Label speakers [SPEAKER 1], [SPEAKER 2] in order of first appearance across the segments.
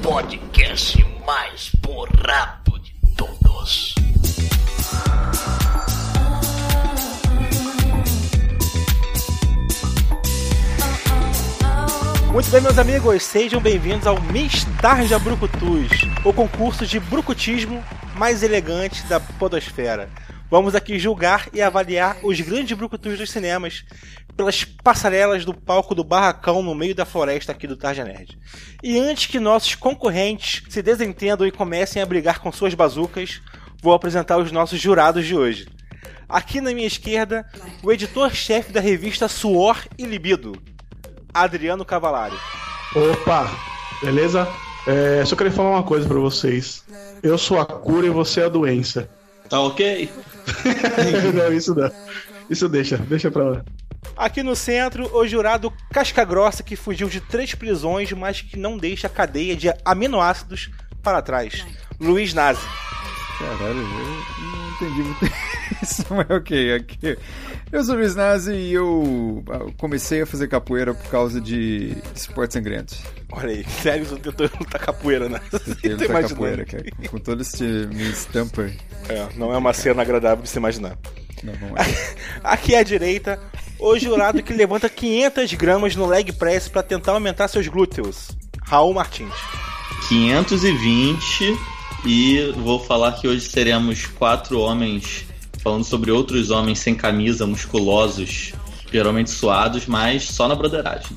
[SPEAKER 1] podcast mais porrado de todos.
[SPEAKER 2] Muito bem, meus amigos, sejam bem-vindos ao Mistarja Brucutus, o concurso de brucutismo mais elegante da podosfera. Vamos aqui julgar e avaliar os grandes brucutus dos cinemas pelas passarelas do palco do barracão no meio da floresta aqui do Tarja Nerd. E antes que nossos concorrentes se desentendam e comecem a brigar com suas bazucas, vou apresentar os nossos jurados de hoje. Aqui na minha esquerda, o editor-chefe da revista Suor e Libido, Adriano Cavalari.
[SPEAKER 3] Opa, beleza? É, só queria falar uma coisa pra vocês. Eu sou a cura e você é a doença.
[SPEAKER 4] Tá ok?
[SPEAKER 3] não, isso não. Isso deixa, deixa pra lá.
[SPEAKER 2] Aqui no centro, o jurado Casca Grossa que fugiu de três prisões, mas que não deixa a cadeia de aminoácidos para trás. Luiz Nazi.
[SPEAKER 5] Caralho, eu não entendi muito isso, mas ok, ok. Eu sou Luiz Nazi e eu ah, comecei a fazer capoeira por causa de esportes sangrentos.
[SPEAKER 2] Olha aí, sério, você tentou lutar capoeira, né?
[SPEAKER 5] Ele tá capoeira, cara, com todo esse minha estampa.
[SPEAKER 2] É, não é uma cena agradável de se imaginar.
[SPEAKER 5] Não, não é.
[SPEAKER 2] Aqui à direita, o jurado que levanta 500 gramas no leg press para tentar aumentar seus glúteos. Raul Martins.
[SPEAKER 4] 520 e vou falar que hoje seremos quatro homens falando sobre outros homens sem camisa, musculosos, geralmente suados, mas só na broderagem.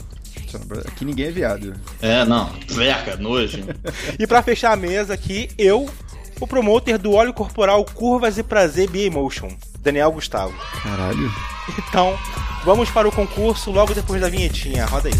[SPEAKER 5] Só no- Aqui ninguém é viado.
[SPEAKER 4] É, não, verga, nojo.
[SPEAKER 2] E para fechar a mesa aqui, eu, o promoter do óleo corporal Curvas e Prazer Be Emotion, Daniel Gustavo.
[SPEAKER 5] Caralho.
[SPEAKER 2] Então, vamos para o concurso logo depois da vinhetinha. Roda aí.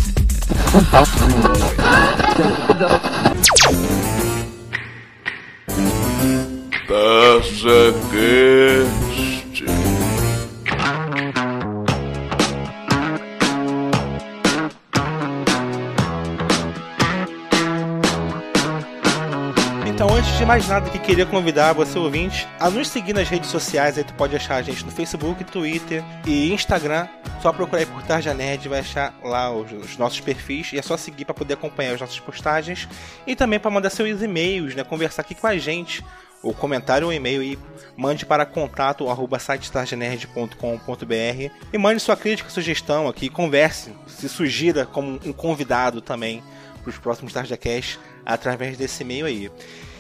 [SPEAKER 2] Então, antes de mais nada, que queria convidar você ouvinte a nos seguir nas redes sociais. Aí tu pode achar a gente no Facebook, Twitter e Instagram. Só procurar aí por Tarja Nerd, vai achar lá os, os nossos perfis e é só seguir para poder acompanhar as nossas postagens e também para mandar seus e-mails, né? Conversar aqui com a gente. O comentário ou um e-mail e mande para contato arroba sitestarjanerd.com.br e mande sua crítica, sugestão aqui, converse, se sugira como um convidado também para os próximos Tarja Cash através desse e-mail aí.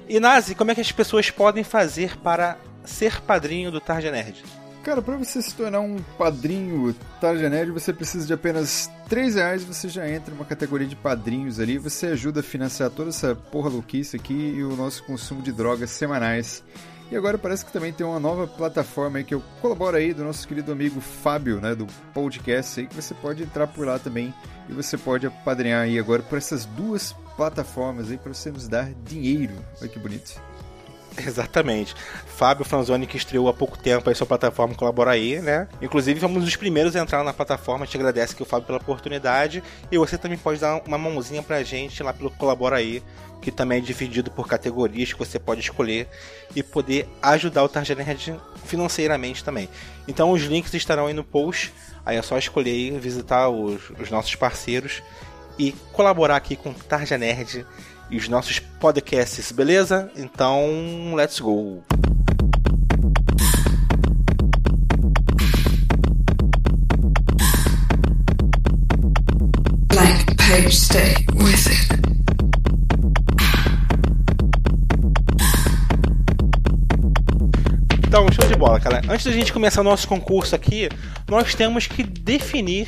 [SPEAKER 2] E Nazi, como é que as pessoas podem fazer para ser padrinho do Tarja Nerd?
[SPEAKER 5] Cara, pra você se tornar um padrinho Tarja Nerd, você precisa de apenas 3 reais, você já entra numa categoria de padrinhos ali, você ajuda a financiar toda essa porra louquice aqui e o nosso consumo de drogas semanais. E agora parece que também tem uma nova plataforma aí que eu colaboro aí do nosso querido amigo Fábio, né, do podcast aí, que você pode entrar por lá também e você pode apadrinhar aí agora por essas duas plataformas aí pra você nos dar dinheiro. Olha que bonito.
[SPEAKER 2] Exatamente. Fábio Franzoni, que estreou há pouco tempo aí sua plataforma Colabora aí, né? Inclusive, fomos os primeiros a entrar na plataforma. A gente agradece aqui o Fábio pela oportunidade. E você também pode dar uma mãozinha pra gente lá pelo Colabora aí, que também é dividido por categorias que você pode escolher e poder ajudar o Tarja Nerd financeiramente também. Então, os links estarão aí no post. Aí é só escolher aí, visitar os, os nossos parceiros e colaborar aqui com o Tarja Nerd e os nossos podcasts, beleza? Então, let's go.
[SPEAKER 6] Blank page, stay with it.
[SPEAKER 2] Então, show de bola, cara. Antes da gente começar o nosso concurso aqui, nós temos que definir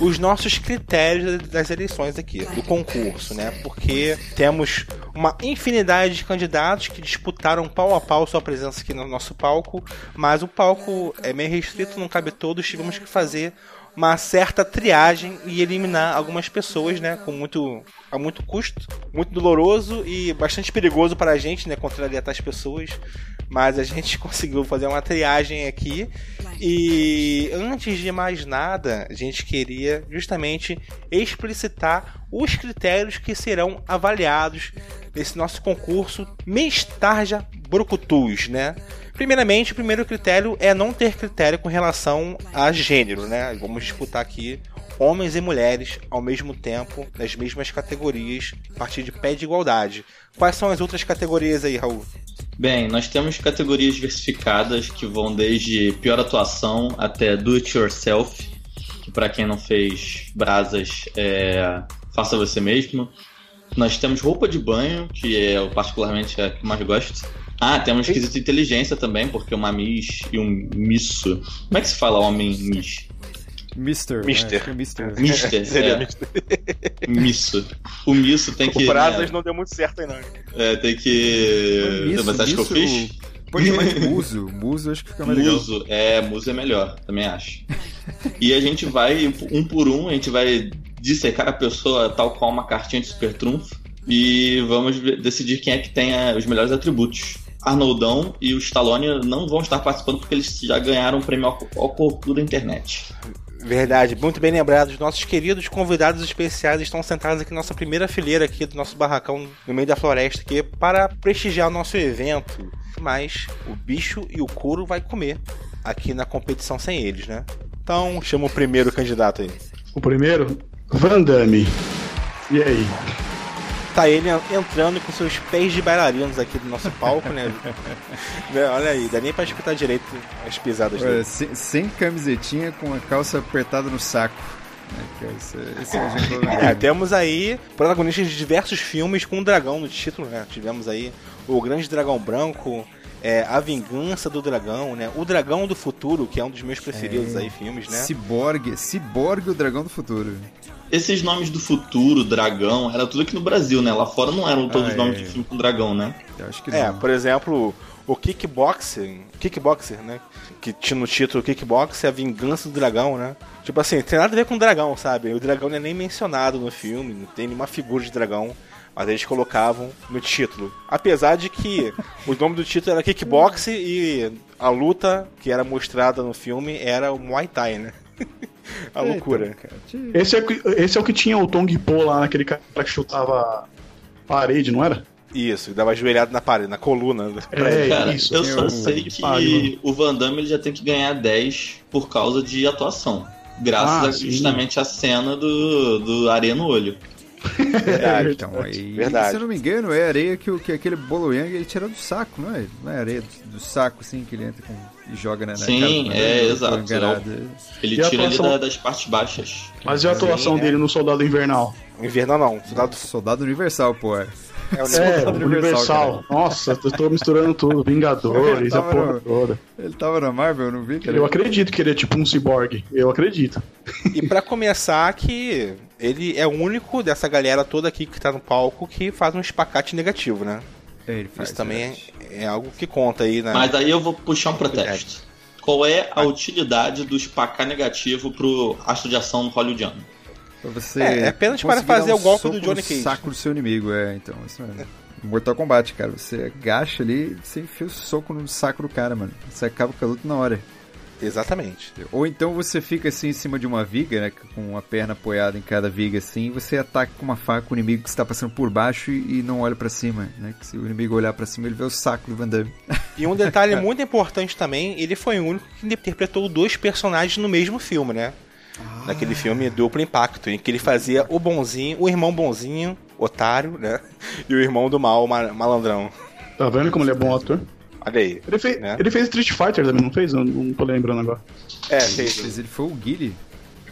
[SPEAKER 2] os nossos critérios das eleições aqui, do concurso, né? Porque temos uma infinidade de candidatos que disputaram pau a pau sua presença aqui no nosso palco, mas o palco é meio restrito, não cabe todos, tivemos que fazer uma certa triagem e eliminar algumas pessoas, né, com muito a muito custo, muito doloroso e bastante perigoso para a gente, né, contrariar tais pessoas. Mas a gente conseguiu fazer uma triagem aqui e antes de mais nada, a gente queria justamente explicitar os critérios que serão avaliados nesse nosso concurso Mestarja Brucutus, né? Primeiramente, o primeiro critério é não ter critério com relação a gênero, né? Vamos disputar aqui homens e mulheres ao mesmo tempo nas mesmas categorias a partir de pé de igualdade. Quais são as outras categorias aí, Raul?
[SPEAKER 4] Bem, nós temos categorias diversificadas que vão desde pior atuação até do it yourself, que para quem não fez brasas é faça você mesmo. Nós temos roupa de banho, que eu particularmente é a que mais gosto. Ah, temos quesito inteligência também, porque uma Miss e um Misso. Como é que se fala homem Miss?
[SPEAKER 5] Mister.
[SPEAKER 2] Mister.
[SPEAKER 5] acho que é Mister.
[SPEAKER 4] Mister.
[SPEAKER 2] Seria
[SPEAKER 4] é, Misso. O Misso tem que.
[SPEAKER 2] o Brasas Um
[SPEAKER 4] né,
[SPEAKER 2] não deu muito certo aí, não.
[SPEAKER 4] é, tem que.
[SPEAKER 5] Mister,
[SPEAKER 4] Mas acho que eu
[SPEAKER 5] Mister,
[SPEAKER 4] fiz?
[SPEAKER 5] Pode chamar de muso. Muso acho que fica mais legal.
[SPEAKER 4] Muso, é, Muso é melhor, também acho. E a gente vai, um por um, a gente vai dissecar a pessoa tal qual uma cartinha de super trunfo e vamos ver- decidir quem é que tem eh, os melhores atributos. Arnoldão e o Stallone não vão estar participando porque eles já ganharam o prêmio ao- ao corpo da internet.
[SPEAKER 2] Verdade, muito bem lembrado. Os nossos queridos convidados especiais estão sentados aqui na nossa primeira fileira aqui do nosso barracão no meio da floresta aqui para prestigiar o nosso evento. Mas o bicho e o couro vai comer aqui na competição sem eles, né? Então chama o primeiro candidato aí.
[SPEAKER 3] O primeiro, Van Damme. E aí?
[SPEAKER 2] Tá ele en- entrando com seus pés de bailarinos aqui do nosso palco, né? Né, Olha aí, dá nem pra escutar direito as pisadas
[SPEAKER 5] É,
[SPEAKER 2] dele.
[SPEAKER 5] sem, sem camisetinha, com a calça apertada no saco. né, que é esse, esse é o jeito do-
[SPEAKER 2] É, temos aí protagonistas de diversos filmes com um dragão no título, né? Tivemos aí O Grande Dragão Branco, é, A Vingança do Dragão, né? O Dragão do Futuro, que é um dos meus preferidos aí, filmes, né?
[SPEAKER 5] Ciborgue, Ciborgue, o dragão do futuro.
[SPEAKER 4] Esses nomes do futuro, dragão, era tudo aqui no Brasil, né? Lá fora não eram todos
[SPEAKER 5] Ah,
[SPEAKER 4] os nomes
[SPEAKER 5] é.
[SPEAKER 4] de filme com dragão, né?
[SPEAKER 5] Eu acho que
[SPEAKER 2] É,
[SPEAKER 5] não.
[SPEAKER 2] por exemplo, o Kickboxer, Kickboxer, né? Que tinha no título Kickboxer, A Vingança do Dragão, né? Tipo assim, tem nada a ver com dragão, sabe? O dragão não é nem mencionado no filme, não tem nenhuma figura de dragão. Mas eles colocavam no título. Apesar de que o nome do título era Kickboxer e a luta que era mostrada no filme era o Muay Thai, né? a
[SPEAKER 5] Eita,
[SPEAKER 2] loucura.
[SPEAKER 5] então, cara, te-
[SPEAKER 3] Esse é, o que- esse é o que tinha o Tong Po lá, naquele cara que chutava parede, não era?
[SPEAKER 2] Isso, dava ajoelhado na parede, na coluna.
[SPEAKER 3] É,
[SPEAKER 4] Cara,
[SPEAKER 3] isso.
[SPEAKER 4] eu
[SPEAKER 5] tem
[SPEAKER 4] só
[SPEAKER 5] um-
[SPEAKER 4] sei que
[SPEAKER 3] Pagno.
[SPEAKER 4] o Van Damme ele já tem que ganhar 10 por causa de atuação. Graças
[SPEAKER 3] Ah,
[SPEAKER 4] a
[SPEAKER 3] sim.
[SPEAKER 4] justamente à cena do, do Areia no Olho.
[SPEAKER 2] Verdade.
[SPEAKER 5] Então, aí,
[SPEAKER 2] Verdade.
[SPEAKER 5] se eu não me engano, é areia que, o- que aquele Bolo Yang ele tira do saco, não é? Não é areia do, do saco, assim, que ele entra com- e joga né, na, na
[SPEAKER 4] Sim,
[SPEAKER 5] casa do
[SPEAKER 4] é,
[SPEAKER 5] malandro,
[SPEAKER 4] exato,
[SPEAKER 5] tô enganado.
[SPEAKER 4] Ele
[SPEAKER 3] E a
[SPEAKER 4] tira
[SPEAKER 3] atuação?
[SPEAKER 4] ele da- das partes baixas.
[SPEAKER 3] Mas e a atuação
[SPEAKER 2] Sim, é.
[SPEAKER 3] dele no Soldado Invernal?
[SPEAKER 2] Invernal não, soldado
[SPEAKER 5] Soldado Universal, pô. é.
[SPEAKER 2] é o
[SPEAKER 3] É,
[SPEAKER 2] negócio.
[SPEAKER 3] Universal.
[SPEAKER 5] Soldado Universal,
[SPEAKER 3] Nossa, eu tô misturando tudo. Vingadores, a
[SPEAKER 5] Tava
[SPEAKER 3] porra
[SPEAKER 5] no-
[SPEAKER 3] toda.
[SPEAKER 5] Ele tava na Marvel, eu não vi, cara.
[SPEAKER 3] Eu acredito que ele é tipo um ciborgue. Eu acredito.
[SPEAKER 2] E pra começar, que ele é o único dessa galera toda aqui que tá no palco que faz um espacate negativo, né?
[SPEAKER 5] É, ele faz,
[SPEAKER 2] Isso também
[SPEAKER 5] verdade.
[SPEAKER 2] é, é algo que conta aí, né?
[SPEAKER 4] Mas aí eu vou puxar um protesto. Qual é a utilidade do espacá negativo pro astro de ação hollywoodiano?
[SPEAKER 5] Pra você
[SPEAKER 2] É, é apenas para
[SPEAKER 5] conseguir dar
[SPEAKER 2] fazer
[SPEAKER 5] um
[SPEAKER 2] o golpe
[SPEAKER 5] soco
[SPEAKER 2] do Johnny
[SPEAKER 5] no
[SPEAKER 2] Cage.
[SPEAKER 5] saco do seu inimigo, é, então, isso mesmo. Mortal Kombat, cara, você agacha ali, você enfia o soco no saco do cara, mano. Você acaba com a luta na hora.
[SPEAKER 2] Exatamente.
[SPEAKER 5] Ou então você fica assim em cima de uma viga, né? Com uma perna apoiada em cada viga, assim, e você ataca com uma faca o inimigo que está passando por baixo e, e não olha pra cima, né? Que se o inimigo olhar pra cima, ele vê o saco do Van Damme.
[SPEAKER 2] E um detalhe muito importante também, ele foi o único que interpretou dois personagens no mesmo filme, né? Naquele filme Duplo Impacto, em que ele fazia o bonzinho, o irmão bonzinho, otário, né? E o irmão do mal, ma- malandrão.
[SPEAKER 3] Tá vendo como ele é bom ator?
[SPEAKER 2] Olha aí.
[SPEAKER 3] Ele fez,
[SPEAKER 4] É.
[SPEAKER 2] Né?
[SPEAKER 3] ele fez Street Fighter também, não fez? Eu não tô lembrando agora.
[SPEAKER 2] É, fez
[SPEAKER 5] Mas ele foi o Guile.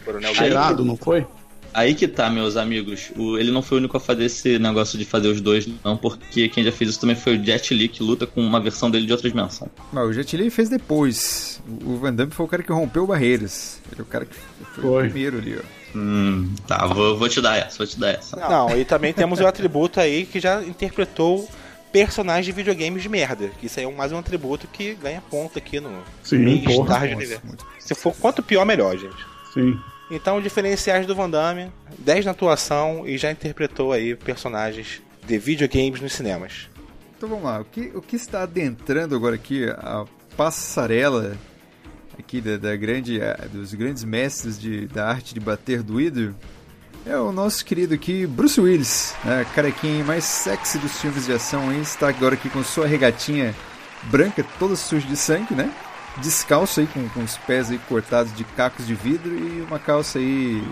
[SPEAKER 2] o Coronel
[SPEAKER 4] Aí-
[SPEAKER 3] Cheirado, não foi?
[SPEAKER 4] Aí que tá, meus amigos. O- ele não foi o único a fazer esse negócio de fazer os dois, não, porque quem já fez isso também foi o Jet Li, que luta com uma versão dele de outra dimensão.
[SPEAKER 5] Mas o Jet Li fez depois. O o Van Damme foi o cara que rompeu barreiras. Ele é o cara que foi,
[SPEAKER 3] Foi.
[SPEAKER 5] o primeiro ali, ó.
[SPEAKER 4] Hum, tá, vou, vou te dar essa, vou te dar essa.
[SPEAKER 2] Não, e também temos o atributo aí que já interpretou personagens de videogames de merda. Que isso aí é mais um atributo que ganha ponto aqui no
[SPEAKER 3] Sim, porra.
[SPEAKER 2] Star de
[SPEAKER 5] Nossa,
[SPEAKER 2] Universo.
[SPEAKER 5] muito-
[SPEAKER 2] Se for quanto pior, melhor, gente.
[SPEAKER 3] Sim.
[SPEAKER 2] Então, diferenciais do Van Damme, 10 na atuação e já interpretou aí personagens de videogames nos cinemas.
[SPEAKER 5] Então vamos lá, o que, o que está adentrando agora aqui a passarela aqui da, da grande, a- dos grandes mestres de, da arte de bater do ídolo é o nosso querido aqui Bruce Willis, né, carequinha mais sexy dos filmes de ação, aí, está agora aqui com sua regatinha branca, toda suja de sangue, né? Descalço aí, com, com os pés aí cortados de cacos de vidro e uma calça aí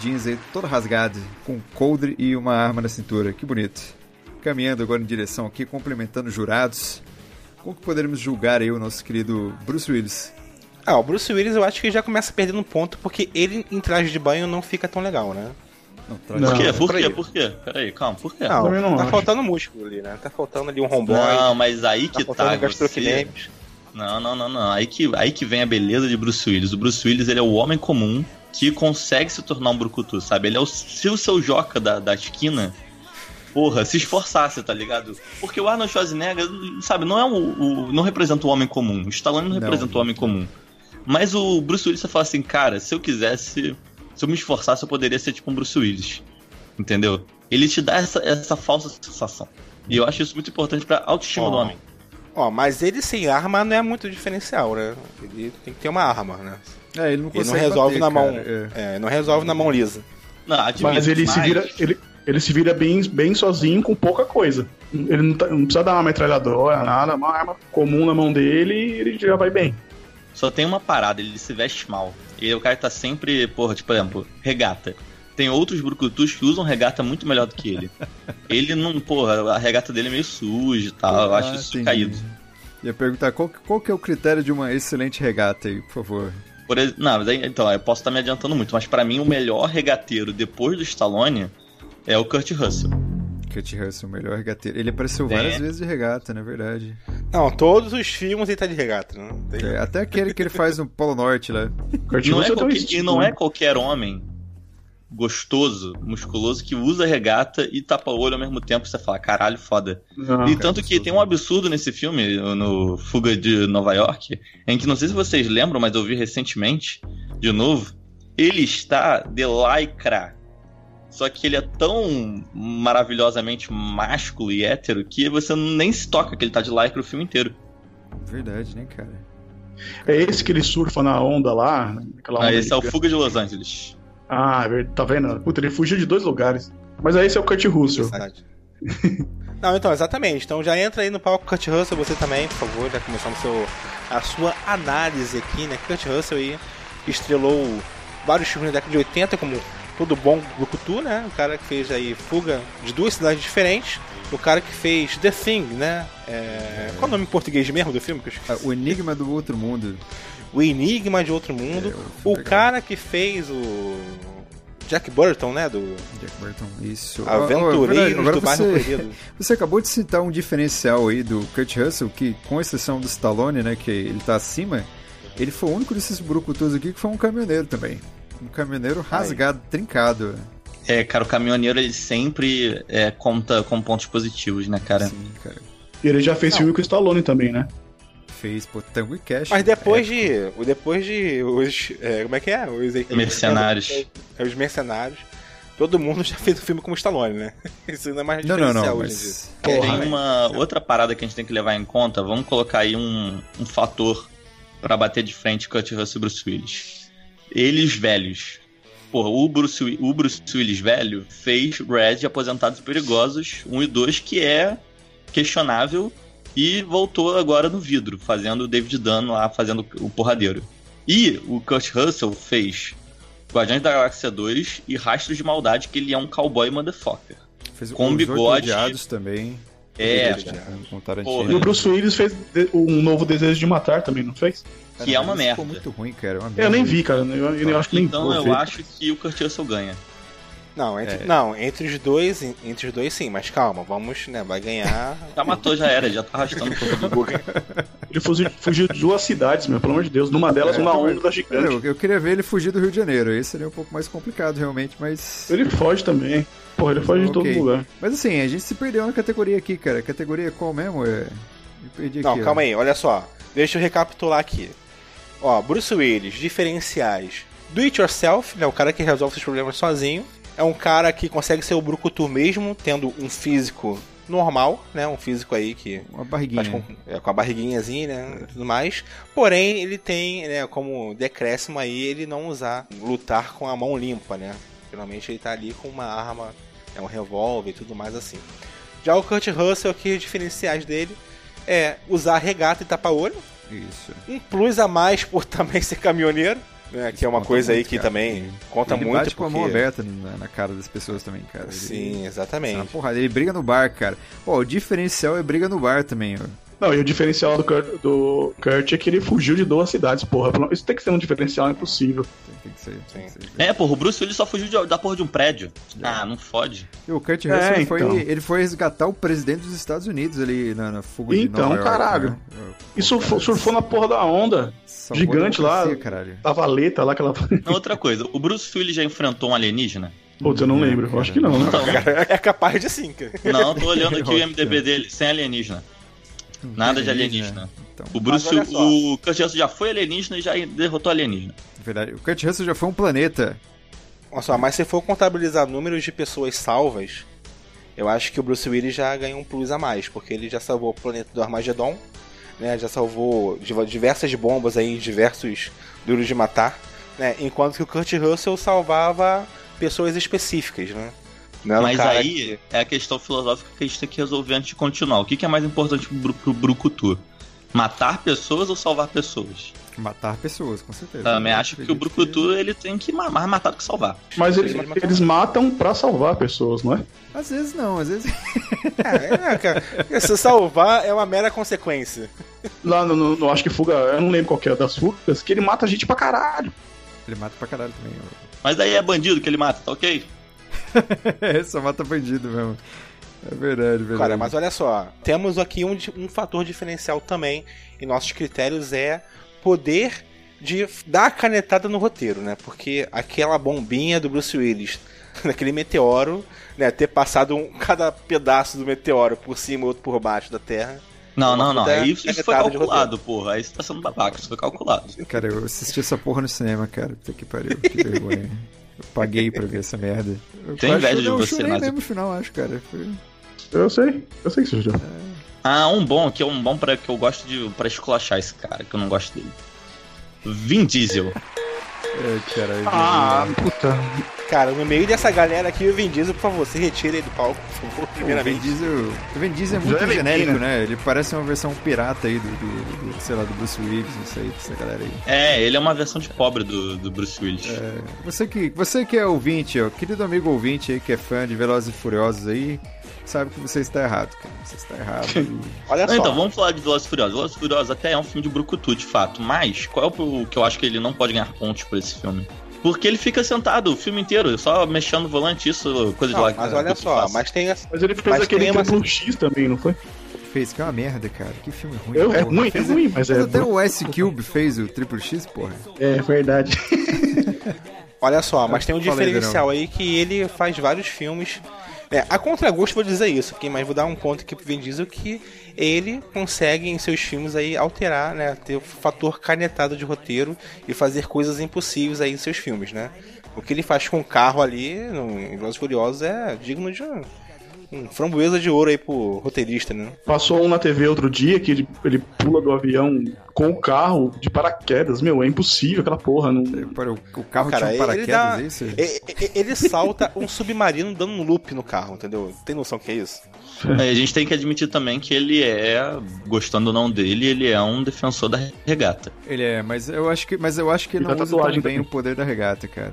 [SPEAKER 5] jeans aí todo rasgado, com um coldre e uma arma na cintura. Que bonito. Caminhando agora em direção aqui, cumprimentando jurados. Como que poderemos julgar aí o nosso querido Bruce Willis?
[SPEAKER 2] Ah, o Bruce Willis eu acho que já começa perdendo ponto, porque ele em traje de banho não fica tão legal, né?
[SPEAKER 5] Não, traz-
[SPEAKER 3] Não.
[SPEAKER 4] Por quê? Por
[SPEAKER 2] peraí.
[SPEAKER 4] quê? Por quê? Peraí, calma, por quê?
[SPEAKER 2] Não,
[SPEAKER 3] também não
[SPEAKER 2] tá
[SPEAKER 3] acho.
[SPEAKER 2] faltando músculo ali, né? Tá faltando ali um romboy,
[SPEAKER 4] Não, mas aí
[SPEAKER 2] tá
[SPEAKER 4] que tá.
[SPEAKER 2] faltando
[SPEAKER 4] Você...
[SPEAKER 2] gastrocnemios.
[SPEAKER 4] Não, não, não, não. Aí que, aí que vem a beleza de Bruce Willis. O Bruce Willis ele é o homem comum que consegue se tornar um brucutu, sabe? Ele é o se o seu joca da, da esquina. Porra, se esforçasse, tá ligado? Porque o Arnold Schwarzenegger, sabe, não é o, o- não representa o homem comum. O Stallone não
[SPEAKER 5] Não.
[SPEAKER 4] representa o homem comum. Mas o Bruce Willis você fala assim, cara, se eu quisesse, se eu me esforçasse, eu poderia ser tipo um Bruce Willis. Entendeu? Ele te dá essa, essa falsa sensação. E eu acho isso muito importante pra autoestima do
[SPEAKER 2] Ó.
[SPEAKER 4] homem.
[SPEAKER 2] Ó, mas ele sem arma não é muito diferencial, né? Ele tem que ter uma arma, né?
[SPEAKER 5] É, ele não
[SPEAKER 2] Ele
[SPEAKER 5] consegue
[SPEAKER 2] não resolve
[SPEAKER 5] bater,
[SPEAKER 2] na mão.
[SPEAKER 5] cara.
[SPEAKER 2] É, não resolve na mão lisa.
[SPEAKER 4] Não, admito,
[SPEAKER 3] Mas ele se
[SPEAKER 4] mas-
[SPEAKER 3] vira. Ele, ele se vira bem, bem sozinho com pouca coisa. Ele não, tá- não precisa dar uma metralhadora, nada, uma arma comum na mão dele e ele já vai bem.
[SPEAKER 4] Só tem uma parada, ele se veste mal. E o cara tá sempre, porra, tipo, por exemplo, regata. Tem outros brucutus que usam regata muito melhor do que ele. ele não, porra, a regata dele é meio suja e tal. eu acho
[SPEAKER 5] Ah,
[SPEAKER 4] isso
[SPEAKER 5] entendi.
[SPEAKER 4] caído.
[SPEAKER 5] Ia perguntar qual, que- qual que é o critério de uma excelente regata aí, por favor.
[SPEAKER 4] Por ex- Não, mas aí, então, eu posso estar me adiantando muito, mas pra mim o melhor regateiro depois do Stallone é o Kurt Russell.
[SPEAKER 5] Kurt Russell, o melhor regateiro. Ele apareceu
[SPEAKER 3] Né?
[SPEAKER 4] Tem.
[SPEAKER 5] várias vezes de regata, na verdade.
[SPEAKER 2] Não, todos os filmes ele tá de regata, né? Tem-
[SPEAKER 5] É, até aquele que ele faz no Polo Norte lá.
[SPEAKER 3] Kurt
[SPEAKER 4] Não é
[SPEAKER 3] Russell tem um
[SPEAKER 4] qualquer-
[SPEAKER 3] estilo,
[SPEAKER 4] e não
[SPEAKER 3] né?
[SPEAKER 4] é qualquer homem gostoso, musculoso, que usa regata e tapa o olho ao mesmo tempo. Você fala, caralho, foda.
[SPEAKER 3] Não.
[SPEAKER 4] E tanto que tem um absurdo nesse filme, no Fuga de Nova York, em que não sei se vocês lembram, mas eu vi recentemente, de novo, ele está de lycra. Só que ele é tão maravilhosamente másculo e hétero que você nem se toca que ele tá de lycra o filme inteiro.
[SPEAKER 5] Verdade, né, cara?
[SPEAKER 3] É esse que ele surfa na onda lá. Aquela onda
[SPEAKER 4] Ah, esse é o
[SPEAKER 3] gigante.
[SPEAKER 4] Fuga de Los Angeles.
[SPEAKER 3] Ah, é verdade, tá vendo? Puta, ele fugiu de dois lugares. Mas aí esse é o Kurt Russell.
[SPEAKER 2] Verdade. Não, então, exatamente. Então já entra aí no palco Kurt Russell, você também, por favor, já começando seu, a sua análise aqui, né? Kurt Russell aí estrelou vários filmes da década de 80, como todo bom Brucutu, né? O cara que fez aí Fuga de duas cidades diferentes. O cara que fez The Thing, né? É, Qual é o nome em português mesmo do filme? Que eu esqueci?
[SPEAKER 5] Ah, o Enigma do Outro Mundo.
[SPEAKER 2] O Enigma de Outro Mundo.
[SPEAKER 5] É, eu-
[SPEAKER 2] o
[SPEAKER 5] legal.
[SPEAKER 2] cara que fez o Jack Burton, né? Do
[SPEAKER 5] Jack Burton. Isso. Ah, ah, verdade,
[SPEAKER 2] Aventureiros
[SPEAKER 5] Agora
[SPEAKER 2] do Bairro
[SPEAKER 5] você,
[SPEAKER 2] Perdido.
[SPEAKER 5] você acabou de citar um diferencial aí do Kurt Russell, que com exceção do Stallone, né, que ele tá acima, ele foi o único desses brucutus aqui que foi um caminhoneiro também. Um caminhoneiro rasgado, trincado.
[SPEAKER 4] É, cara, o caminhoneiro ele sempre é, conta com pontos positivos, né, cara?
[SPEAKER 5] Sim, cara.
[SPEAKER 3] E ele já fez filme com o Stallone também, né?
[SPEAKER 5] Fez, pô, Tango e Cash.
[SPEAKER 2] Mas depois
[SPEAKER 4] É.
[SPEAKER 2] de. o- Depois de. Os. é, como é que é? Os
[SPEAKER 4] Mercenários.
[SPEAKER 2] é, Os mercenários. Todo mundo já fez um filme como Stallone, né? Isso ainda é mais
[SPEAKER 5] Não, não,
[SPEAKER 2] diferencial
[SPEAKER 5] não,
[SPEAKER 2] hoje em dia.
[SPEAKER 5] mas...
[SPEAKER 2] Porra,
[SPEAKER 4] tem
[SPEAKER 2] velho.
[SPEAKER 4] uma outra parada que a gente tem que levar em conta. Vamos colocar aí um, um fator pra bater de frente Kurt Russell e Bruce Willis. Eles velhos. Porra, o Bruce, Wi- o Bruce Willis velho fez Red de Aposentados e Perigosos 1 e 2, que é questionável, e voltou agora no vidro, fazendo o David Dunn lá, fazendo o porradeiro. E o Kurt Russell fez Guardiões da Galáxia 2 e Rastros de Maldade, que ele é um cowboy motherfucker.
[SPEAKER 5] Fez
[SPEAKER 4] Com
[SPEAKER 5] Os Oito
[SPEAKER 4] bigode.
[SPEAKER 5] Odiados também. um
[SPEAKER 4] É,
[SPEAKER 5] Os Oito Odiados, com
[SPEAKER 4] Porra.
[SPEAKER 3] E o
[SPEAKER 5] Tarantino.
[SPEAKER 3] Bruce Willis fez de- um novo Desejo de Matar também, não fez?
[SPEAKER 4] que é uma
[SPEAKER 5] mas Ficou
[SPEAKER 4] merda.
[SPEAKER 5] muito ruim, cara. é uma
[SPEAKER 3] Eu
[SPEAKER 5] merda.
[SPEAKER 3] nem vi, cara. Eu, eu acho que nem
[SPEAKER 4] Então
[SPEAKER 3] vou
[SPEAKER 4] eu
[SPEAKER 3] ver.
[SPEAKER 4] acho que o Kurt Russell ganha.
[SPEAKER 2] Não,
[SPEAKER 4] É.
[SPEAKER 2] entre, não, entre os dois, en- entre os dois sim, mas calma, vamos, né? Vai ganhar.
[SPEAKER 4] Já matou, já era, já tá arrastando todo mundo.
[SPEAKER 3] Ele fugiu, fugiu de duas cidades, meu, pelo amor de Deus. Numa delas,
[SPEAKER 5] É,
[SPEAKER 3] uma
[SPEAKER 5] eu-
[SPEAKER 3] onda
[SPEAKER 5] Cara,
[SPEAKER 3] gigante.
[SPEAKER 5] eu, eu queria ver ele fugir do Rio de Janeiro. Esse seria um pouco mais complicado, realmente, mas.
[SPEAKER 3] Ele foge também. Porra, ele foge de todo
[SPEAKER 5] Ok.
[SPEAKER 3] lugar.
[SPEAKER 5] Mas assim, a gente se perdeu na categoria aqui, cara. Categoria qual mesmo? É... Me perdi
[SPEAKER 2] não,
[SPEAKER 5] aqui.
[SPEAKER 2] calma aí, olha só. Deixa eu recapitular aqui. Ó, Bruce Willis, diferenciais. Do it yourself, né? O cara que resolve seus problemas sozinho. É um cara que consegue ser o brucutu mesmo, tendo um físico normal, né? Um físico aí que
[SPEAKER 5] Uma barriguinha.
[SPEAKER 2] Faz com, é, com a barriguinhazinha, né? E tudo mais. Porém, ele tem, né, como decréscimo aí, ele não usar, lutar com a mão limpa, né? Geralmente ele tá ali com uma arma, é um revólver e tudo mais assim. Já o Kurt Russell aqui, os diferenciais dele é usar regata e tapa-olho.
[SPEAKER 5] Isso.
[SPEAKER 2] Um plus a mais por também ser caminhoneiro. né, que
[SPEAKER 5] Isso
[SPEAKER 2] é uma
[SPEAKER 5] conta
[SPEAKER 2] coisa aí
[SPEAKER 5] muito,
[SPEAKER 2] que
[SPEAKER 5] cara.
[SPEAKER 2] também conta
[SPEAKER 5] ele
[SPEAKER 2] muito
[SPEAKER 5] bate com a mão
[SPEAKER 2] porque-
[SPEAKER 5] aberta na, na cara das pessoas também, cara. Ele-
[SPEAKER 2] Sim,
[SPEAKER 5] sai na
[SPEAKER 2] exatamente.
[SPEAKER 5] porrada. Ele briga no bar, cara. Pô, o diferencial é briga no bar também, ó.
[SPEAKER 3] Não, e o diferencial do Kurt, do Kurt é que ele fugiu de duas cidades, porra. Isso tem que ser um diferencial impossível.
[SPEAKER 5] Tem, tem que ser. tem que ser.
[SPEAKER 4] É, porra, o Bruce Willis só fugiu de- da porra de um prédio. Ah, não fode.
[SPEAKER 5] E o Kurt Russell
[SPEAKER 3] É,
[SPEAKER 5] foi,
[SPEAKER 3] então.
[SPEAKER 5] ele foi resgatar o presidente dos Estados Unidos ali na, na fuga de
[SPEAKER 3] Então,
[SPEAKER 5] Nova York,
[SPEAKER 3] caralho.
[SPEAKER 5] né? Pô,
[SPEAKER 3] E surfou,
[SPEAKER 5] cara,
[SPEAKER 3] surfou na porra da onda,
[SPEAKER 5] salvou a
[SPEAKER 3] gigante lá.
[SPEAKER 5] democracia, Caralho.
[SPEAKER 3] da valeta lá que ela.
[SPEAKER 4] Não, outra coisa, o Bruce Willis já enfrentou um alienígena?
[SPEAKER 3] Putz, eu
[SPEAKER 5] É,
[SPEAKER 3] não lembro. Eu Acho que não, né?
[SPEAKER 4] Então,
[SPEAKER 2] É capaz de sim, cara.
[SPEAKER 4] não, tô olhando aqui o
[SPEAKER 5] Eu acho
[SPEAKER 4] IMDB dele, sem alienígena. Nada de alienígena.
[SPEAKER 5] Então,
[SPEAKER 4] O Bruce,
[SPEAKER 2] Mas olha só.
[SPEAKER 4] o Kurt Russell já foi alienígena e já derrotou alienígena.
[SPEAKER 5] na verdade, o Kurt Russell já foi um planeta.
[SPEAKER 2] Olha só, mas se for contabilizar números de pessoas salvas, eu acho que o Bruce Willis já ganhou um plus a mais, porque ele já salvou o planeta do Armagedon, né? Já salvou div- diversas bombas aí, diversos duros de matar, né? Enquanto que o Kurt Russell salvava pessoas específicas, né? Não era um
[SPEAKER 4] Mas
[SPEAKER 2] cara
[SPEAKER 4] aí
[SPEAKER 2] que-
[SPEAKER 4] é a questão filosófica que a gente tem que resolver antes de continuar. O que, que é mais importante pro, pro Brucutu? Matar pessoas ou salvar pessoas?
[SPEAKER 5] Matar pessoas, com certeza.
[SPEAKER 4] Também
[SPEAKER 5] Eu
[SPEAKER 4] acho que o
[SPEAKER 5] acredito
[SPEAKER 4] Brucutu ele tem que ma- mais matar do que salvar.
[SPEAKER 3] Mas eles, eles matam pra salvar pessoas, não é?
[SPEAKER 5] Às vezes não, às vezes.
[SPEAKER 2] É, é, cara, se salvar é uma mera consequência.
[SPEAKER 3] Lá no, no- no- acho que fuga, eu não lembro qual que é das fugas, que ele mata gente pra caralho.
[SPEAKER 5] Ele mata pra caralho também. ó.
[SPEAKER 4] Mas aí é bandido que ele mata, tá ok?
[SPEAKER 5] É, só mata bandido mesmo. É verdade, verdade.
[SPEAKER 2] Cara, mas olha só, temos aqui um, di- um fator diferencial também em nossos critérios é poder de f- dar a canetada no roteiro, né? Porque aquela bombinha do Bruce Willis, naquele meteoro, né? Ter passado um, cada pedaço do meteoro por cima e outro por baixo da Terra.
[SPEAKER 4] Não, não, não.
[SPEAKER 2] Brucutu é-
[SPEAKER 4] Aí isso,
[SPEAKER 2] é
[SPEAKER 4] isso foi
[SPEAKER 2] metade de
[SPEAKER 4] calculado, porra. Aí você tá sendo babaca, isso foi calculado.
[SPEAKER 5] Cara, eu assisti essa porra no cinema, cara. Puta que pariu, que vergonha. Eu paguei pra ver essa merda. Eu
[SPEAKER 4] Tem
[SPEAKER 5] quase
[SPEAKER 4] inveja de
[SPEAKER 5] chorei-
[SPEAKER 4] você,
[SPEAKER 5] Eu chorei
[SPEAKER 4] Nazi.
[SPEAKER 5] mesmo no final, acho, cara. Foi-
[SPEAKER 3] Eu sei, eu sei que isso já.
[SPEAKER 4] Ah, um bom, que é um bom pra, que eu gosto de pra esculachar esse cara, que eu não gosto dele. Vin Diesel.
[SPEAKER 5] É, cara.
[SPEAKER 3] Ah, puta.
[SPEAKER 2] Cara, no meio dessa galera aqui, o Vin Diesel, por favor, se retira aí do palco, por favor,
[SPEAKER 5] O Vin
[SPEAKER 2] primeiramente.
[SPEAKER 5] Diesel, o Vin Diesel é muito
[SPEAKER 3] Já é bem,
[SPEAKER 5] genérico,
[SPEAKER 3] né?
[SPEAKER 5] né? Ele parece uma versão pirata aí do, do- do- sei lá, do Bruce Willis, não sei, dessa galera aí.
[SPEAKER 4] É, ele é uma versão de pobre do, do Bruce Willis.
[SPEAKER 5] É, Você que, você que é ouvinte, ó, querido amigo ouvinte aí, que é fã de Velozes e Furiosos aí, sabe que você está errado, cara. Você está errado. E-
[SPEAKER 2] Olha
[SPEAKER 4] Não,
[SPEAKER 2] só,
[SPEAKER 4] então, vamos falar de Velozes e Furiosos. Velozes e Furiosos até é um filme de brucutu, de fato. Mas qual é o pro- que eu acho que ele não pode ganhar pontos por esse filme? Porque ele fica sentado o filme inteiro, só mexendo no volante, isso, coisa de
[SPEAKER 2] Não,
[SPEAKER 4] lá. né? que
[SPEAKER 2] mas
[SPEAKER 4] o
[SPEAKER 2] olha
[SPEAKER 4] brucutu
[SPEAKER 2] só,
[SPEAKER 4] faz.
[SPEAKER 2] mas tem essa...
[SPEAKER 3] Mas ele fez
[SPEAKER 2] Mas
[SPEAKER 3] aquele
[SPEAKER 2] tem uma-
[SPEAKER 3] triplo X também, não foi?
[SPEAKER 5] fez, que é uma merda, cara. Que filme ruim.
[SPEAKER 3] Eu, é
[SPEAKER 5] porra.
[SPEAKER 3] ruim, é
[SPEAKER 5] Fez-
[SPEAKER 3] ruim, mas
[SPEAKER 5] Mas
[SPEAKER 3] é.
[SPEAKER 5] até o S Cube fez o Triple X, porra.
[SPEAKER 3] É verdade.
[SPEAKER 2] Olha só, mas tem um
[SPEAKER 5] Então, Fala aí,
[SPEAKER 2] diferencial aí que ele faz vários filmes. É, a contragosto vou dizer isso, porque, mas vou dar um ponto aqui pro Vin Diesel que ele consegue em seus filmes aí alterar, né? Ter o fator canetado de roteiro e fazer coisas impossíveis aí em seus filmes, né? O que ele faz com o carro ali no, em Velozes e Furiosos é digno de um, um framboesa de ouro aí pro roteirista, né?
[SPEAKER 3] Passou um na TV outro dia que ele, ele pula do avião com o carro de paraquedas. Meu, é impossível aquela porra. Não...
[SPEAKER 5] Para o, o carro
[SPEAKER 2] Cara,
[SPEAKER 5] tinha um
[SPEAKER 2] ele
[SPEAKER 5] paraquedas,
[SPEAKER 2] dá-
[SPEAKER 5] é isso?
[SPEAKER 2] E- e- ele salta um submarino dando um loop no carro, entendeu? Tem noção que é isso?
[SPEAKER 4] É, A gente tem que admitir também que ele é, gostando ou não dele, ele é um defensor da regata.
[SPEAKER 5] Ele é, mas eu acho que, mas eu acho que ele
[SPEAKER 3] E
[SPEAKER 5] não
[SPEAKER 3] da
[SPEAKER 5] usa tão
[SPEAKER 3] tatuagem
[SPEAKER 5] bem
[SPEAKER 3] também.
[SPEAKER 5] o poder da regata, cara.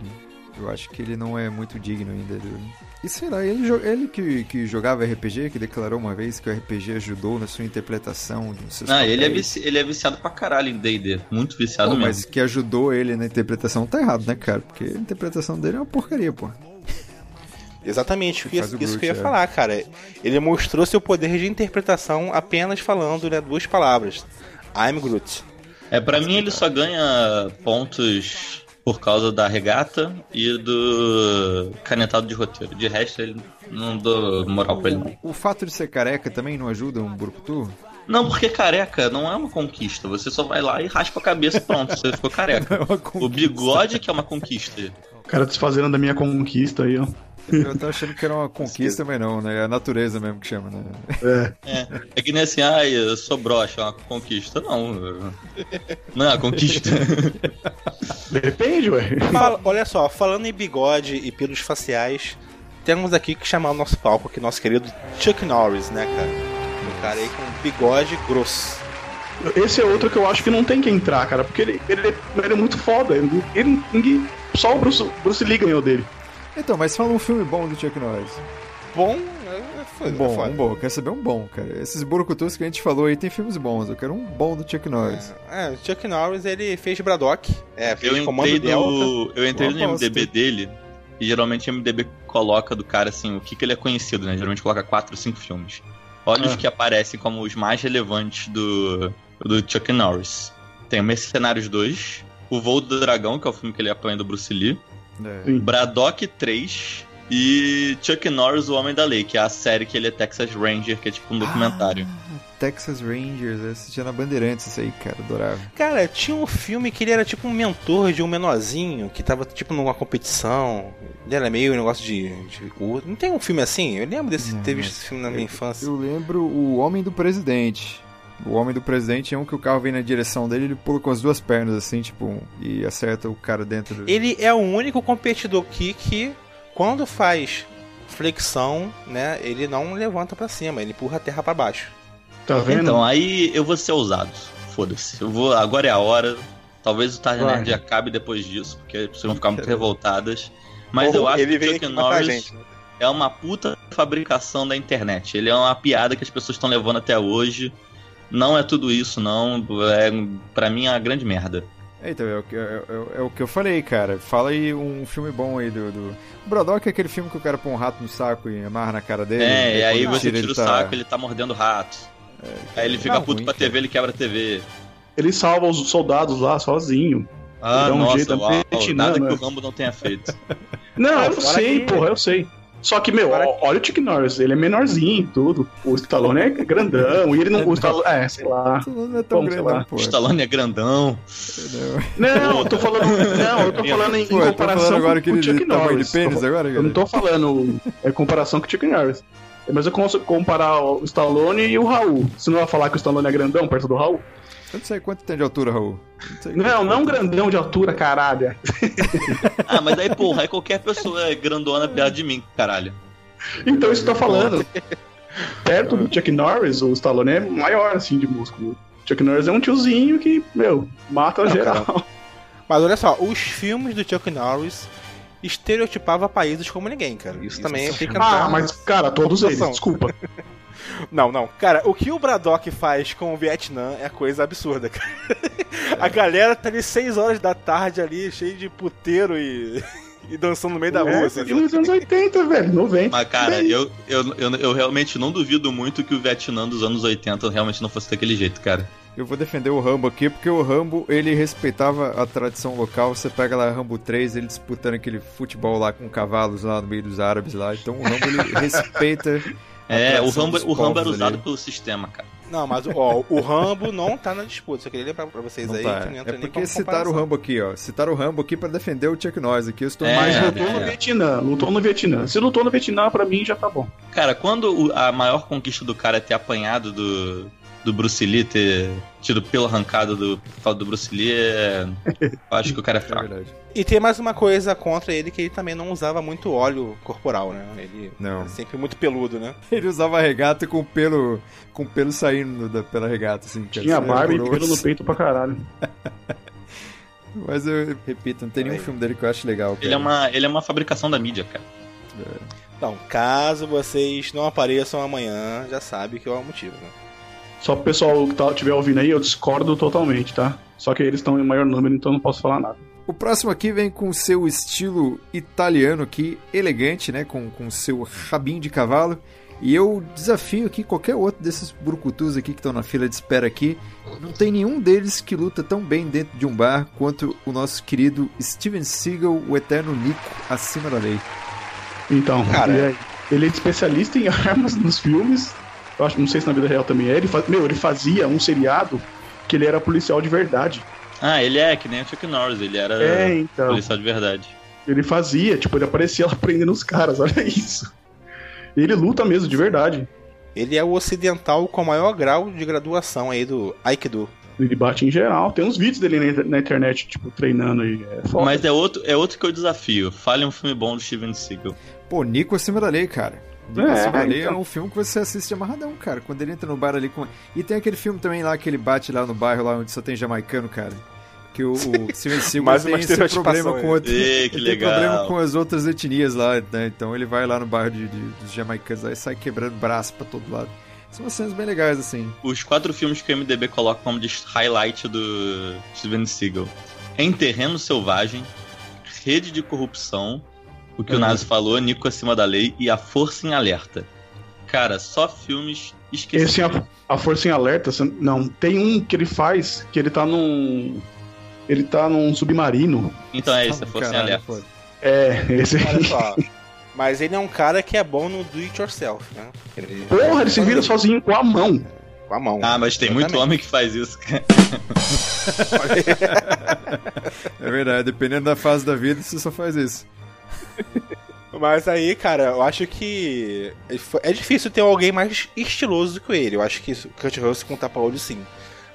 [SPEAKER 5] Eu acho que ele não é muito digno ainda do. E sei lá, ele, jo- ele que, que jogava RPG, que declarou uma vez que o RPG ajudou na sua interpretação dos seus
[SPEAKER 4] Ah, ele é,
[SPEAKER 5] papéis.
[SPEAKER 4] vici- ele é viciado pra caralho em D&D, muito viciado
[SPEAKER 5] Pô,
[SPEAKER 4] mesmo.
[SPEAKER 5] mas que ajudou ele na interpretação tá errado, né, cara? Porque a interpretação dele é uma porcaria, pô.
[SPEAKER 2] Exatamente,
[SPEAKER 5] Que
[SPEAKER 2] isso,
[SPEAKER 5] faz o
[SPEAKER 2] isso que eu ia
[SPEAKER 5] Groot, é.
[SPEAKER 2] falar, cara. Ele mostrou seu poder de interpretação apenas falando né, duas palavras. I'm Groot.
[SPEAKER 4] É, pra mim ele só ganha pontos por causa da regata e do canetado de roteiro. De resto, ele não dou moral pra ele não.
[SPEAKER 5] O fato de ser careca também não ajuda um Burkutu?
[SPEAKER 4] Não, porque careca não é uma conquista. Você só vai lá e raspa a cabeça e pronto, você ficou
[SPEAKER 5] É
[SPEAKER 4] careca. O bigode que é uma conquista.
[SPEAKER 3] O cara desfazendo da minha conquista aí, ó.
[SPEAKER 5] Eu tava achando que era uma conquista, mas não, né? É a natureza mesmo que chama, né?
[SPEAKER 3] É.
[SPEAKER 4] É, é que nem assim, ai, eu sou broxa, é uma conquista. Não, não é uma conquista.
[SPEAKER 3] Depende, ué.
[SPEAKER 2] Fala- olha só, falando em bigode e pelos faciais, temos aqui que chamar o nosso Um palco aqui, nosso querido Chuck Norris, né, cara? O cara aí com bigode grosso.
[SPEAKER 3] Esse é outro que eu acho que não tem que entrar, cara, porque ele, ele, ele é muito foda. Ele, ele- ninguém, só o Bruce, Bruce Lee ganhou dele.
[SPEAKER 5] Então, mas fala um filme bom do Chuck Norris.
[SPEAKER 2] Bom, é, é foda.
[SPEAKER 5] Um
[SPEAKER 2] é
[SPEAKER 5] bom,
[SPEAKER 2] foda.
[SPEAKER 5] um bom. Eu quero saber um bom, cara. Esses burocutus que a gente falou aí tem filmes bons. Eu quero um bom do Chuck Norris.
[SPEAKER 2] É, o Chuck Norris ele fez Braddock. É, fez
[SPEAKER 4] Eu entrei
[SPEAKER 2] Comando Delta.
[SPEAKER 4] no, eu entrei no
[SPEAKER 5] Uma bosta,
[SPEAKER 4] MDB dele, e geralmente o MDB coloca do cara assim, o que, que ele é conhecido, né? Geralmente coloca quatro, cinco filmes. Olha os
[SPEAKER 3] Ah.
[SPEAKER 4] que aparecem como os mais relevantes do, do Chuck Norris. Tem o Mercenários 2, O Voo do Dragão, que é o filme que ele apanha do Bruce Lee,
[SPEAKER 5] É.
[SPEAKER 3] Sim.
[SPEAKER 4] Braddock 3 e Chuck Norris, O Homem da Lei, que é a série que ele é Texas Ranger, que é tipo um documentário.
[SPEAKER 5] Ah, Texas Rangers, eu assistia na Bandeirantes isso aí, cara, adorava.
[SPEAKER 2] Cara, tinha um filme que ele era tipo um mentor de um menorzinho que tava tipo numa competição. Ele era meio um negócio de. de- o- Não tem um filme assim? Eu lembro desse
[SPEAKER 5] Não,
[SPEAKER 2] ter visto
[SPEAKER 5] mas
[SPEAKER 2] esse filme na minha infância.
[SPEAKER 5] Eu lembro o Homem do Presidente. O Homem do Presidente é um que o carro vem na direção dele, ele pula com as duas pernas assim, tipo, e acerta o cara dentro do...
[SPEAKER 2] Ele é o único competidor aqui que, quando faz flexão, né, ele não levanta pra cima, ele empurra a terra pra baixo.
[SPEAKER 3] Tá vendo?
[SPEAKER 4] Então, aí eu vou ser ousado. Foda-se. Eu vou. Agora é a hora. Talvez o Tarja
[SPEAKER 3] Vai.
[SPEAKER 4] Nerd acabe depois disso, porque as pessoas vão ficar muito revoltadas. Mas
[SPEAKER 7] Ou
[SPEAKER 4] eu acho
[SPEAKER 7] ele
[SPEAKER 4] que
[SPEAKER 7] vem
[SPEAKER 4] o
[SPEAKER 7] aqui
[SPEAKER 4] Chuck
[SPEAKER 7] matar a
[SPEAKER 4] Norris
[SPEAKER 7] gente. né?
[SPEAKER 4] é uma puta fabricação da internet. Ele é uma piada que as pessoas estão levando até hoje. Não é tudo isso, não. É, pra mim é uma grande merda.
[SPEAKER 5] É, então, é, o que- é- é- é o que eu falei, cara. Fala aí um filme bom aí do... do... O Brodok é aquele filme que o cara põe um rato no saco e amarra na cara dele.
[SPEAKER 4] é, e aí
[SPEAKER 5] quando
[SPEAKER 4] você tira,
[SPEAKER 5] ele
[SPEAKER 4] o
[SPEAKER 5] tá-
[SPEAKER 4] saco, ele tá mordendo o rato. aí ele fica
[SPEAKER 5] tá
[SPEAKER 4] puto
[SPEAKER 5] ruim,
[SPEAKER 4] pra
[SPEAKER 5] cara.
[SPEAKER 4] TV, ele quebra a TV.
[SPEAKER 3] Ele salva os soldados lá sozinho.
[SPEAKER 4] Ah,
[SPEAKER 3] dá um
[SPEAKER 4] nossa,
[SPEAKER 3] jeito, é
[SPEAKER 4] uau,
[SPEAKER 3] Vietnã,
[SPEAKER 4] nada
[SPEAKER 3] né?
[SPEAKER 4] que o Rambo não tenha feito.
[SPEAKER 3] Não, eu
[SPEAKER 2] fora
[SPEAKER 3] sei,
[SPEAKER 2] que-
[SPEAKER 3] porra, eu sei. Só que, meu,
[SPEAKER 2] Fora
[SPEAKER 3] ó- olha o Chuck Norris, ele é menorzinho e tudo. O Stallone é grandão, e ele não. O Stallone, é, sei lá.
[SPEAKER 5] Isso não é tão
[SPEAKER 3] Bom, sei
[SPEAKER 5] grande,
[SPEAKER 3] lá.
[SPEAKER 5] não, pô.
[SPEAKER 4] O Stallone é grandão.
[SPEAKER 5] Não.
[SPEAKER 3] Não, eu tô falando. Não, eu tô falando em, em
[SPEAKER 5] Pô, eu tô
[SPEAKER 3] comparação
[SPEAKER 5] falando agora que
[SPEAKER 3] com o
[SPEAKER 5] ele tá
[SPEAKER 3] Chuck
[SPEAKER 5] de tamanho
[SPEAKER 3] Norris.
[SPEAKER 5] de pênis agora,
[SPEAKER 3] Eu não
[SPEAKER 5] cara?
[SPEAKER 3] tô falando é comparação com o Chuck Norris. Mas eu consigo comparar o Stallone e o Raul. Você não vai falar que o Stallone é grandão perto do Raul?
[SPEAKER 5] Eu não sei quanto tem de altura, Raul. sei
[SPEAKER 3] Não, não grandão de altura, caralho.
[SPEAKER 4] Ah, mas aí, porra, aí qualquer pessoa é grandona perto de mim, caralho.
[SPEAKER 3] Então isso que eu tô falando. Perto do Chuck Norris, o Stallone é maior, assim, de músculo. O Chuck Norris é um tiozinho que, meu, mata geral.
[SPEAKER 2] Mas olha só, os filmes do Chuck Norris estereotipava países como ninguém, cara. Isso, também tem que
[SPEAKER 3] Ah,
[SPEAKER 2] entrar-
[SPEAKER 3] mas, cara, todos eles, desculpa.
[SPEAKER 2] Não, não. Cara, o que o Braddock faz com o Vietnã é coisa absurda, cara.
[SPEAKER 5] É.
[SPEAKER 2] A galera tá ali 6 horas da tarde ali, cheio de puteiro e, e dançando no meio da rua.
[SPEAKER 3] É,
[SPEAKER 2] assim.
[SPEAKER 3] de nos anos 80, velho, 90.
[SPEAKER 4] Mas, cara,
[SPEAKER 3] Bem,
[SPEAKER 4] eu, eu, eu, eu realmente não duvido muito que o Vietnã dos anos 80 realmente não fosse daquele jeito, cara.
[SPEAKER 5] Eu vou defender o Rambo aqui, porque o Rambo, ele respeitava a tradição local. Você pega lá Rambo 3, ele disputando aquele futebol lá com cavalos lá no meio dos árabes lá. Então o Rambo, ele respeita... a
[SPEAKER 4] É, o
[SPEAKER 5] tradição
[SPEAKER 4] Rambo,
[SPEAKER 5] dos
[SPEAKER 4] o Rambo era
[SPEAKER 5] povos
[SPEAKER 4] usado
[SPEAKER 5] ali.
[SPEAKER 4] pelo sistema, cara.
[SPEAKER 2] Não, mas ó, o Rambo não tá na disputa. Só queria lembrar pra vocês
[SPEAKER 5] Não
[SPEAKER 2] aí
[SPEAKER 5] tá.
[SPEAKER 2] que não entra
[SPEAKER 5] É
[SPEAKER 2] nem como
[SPEAKER 5] porque citaram o
[SPEAKER 2] comparação.
[SPEAKER 5] Rambo aqui, ó. Citaram o Rambo aqui pra defender o Chuck Norris aqui. Eu estou
[SPEAKER 4] É,
[SPEAKER 5] mais...
[SPEAKER 3] Mas
[SPEAKER 4] é,
[SPEAKER 3] lutou no
[SPEAKER 4] é.
[SPEAKER 3] Vietnã, lutou no Vietnã. Se lutou no Vietnã, pra mim já tá bom.
[SPEAKER 4] Cara, quando o- a maior conquista do cara é ter apanhado do, do Bruce Lee, ter tido pelo arrancado do, por causa do Bruce Lee, é... eu acho que o cara é
[SPEAKER 5] É
[SPEAKER 4] fraco.
[SPEAKER 5] verdade.
[SPEAKER 2] E tem mais uma coisa contra ele que ele também não usava muito óleo corporal, né? Ele
[SPEAKER 5] Não.
[SPEAKER 2] era sempre muito peludo, né?
[SPEAKER 5] Ele usava regata com pelo, com pelo saindo da, pela regata, assim. cara.
[SPEAKER 3] Tinha
[SPEAKER 5] Isso era
[SPEAKER 3] barba e
[SPEAKER 5] horroroso.
[SPEAKER 3] pelo no peito pra caralho.
[SPEAKER 5] Mas eu repito, não tem nenhum
[SPEAKER 2] Aí.
[SPEAKER 5] filme dele que eu acho legal. Cara.
[SPEAKER 4] Ele é, uma, ele é uma fabricação da mídia, cara.
[SPEAKER 2] Então, caso vocês não apareçam amanhã, já sabe que é o motivo, né?
[SPEAKER 3] Só pro pessoal que tá, tiver ouvindo aí, eu discordo totalmente, tá? Só que eles estão em maior número, então eu não posso falar nada.
[SPEAKER 5] O próximo aqui vem com seu estilo italiano aqui, elegante, né? Com, com seu rabinho de cavalo. E eu desafio aqui qualquer outro desses brucutus aqui que estão na fila de espera aqui. Não tem nenhum deles que luta tão bem dentro de um bar quanto o nosso querido Steven Seagal, o eterno Nico, acima da lei.
[SPEAKER 3] Então,
[SPEAKER 2] Cara,
[SPEAKER 3] ele, é, ele é especialista em armas nos filmes. Eu acho, não sei se na vida real também é. Ele faz, meu, ele fazia um seriado que ele era policial de verdade.
[SPEAKER 4] Ah, ele é que nem o Chuck Norris, ele era
[SPEAKER 3] É, então.
[SPEAKER 4] policial de verdade.
[SPEAKER 3] Ele fazia, tipo, ele aparecia lá prendendo os caras, olha isso. Ele luta mesmo, de verdade.
[SPEAKER 2] Ele é o ocidental com o maior grau de graduação aí do Aikido.
[SPEAKER 3] Ele bate em geral. Tem uns vídeos dele na, inter- na internet, tipo, treinando aí. É foda.
[SPEAKER 4] Mas é outro, é outro que eu desafio. Fale um filme bom do Steven Seagal.
[SPEAKER 5] Pô, Nico acima da lei, cara. Do que você
[SPEAKER 3] É,
[SPEAKER 5] vai ler,
[SPEAKER 3] então.
[SPEAKER 5] é um filme que você assiste amarradão, cara. Quando ele entra no bar ali com. E tem aquele filme também lá que ele bate lá no bairro lá onde só tem jamaicano, cara. Que o, o Steven Seagal
[SPEAKER 2] Mais
[SPEAKER 5] tem
[SPEAKER 2] uma
[SPEAKER 5] esse
[SPEAKER 2] estereotipação
[SPEAKER 5] problema
[SPEAKER 2] aí.
[SPEAKER 5] com outro.
[SPEAKER 4] Ê, que
[SPEAKER 5] ele
[SPEAKER 4] legal.
[SPEAKER 5] tem problema com as outras etnias lá, né? Então ele vai lá no bairro de, de- dos jamaicanos lá e sai quebrando braço pra todo lado. São umas cenas bem legais, assim.
[SPEAKER 4] Os quatro filmes que o MDB coloca como de highlight do Steven Seagal. Em Terreno Selvagem, Rede de Corrupção, o que o
[SPEAKER 5] Uhum.
[SPEAKER 4] Nazi falou, Nico Acima da Lei e A Força em Alerta. Cara, só filmes esquecidos.
[SPEAKER 3] Esse é a, a Força em Alerta, você- não. Tem um que ele faz, que ele tá num. Ele tá num submarino.
[SPEAKER 4] Então é esse, A
[SPEAKER 5] Ah,
[SPEAKER 4] Força em
[SPEAKER 5] caralho,
[SPEAKER 4] Alerta.
[SPEAKER 5] foda.
[SPEAKER 3] É, esse.
[SPEAKER 2] Olha só. Mas ele é um cara que é bom no do it yourself, né? Ele-
[SPEAKER 3] Porra, ele se vira sozinho com a mão.
[SPEAKER 2] Com a mão.
[SPEAKER 4] Ah, mas tem muito
[SPEAKER 2] Exatamente.
[SPEAKER 4] homem que faz isso, cara.
[SPEAKER 5] É verdade, dependendo da fase da vida, você só faz isso.
[SPEAKER 2] Mas aí, cara, eu acho que. ele foi- É difícil ter alguém mais estiloso que ele. Eu acho que isso, Kurt Russell com tapa-olho, sim.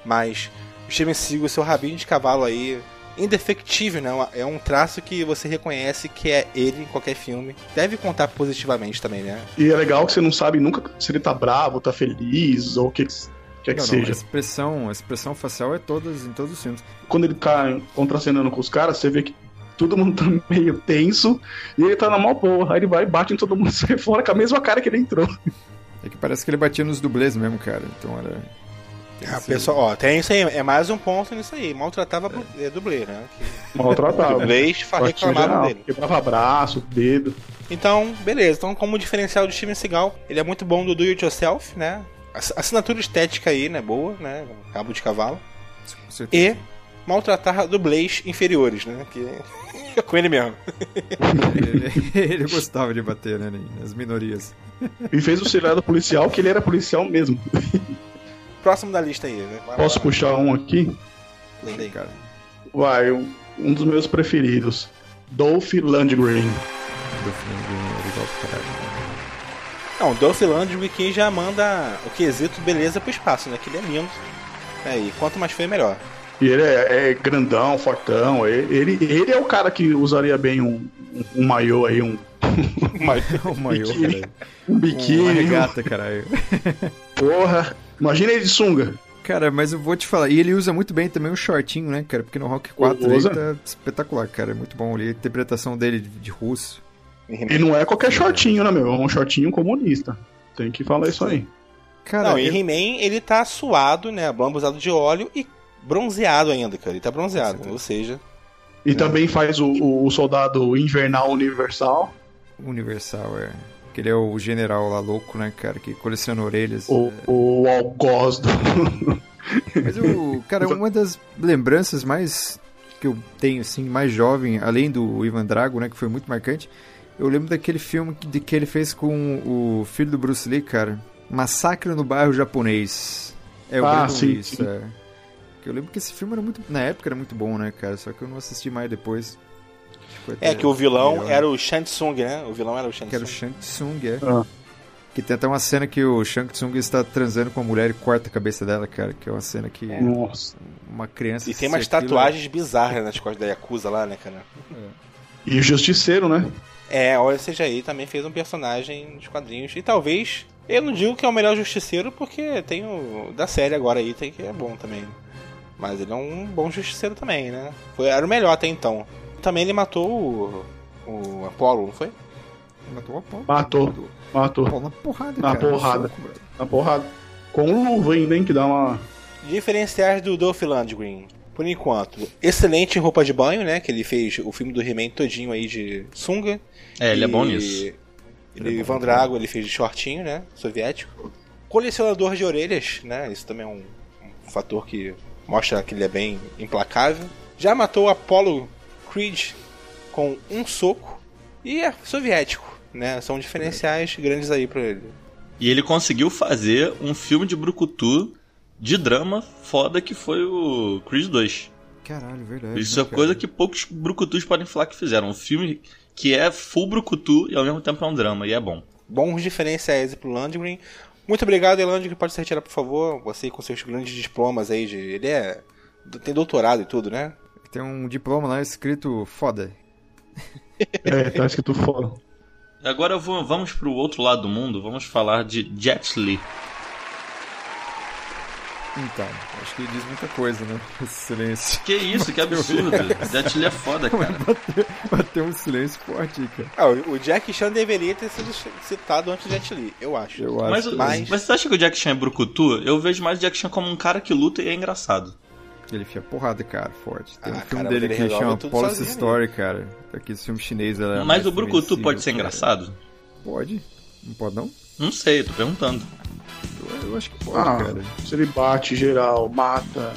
[SPEAKER 2] Mas o Steven Seagal, seu rabinho de cavalo aí, indefectível, né? É um traço que você reconhece que é ele em qualquer filme. Deve contar positivamente também, né?
[SPEAKER 3] E é legal que você não sabe nunca se ele tá bravo, tá feliz, ou o que quer que
[SPEAKER 5] Não, não,
[SPEAKER 3] seja.
[SPEAKER 5] a expressão, a expressão facial é todas em todos os filmes.
[SPEAKER 3] Quando ele tá contracenando com os caras, você vê que todo mundo tá meio tenso e ele tá na mó boa. Aí ele vai, bate em todo mundo e sai fora com a mesma cara que ele entrou.
[SPEAKER 5] É que parece que ele batia nos dublês mesmo, cara. Então era. tem
[SPEAKER 2] Ah,
[SPEAKER 5] esse-
[SPEAKER 2] pessoal, ó, tem isso aí, é mais um ponto nisso aí. Maltratava é. dublê, né?
[SPEAKER 3] Maltratado.
[SPEAKER 2] Talvez reclamaram dele.
[SPEAKER 3] Quebrava braço, dedo.
[SPEAKER 2] Então, beleza. Então, como diferencial do Steven Seagal, ele é muito bom do do it yourself, né? Ass- Assinatura estética aí, né? Boa, né? Cabo de cavalo.
[SPEAKER 5] com certeza.
[SPEAKER 2] E maltratar dublês inferiores, né? Que é com ele mesmo.
[SPEAKER 5] Ele, ele gostava de bater, né? Nas minorias.
[SPEAKER 3] E fez o seriado policial, que ele era policial mesmo.
[SPEAKER 2] Próximo da lista aí, né? Vai
[SPEAKER 3] Posso
[SPEAKER 2] lá,
[SPEAKER 3] puxar um aqui?
[SPEAKER 2] lê aí.
[SPEAKER 5] Cara.
[SPEAKER 3] Vai, um um dos meus preferidos. Dolph Lundgren.
[SPEAKER 5] do filme do- do golpe, cara.
[SPEAKER 2] Não, Dolph Lundgren já manda o quesito beleza pro espaço, né? Que ele é lindo. É, e quanto mais feio, melhor.
[SPEAKER 3] E ele é, é grandão, fortão. e- Ele, ele é o cara que usaria bem um, um, um maiô aí, um,
[SPEAKER 5] O maior,
[SPEAKER 3] Biquíni.
[SPEAKER 5] cara.
[SPEAKER 3] um
[SPEAKER 5] Uma
[SPEAKER 3] biquíni, uma
[SPEAKER 5] regata, caralho.
[SPEAKER 3] porra. Imagina ele de sunga.
[SPEAKER 5] Cara, mas eu vou te falar. E ele usa muito bem também o shortinho, né, cara? Porque no Rock 4 ele
[SPEAKER 3] Usa.
[SPEAKER 5] tá espetacular, cara. É muito bom ali. A interpretação dele de, de russo.
[SPEAKER 3] E não é qualquer shortinho, né, meu? É um shortinho comunista. Tem que falar isso aí.
[SPEAKER 5] Cara,
[SPEAKER 2] Não, e
[SPEAKER 5] eu-
[SPEAKER 2] He-Man, ele tá suado, né? Bambuzado de óleo e bronzeado ainda, cara. Ele tá
[SPEAKER 5] Com
[SPEAKER 2] bronzeado,
[SPEAKER 5] certeza.
[SPEAKER 2] ou seja...
[SPEAKER 3] E também faz o, o- o soldado invernal universal.
[SPEAKER 5] Universal, é. Que ele é o general lá louco, né, cara? Que coleciona orelhas.
[SPEAKER 3] O, o algoz do.
[SPEAKER 5] Mas o cara,
[SPEAKER 2] Então-
[SPEAKER 5] uma das lembranças mais que eu tenho, assim, mais jovem, além do Ivan Drago, né, que foi muito marcante, eu lembro daquele filme que, de que ele fez com o filho do Bruce Lee, cara, Massacre no Bairro Japonês. É o
[SPEAKER 3] Ah,
[SPEAKER 5] Brandon
[SPEAKER 3] sim,
[SPEAKER 5] Lee,
[SPEAKER 3] sim.
[SPEAKER 5] é. Que Eu lembro que esse filme era muito, na época era muito bom, né, cara, só que eu não assisti mais depois. Acho foi
[SPEAKER 2] É
[SPEAKER 5] até
[SPEAKER 2] que o vilão
[SPEAKER 5] melhor, né?
[SPEAKER 2] era o Shang Tsung, né? O vilão era o Shang
[SPEAKER 5] Que era o
[SPEAKER 2] Tsung.
[SPEAKER 5] Shang Tsung, é.
[SPEAKER 3] Ah.
[SPEAKER 5] Que tem até uma cena que o Shang Tsung está transando com a mulher e corta a cabeça dela, cara. Que é uma cena que
[SPEAKER 3] Nossa.
[SPEAKER 5] uma criança...
[SPEAKER 2] E tem
[SPEAKER 5] uma
[SPEAKER 2] umas
[SPEAKER 5] né?
[SPEAKER 2] tatuagens bizarras nas costas da Yakuza lá, né, cara?
[SPEAKER 3] E o justiceiro, né?
[SPEAKER 2] É, olha, seja aí, também fez um personagem nos quadrinhos. E talvez, eu não digo que é o melhor justiceiro, porque tem o da série agora aí, tem que é bom também. Mas ele é um bom justiceiro também, né? Foi, era o melhor até então. Também ele matou o, o Apollo, não foi?
[SPEAKER 5] Matou a pau.
[SPEAKER 3] Matou. Matou.
[SPEAKER 5] Pau na porrada,
[SPEAKER 3] Na
[SPEAKER 5] cara. é
[SPEAKER 3] porrada.
[SPEAKER 5] Soco, brother.
[SPEAKER 3] Na porrada. Com luva ainda, hein? Que dá uma.
[SPEAKER 2] Diferenciais do Dolph Lundgren. Por enquanto, excelente em roupa de banho, né? Que ele fez o filme do He-Man todinho aí de sunga.
[SPEAKER 4] É, ele é
[SPEAKER 2] E-
[SPEAKER 4] bom nisso. é
[SPEAKER 2] Ele, Ivan Drago, ele fez de shortinho, né? Soviético. Colecionador de orelhas, né? Isso também é um, um fator que mostra que ele é bem implacável. Já matou Apollo Creed com um soco. E é soviético, né? São diferenciais grandes aí pra ele.
[SPEAKER 4] E ele conseguiu fazer um filme de brucutu de drama foda que foi o Creed 2.
[SPEAKER 5] Caralho, verdade.
[SPEAKER 4] Isso
[SPEAKER 5] né,
[SPEAKER 4] é
[SPEAKER 5] cara?
[SPEAKER 4] coisa que poucos brucutus podem falar que fizeram. Um filme que é full brucutu e ao mesmo tempo é um drama, e é bom.
[SPEAKER 2] bons diferenciais pro Landgren. Muito obrigado, Landgren. Pode se retirar, por favor. Você com seus grandes diplomas aí de. Ele é. tem doutorado e tudo, né?
[SPEAKER 5] Tem um diploma lá escrito foda.
[SPEAKER 3] É, tá escrito fora.
[SPEAKER 4] Agora eu vou, vamos pro outro lado do mundo, vamos falar de Jet Li.
[SPEAKER 5] Então, acho que diz muita coisa, né? Esse silêncio.
[SPEAKER 4] Que isso, que absurdo. Jet Li é foda, cara.
[SPEAKER 5] Bateu um silêncio forte, aí, cara.
[SPEAKER 2] Ah, o o Jack Chan deveria ter sido citado antes do Jet Li, eu acho.
[SPEAKER 5] Eu acho.
[SPEAKER 4] Mas,
[SPEAKER 2] Mas-
[SPEAKER 4] mas você acha que o Jack Chan é brucutu? Eu vejo mais o Jack Chan como um cara que luta e é engraçado.
[SPEAKER 5] Ele enfia porrada, cara, forte. Tem
[SPEAKER 2] Ah,
[SPEAKER 5] um filme
[SPEAKER 2] cara,
[SPEAKER 5] dele
[SPEAKER 2] ele
[SPEAKER 5] que
[SPEAKER 2] resolve
[SPEAKER 5] chama
[SPEAKER 2] tudo
[SPEAKER 5] Policy
[SPEAKER 2] sozinho, né?
[SPEAKER 5] Story, cara. Aquele filme chinês era
[SPEAKER 4] mas
[SPEAKER 5] mais
[SPEAKER 4] o brucutu
[SPEAKER 5] É, invencível,
[SPEAKER 4] pode ser
[SPEAKER 5] cara.
[SPEAKER 4] engraçado?
[SPEAKER 5] Pode. Não pode não?
[SPEAKER 4] Não sei, tô perguntando.
[SPEAKER 5] Eu, eu acho que pode,
[SPEAKER 3] Ah,
[SPEAKER 5] cara.
[SPEAKER 3] se ele bate geral, mata,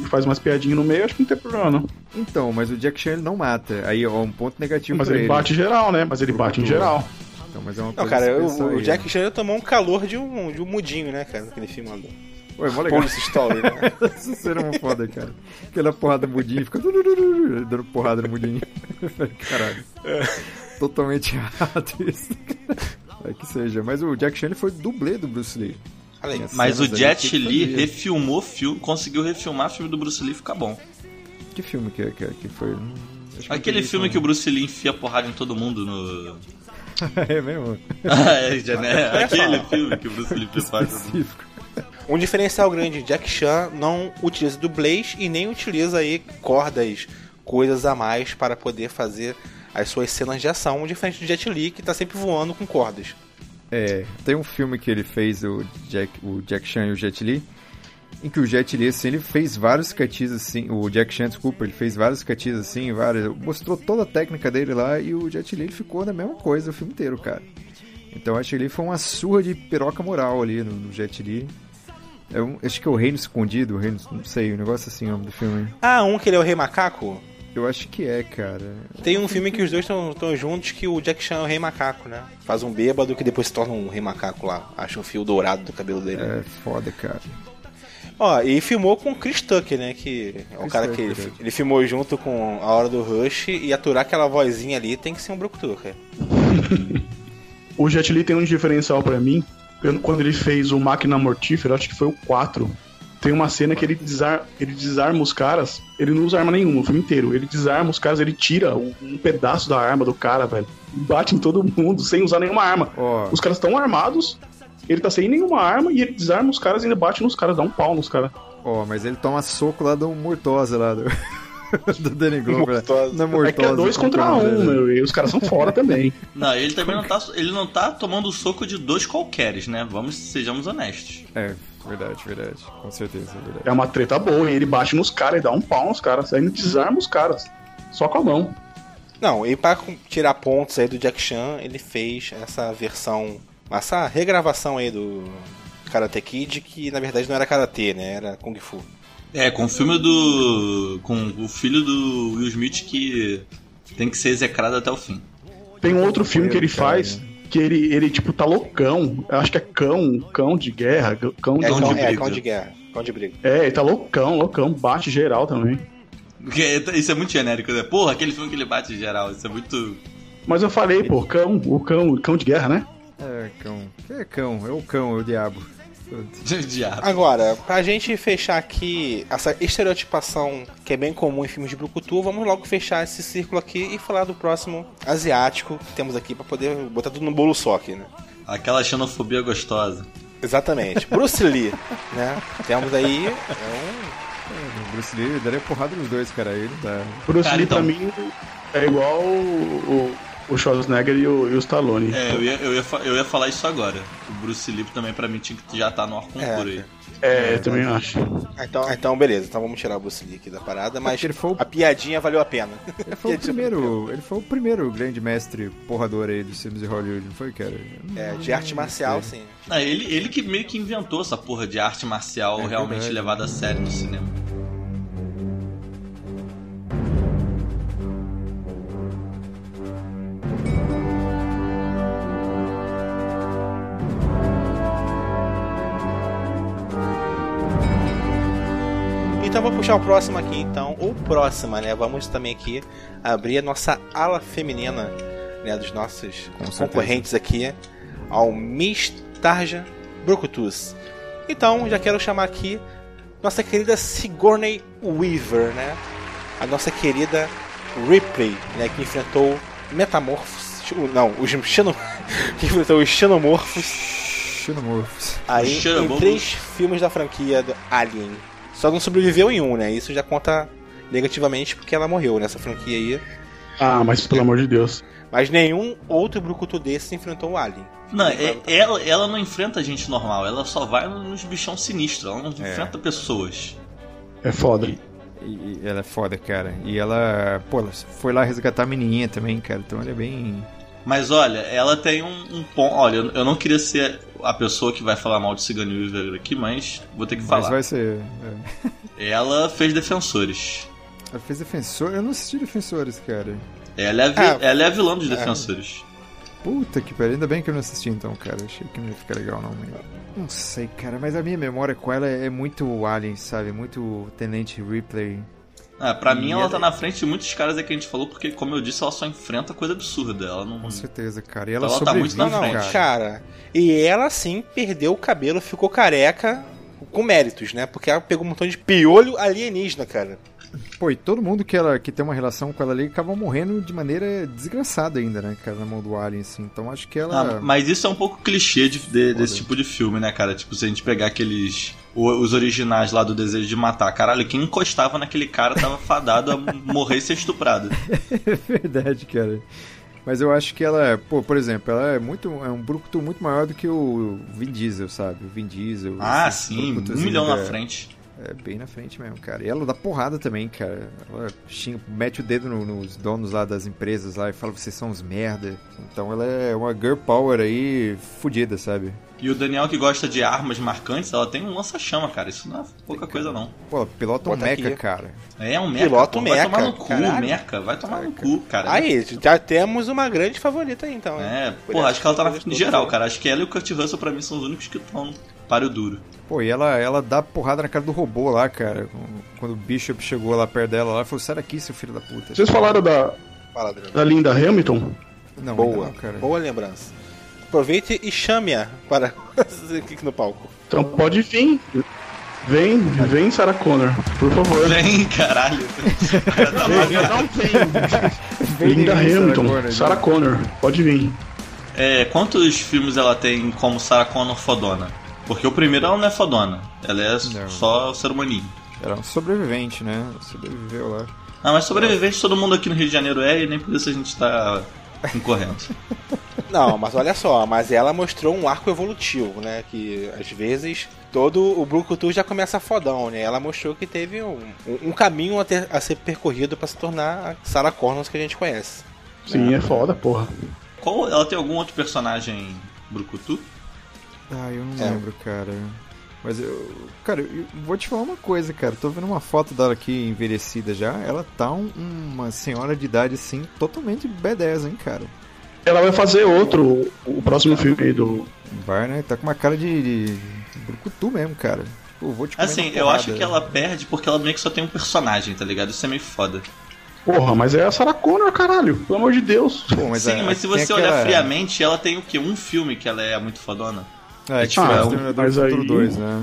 [SPEAKER 3] e faz umas piadinhas no meio, acho que não tem problema, não.
[SPEAKER 5] Então, mas o Jack Chan ele não mata. Aí, ó, um ponto negativo
[SPEAKER 3] Mas
[SPEAKER 5] pra
[SPEAKER 3] ele bate geral, né? Mas ele bate em geral.
[SPEAKER 5] Então, mas é uma
[SPEAKER 2] Não,
[SPEAKER 5] coisa
[SPEAKER 2] cara,
[SPEAKER 5] a se
[SPEAKER 2] eu-
[SPEAKER 5] pensar
[SPEAKER 2] o
[SPEAKER 5] aí, né?
[SPEAKER 2] Jack Chan ele tomou um calor de um, de um mudinho, né, cara, naquele filme lá do
[SPEAKER 5] né? Pô, é mó legal.
[SPEAKER 2] Police Story, né?
[SPEAKER 5] Isso seria uma foda, cara. Aquela porrada no mudinho, fica turururu, dando porrada no mudinho. Caralho. Totalmente errado isso. É que seja. Mas o Jack Chan ele foi dublê do Bruce Lee.
[SPEAKER 2] Olha aí.
[SPEAKER 5] Essa-
[SPEAKER 4] Mas o
[SPEAKER 5] cenas aí
[SPEAKER 4] Jet
[SPEAKER 5] que ele
[SPEAKER 4] Li
[SPEAKER 5] fazia.
[SPEAKER 4] refilmou filme, conseguiu refilmar filme do Bruce Lee e ficar bom.
[SPEAKER 5] Que filme que, que, que foi? Hum, acho que
[SPEAKER 4] Aquele
[SPEAKER 5] não
[SPEAKER 4] filme que o Bruce Lee enfia porrada em todo mundo no.
[SPEAKER 5] é mesmo.
[SPEAKER 4] Ah, é, já, né? Aquele filme que o Bruce Lee enfia porrada em todo mundo.
[SPEAKER 5] Específico.
[SPEAKER 2] Um diferencial grande, Jack Chan não utiliza dublês e nem utiliza aí cordas, coisas a mais para poder fazer as suas cenas de ação, diferente do Jet Li, que tá sempre voando com cordas.
[SPEAKER 5] É, tem um filme que ele fez, o Jack, o Jack Chan e o Jet Li, em que o Jet Li, assim, ele fez vários catis, assim, o Jack Chan, desculpa, ele fez vários catis, assim, vários, mostrou toda a técnica dele lá, e o Jet Li, ele ficou na mesma coisa o filme inteiro, cara. Então, acho que ele foi uma surra de piroca moral ali no, no Jet Li. É um- acho que é o Reino Escondido, o Reino, não sei, um negócio assim, o nome do filme.
[SPEAKER 2] Ah, um que ele é o Rei Macaco?
[SPEAKER 5] Eu acho que é, cara.
[SPEAKER 2] Tem um filme que os dois estão juntos que o Jack Chan é o Rei Macaco, né? Faz um bêbado que depois se torna um Rei Macaco lá. Acha um fio dourado do cabelo dele.
[SPEAKER 5] É foda, cara.
[SPEAKER 2] Ó, e filmou com o Chris Tucker, né? Que é o
[SPEAKER 5] Chris
[SPEAKER 2] cara que
[SPEAKER 5] Tucker,
[SPEAKER 2] ele, ele filmou junto com A Hora do Rush e aturar aquela vozinha ali tem que ser um brucutu, cara.
[SPEAKER 3] O Jet Li tem um diferencial pra mim. Eu- quando ele fez o Máquina Mortífera, acho que foi o 4. Tem uma cena que ele, desar- ele desarma os caras. Ele não usa arma nenhuma o filme inteiro. Ele desarma os caras, ele tira um, um pedaço da arma do cara, velho. E Bate em todo mundo sem usar nenhuma arma.
[SPEAKER 5] Ó,
[SPEAKER 3] Os caras estão armados, ele tá sem nenhuma arma e ele desarma os caras e ainda bate nos caras, dá um pau nos caras.
[SPEAKER 5] Ó, mas ele toma soco lá do Murtosa lá do. do Danny Glover. né?
[SPEAKER 2] Murtosa.
[SPEAKER 5] Não
[SPEAKER 3] É que é
[SPEAKER 5] Murtosa,
[SPEAKER 3] dois
[SPEAKER 5] como que é
[SPEAKER 3] contra
[SPEAKER 5] o nome
[SPEAKER 3] um,
[SPEAKER 5] dele?
[SPEAKER 3] meu. E os caras são fora também.
[SPEAKER 4] Não, ele também não tá. Ele não tá tomando soco de dois qualqueres, né? Vamos, sejamos honestos.
[SPEAKER 5] É, verdade, verdade. Com certeza, é verdade.
[SPEAKER 3] É uma treta boa, e ele bate nos caras e dá um pau nos caras. Ainda desarma os caras. Só com a mão.
[SPEAKER 2] Não, e pra com- tirar pontos aí do Jack Chan, ele fez essa versão, essa regravação aí do Karate Kid, que na verdade não era Karate, né? Era Kung Fu.
[SPEAKER 4] É, com o filme do. Com o filho do Will Smith que tem que ser execrado até o fim.
[SPEAKER 3] Tem um outro filme que ele
[SPEAKER 5] Cara,
[SPEAKER 3] faz que ele, ele tipo, tá loucão. Eu Acho que é cão, cão de guerra, cão de.
[SPEAKER 2] É,
[SPEAKER 3] É,
[SPEAKER 4] Cão
[SPEAKER 2] cão,
[SPEAKER 4] Um de
[SPEAKER 2] é,
[SPEAKER 4] briga.
[SPEAKER 2] cão de guerra. Cão de briga.
[SPEAKER 3] ele tá loucão, loucão, bate geral também.
[SPEAKER 4] Porque Isso é muito genérico, né? Porra, aquele filme que ele bate em geral, isso é muito.
[SPEAKER 3] Mas eu falei, pô, cão, o cão, cão de guerra, né?
[SPEAKER 5] É, cão. Que é cão? É o cão, é o diabo.
[SPEAKER 4] Diabo.
[SPEAKER 2] Agora, pra gente fechar aqui essa estereotipação que é bem comum em filmes de brucutu, vamos logo fechar esse círculo aqui e falar do próximo asiático que temos aqui pra poder botar tudo no bolo só aqui, né?
[SPEAKER 4] Aquela xenofobia gostosa.
[SPEAKER 2] Exatamente. Bruce Lee, né? Temos aí é
[SPEAKER 5] O Bruce Lee eu daria porrada nos dois, cara. Ele dá.
[SPEAKER 3] Bruce
[SPEAKER 4] Cara,
[SPEAKER 3] Lee,
[SPEAKER 4] então.
[SPEAKER 3] pra mim, é igual o, o Schwarzenegger e o, e o Stallone.
[SPEAKER 4] É, eu ia, eu, ia, fa- eu ia falar isso agora. O Bruce Lee também pra mim tinha que já tá no ar com
[SPEAKER 2] É,
[SPEAKER 4] por aí.
[SPEAKER 3] É, eu também acho.
[SPEAKER 2] um... Então, então, beleza. Então vamos tirar o Bruce Lee aqui da parada, mas
[SPEAKER 5] Porque ele foi o-
[SPEAKER 2] a piadinha valeu a pena. É,
[SPEAKER 5] Ele foi o
[SPEAKER 3] tipo,
[SPEAKER 5] primeiro. Ele foi o primeiro grande mestre porrador aí dos filmes de Hollywood, não foi, cara?
[SPEAKER 2] É, de arte marcial, sim.
[SPEAKER 4] Ah, ele, ele que meio que inventou essa porra de arte marcial
[SPEAKER 5] É
[SPEAKER 4] realmente
[SPEAKER 5] verdade.
[SPEAKER 4] levada a sério no cinema.
[SPEAKER 2] Então vou puxar o próximo aqui, então. Ou próxima, né? Vamos também aqui abrir a nossa ala feminina, né? Dos nossos
[SPEAKER 5] Com certeza.
[SPEAKER 2] concorrentes aqui ao Miss Tarja Brucutus. Então, já quero chamar aqui nossa querida Sigourney Weaver, né? A nossa querida Ripley, né? Que enfrentou Metamorphos Xeno- Não, os Xeno... que enfrentou os Xenomorfos
[SPEAKER 5] Xenomorphs.
[SPEAKER 2] aí
[SPEAKER 4] Os
[SPEAKER 2] em
[SPEAKER 4] Xenomorphos.
[SPEAKER 2] três filmes da franquia do Alien. Só não sobreviveu em um, né? Isso já conta negativamente porque ela morreu nessa franquia aí.
[SPEAKER 3] Ah, mas pelo amor de Deus.
[SPEAKER 2] Mas nenhum outro brucutu desse enfrentou o Alien.
[SPEAKER 4] Não, é- ela, ela não enfrenta gente normal, ela só vai nos bichão sinistro, ela não
[SPEAKER 5] É.
[SPEAKER 4] enfrenta pessoas.
[SPEAKER 3] É foda.
[SPEAKER 5] E, e ela é foda, cara. E ela, pô, ela foi lá resgatar a menininha também, cara. Então ela é bem.
[SPEAKER 4] Mas olha, ela tem um, um ponto. Olha, eu eu não queria ser a pessoa que vai falar mal de Cigano Weaver aqui, mas vou ter que falar.
[SPEAKER 5] Mas vai ser. é.
[SPEAKER 4] Ela fez defensores.
[SPEAKER 5] Ela fez defensor. Eu não assisti defensores, cara.
[SPEAKER 4] Ela é, a vi-
[SPEAKER 2] Ah,
[SPEAKER 4] ela é a vilã dos defensores.
[SPEAKER 5] Puta que pariu, ainda bem que eu não assisti então, cara. Achei que não ia ficar legal, não. mas- Não sei, cara, mas a minha memória com ela é muito Alien, sabe? Muito Tenente Ripley.
[SPEAKER 4] Ah, pra mim,
[SPEAKER 5] E
[SPEAKER 4] ela
[SPEAKER 5] ela-
[SPEAKER 4] tá na frente de muitos caras aí que a gente falou, porque, como eu disse, ela só enfrenta coisa absurda. Ela não.
[SPEAKER 5] Com certeza, cara. E ela,
[SPEAKER 4] Hum. Ela tá
[SPEAKER 5] sobrevive,
[SPEAKER 4] muito na
[SPEAKER 2] Não, não,
[SPEAKER 4] frente.
[SPEAKER 5] cara.
[SPEAKER 2] cara. E ela sim perdeu o cabelo, ficou careca com méritos, né? Porque ela pegou um montão de piolho alienígena, cara.
[SPEAKER 5] Pô, e todo mundo que, ela, que tem uma relação com ela ali acaba morrendo de maneira desgraçada ainda, né, cara, na mão do Alien, assim. Então acho que ela.
[SPEAKER 4] Ah, mas isso é um pouco clichê de- de- desse tipo de filme, né, cara? Tipo, se a gente pegar aqueles. o- os originais lá do Desejo de Matar. Caralho, quem encostava naquele cara tava fadado a morrer e ser estuprado.
[SPEAKER 5] É verdade, cara. Mas eu acho que ela, pô, por exemplo, ela é muito. É um brucutu muito maior do que o Vin Diesel, sabe? O Vin Diesel.
[SPEAKER 4] Ah,
[SPEAKER 5] esses
[SPEAKER 4] sim, um
[SPEAKER 5] brucutuzinhos
[SPEAKER 4] milhão na
[SPEAKER 5] da-
[SPEAKER 4] frente.
[SPEAKER 5] É bem na frente mesmo, cara. E ela dá porrada também, cara. Ela xinga- mete o dedo no- nos donos lá das empresas lá e fala vocês são uns merda. Então ela é uma girl power aí fudida, sabe?
[SPEAKER 4] E o Daniel que gosta de armas marcantes, ela tem um lança-chama, cara. Isso não é pouca coisa, não.
[SPEAKER 5] Pô, ela pilota um
[SPEAKER 4] tá
[SPEAKER 2] Bota
[SPEAKER 5] mecha,
[SPEAKER 2] aqui.
[SPEAKER 5] cara.
[SPEAKER 4] É um meca.
[SPEAKER 2] Pilota
[SPEAKER 4] pô.
[SPEAKER 2] um
[SPEAKER 4] Vai tomar
[SPEAKER 2] meca,
[SPEAKER 4] no cu,
[SPEAKER 2] caralho.
[SPEAKER 4] meca. Vai tomar no cu, cara.
[SPEAKER 2] Aí, já temos uma grande favorita aí, então. né?
[SPEAKER 4] É,
[SPEAKER 2] Por
[SPEAKER 4] porra,
[SPEAKER 2] essa
[SPEAKER 4] acho que ela tá na
[SPEAKER 2] coisa
[SPEAKER 4] frente de
[SPEAKER 2] toda
[SPEAKER 4] geral,
[SPEAKER 2] aí.
[SPEAKER 4] cara. Acho que ela e o Kurt Russell, pra mim, são os únicos que estão no páreo duro.
[SPEAKER 5] Pô, e ela, ela dá porrada na cara do robô lá, cara. Quando o Bishop chegou lá perto dela, ela falou, sai daqui, seu filho da puta.
[SPEAKER 3] Vocês falaram da,
[SPEAKER 2] Fala, Adriano.
[SPEAKER 3] da Linda Hamilton?
[SPEAKER 5] Não, ainda
[SPEAKER 2] Boa,
[SPEAKER 5] não, cara.
[SPEAKER 2] boa lembrança. Aproveite e chame-a para aqui no palco.
[SPEAKER 3] Então pode vir. Vem, vem, Sarah Connor, por favor.
[SPEAKER 4] Vem, caralho. Cara, tá mal-
[SPEAKER 5] Vem
[SPEAKER 3] Linda
[SPEAKER 5] de mim, Sarah
[SPEAKER 3] Hamilton,
[SPEAKER 5] Connor,
[SPEAKER 3] Sarah
[SPEAKER 5] né?
[SPEAKER 3] Connor, pode vir.
[SPEAKER 4] É, quantos filmes ela tem como Sarah Connor fodona? Porque o primeiro ela não é fodona. Ela é
[SPEAKER 5] Não.
[SPEAKER 4] só ser humaninho.
[SPEAKER 5] Era um sobrevivente, né? Sobreviveu lá.
[SPEAKER 4] Ah, mas sobrevivente todo mundo aqui no Rio de Janeiro é e nem por isso a gente tá concorrendo.
[SPEAKER 2] Não, mas olha só, mas ela mostrou um arco evolutivo, né? Que às vezes todo o Brucutu já começa fodão, né? Ela mostrou que teve um, um- um caminho a, ter- a ser percorrido para se tornar a Sarah Connors que a gente conhece.
[SPEAKER 3] Sim, é foda, porra.
[SPEAKER 4] Qual, ela tem algum outro personagem brucutu?
[SPEAKER 5] Ah, eu não
[SPEAKER 2] É.
[SPEAKER 5] lembro, cara. Mas eu. Cara, eu vou te falar uma coisa, cara. Tô vendo uma foto dela aqui envelhecida já. Ela tá um- uma senhora de idade, assim, totalmente B10, hein, cara.
[SPEAKER 3] Ela vai fazer outro, o próximo filme aí do.
[SPEAKER 5] Vai, né? Tá com uma cara de. de brucutu mesmo, cara. Tipo, vou te comer
[SPEAKER 4] Assim,
[SPEAKER 5] na
[SPEAKER 4] eu
[SPEAKER 5] porrada.
[SPEAKER 4] acho que ela perde porque ela meio que só tem um personagem, tá ligado? Isso é meio foda.
[SPEAKER 3] Porra, mas é a Sarah Connor, caralho, pelo amor de Deus.
[SPEAKER 5] Pô, mas é,
[SPEAKER 4] Sim,
[SPEAKER 5] a-
[SPEAKER 4] mas se
[SPEAKER 5] tem
[SPEAKER 4] você
[SPEAKER 5] aquela-
[SPEAKER 4] olhar friamente, ela tem o quê? Um filme que ela é muito fodona?
[SPEAKER 5] É, tipo,
[SPEAKER 3] Ah,
[SPEAKER 5] ah, Exterminador
[SPEAKER 3] mas
[SPEAKER 5] do Futuro
[SPEAKER 3] aí-
[SPEAKER 5] 2, né?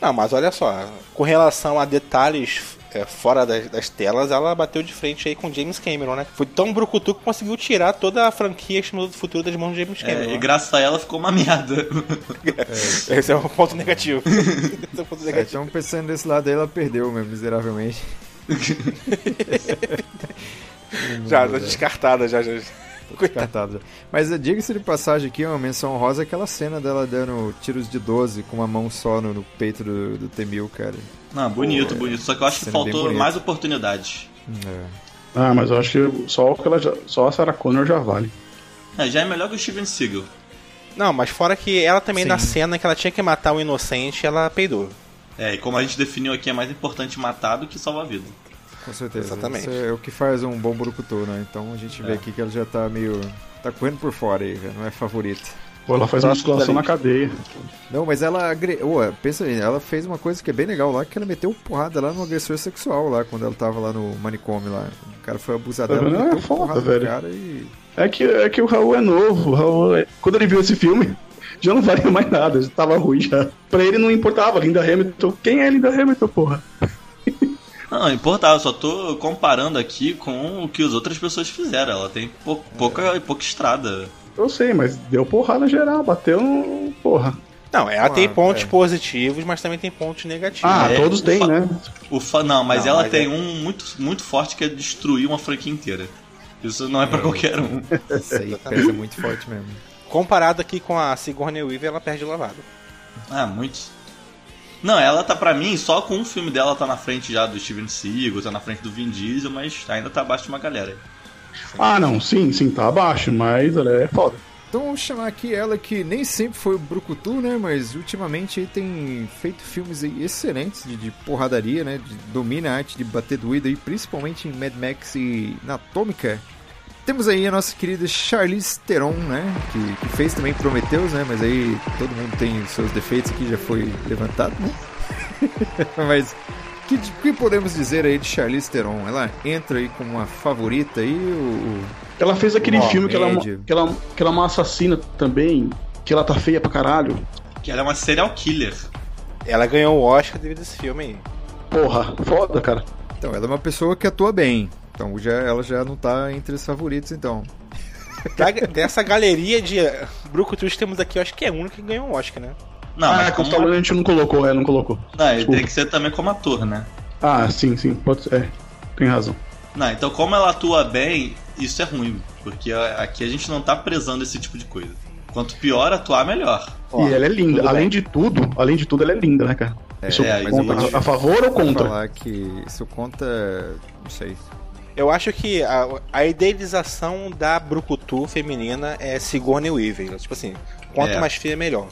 [SPEAKER 2] Não, mas olha só, com relação a detalhes é, fora das, das telas, ela bateu de frente aí com James Cameron, né? Foi tão Brucutu que conseguiu tirar toda a franquia Estimulado do Futuro das mãos de James Cameron.
[SPEAKER 4] É,
[SPEAKER 2] né?
[SPEAKER 4] e graças a ela ficou uma merda.
[SPEAKER 2] Esse é um ponto negativo. Esse é um ponto
[SPEAKER 5] É,
[SPEAKER 2] negativo.
[SPEAKER 5] então pensando desse lado aí, ela perdeu mesmo, miseravelmente.
[SPEAKER 4] É,
[SPEAKER 2] Já, já descartada, já, já.
[SPEAKER 5] Descartado. Mas eh, diga-se de passagem aqui, uma menção rosa aquela cena dela dando tiros de 12 com uma mão só no, no peito do, do Temil, cara.
[SPEAKER 4] Não, bonito, bonito. Só que eu acho que
[SPEAKER 5] Sendo bem
[SPEAKER 4] faltou
[SPEAKER 5] bonito.
[SPEAKER 4] mais oportunidades.
[SPEAKER 5] É.
[SPEAKER 3] Ah, mas eu acho que só, o que ela já- só a Sarah Connor já vale.
[SPEAKER 4] É, já é melhor que o Steven Seagal.
[SPEAKER 2] Não, mas fora que ela também,
[SPEAKER 5] Sim.
[SPEAKER 2] na cena que ela tinha que matar um inocente, ela peidou.
[SPEAKER 4] É, e como a gente definiu aqui, é mais importante matar do que salvar a vida.
[SPEAKER 5] Com certeza.
[SPEAKER 2] Exatamente.
[SPEAKER 5] Isso é o que faz um bom burucutu, né? Então a gente vê aqui que ela já tá meio... Tá correndo por fora aí, já não é favorita.
[SPEAKER 3] Pô, ela faz
[SPEAKER 2] Tá
[SPEAKER 3] musculação
[SPEAKER 2] tudo
[SPEAKER 3] na
[SPEAKER 2] ali.
[SPEAKER 3] cadeia.
[SPEAKER 5] Não, mas ela... Agre... Ué, pensa aí, ela fez uma coisa que é bem legal lá, que ela meteu porrada lá no agressor sexual lá, quando ela tava lá no manicômio lá. O cara foi abusado
[SPEAKER 3] Tá
[SPEAKER 5] dela,
[SPEAKER 3] vendo? É
[SPEAKER 5] meteu
[SPEAKER 3] foda,
[SPEAKER 5] porrada
[SPEAKER 3] velho.
[SPEAKER 5] no cara e...
[SPEAKER 3] É que, é que o Raul é novo. O Raul é- Quando ele viu esse filme, já não valia mais nada, já tava ruim já. Pra ele não importava, Linda Hamilton. Quem é Linda Hamilton, porra?
[SPEAKER 4] Não, Não, importava, eu só tô comparando aqui com o que as outras pessoas fizeram. Ela tem pou- pouca, pouca estrada.
[SPEAKER 3] Eu sei, mas deu porrada geral, bateu no. Porra.
[SPEAKER 2] Não, ela
[SPEAKER 5] Claro,
[SPEAKER 2] tem pontos
[SPEAKER 5] é.
[SPEAKER 2] positivos, mas também tem pontos negativos.
[SPEAKER 3] Ah,
[SPEAKER 4] é,
[SPEAKER 3] todos têm,
[SPEAKER 4] ufa.
[SPEAKER 3] né?
[SPEAKER 4] O fa- Não, mas
[SPEAKER 2] Não,
[SPEAKER 4] ela
[SPEAKER 2] mas
[SPEAKER 4] tem
[SPEAKER 2] é-
[SPEAKER 4] um muito, muito forte que é destruir uma franquia inteira. Isso não é pra qualquer um.
[SPEAKER 5] Isso aí pesa muito forte mesmo.
[SPEAKER 2] Comparado aqui com a Sigourney Weaver, ela perde lavado.
[SPEAKER 4] Ah, muito. Não, ela tá pra mim, só com um filme dela tá na frente já do Steven Seagal, tá na frente do Vin Diesel, mas ainda tá abaixo de uma galera.
[SPEAKER 3] Ah, não, sim, sim, tá abaixo, mas olha, é foda.
[SPEAKER 5] Então vamos chamar aqui ela que nem sempre foi o Brucutu, né? Mas ultimamente aí tem feito filmes aí excelentes de, de porradaria, né? De, domina a arte de bater doído aí, principalmente em Mad Max e na Atômica. Temos aí a nossa querida Charlize Theron, né? Que, que fez também Prometheus, né? Mas aí todo mundo tem os seus defeitos aqui, já foi levantado, né? Mas que, que podemos dizer aí de Charlize Theron? Ela entra aí como uma favorita aí, o...
[SPEAKER 3] Ela fez aquele
[SPEAKER 5] Bom,
[SPEAKER 3] filme que ela, é uma-
[SPEAKER 5] médio.
[SPEAKER 3] que, ela, que ela é uma assassina também, que ela tá feia pra caralho.
[SPEAKER 4] Que ela é uma serial killer.
[SPEAKER 2] Ela ganhou o Oscar devido a esse filme aí.
[SPEAKER 3] Porra, foda, cara.
[SPEAKER 5] Então, ela é uma pessoa que atua bem. Então, já, ela já não tá entre os favoritos, então.
[SPEAKER 2] Da- dessa galeria de Brucutus temos aqui, eu acho que é a única que ganhou o Oscar, né?
[SPEAKER 4] Não,
[SPEAKER 3] ah,
[SPEAKER 4] mas
[SPEAKER 3] com
[SPEAKER 4] como...
[SPEAKER 3] o Stallone a gente não colocou, é, não colocou.
[SPEAKER 4] não, ele
[SPEAKER 3] Desculpa.
[SPEAKER 4] tem que ser também como ator, né?
[SPEAKER 3] Ah, sim, sim, pode ser. É, tem razão.
[SPEAKER 4] Não, então como ela atua bem, isso é ruim, porque a- aqui a gente não tá prezando esse tipo de coisa. Quanto pior atuar, melhor.
[SPEAKER 3] e ela é linda.
[SPEAKER 2] tudo
[SPEAKER 3] Além de tudo, além de tudo, ela é linda, né, cara? Isso
[SPEAKER 4] é, mas
[SPEAKER 3] conta.
[SPEAKER 4] eu vou te-
[SPEAKER 3] A favor ou
[SPEAKER 5] Vou
[SPEAKER 3] contra?
[SPEAKER 5] falar que isso conta. é, Não sei.
[SPEAKER 2] Eu acho que a, a idealização da Brucutu feminina é Sigourney Weaver. Tipo assim, quanto
[SPEAKER 4] É.
[SPEAKER 2] mais feia, melhor.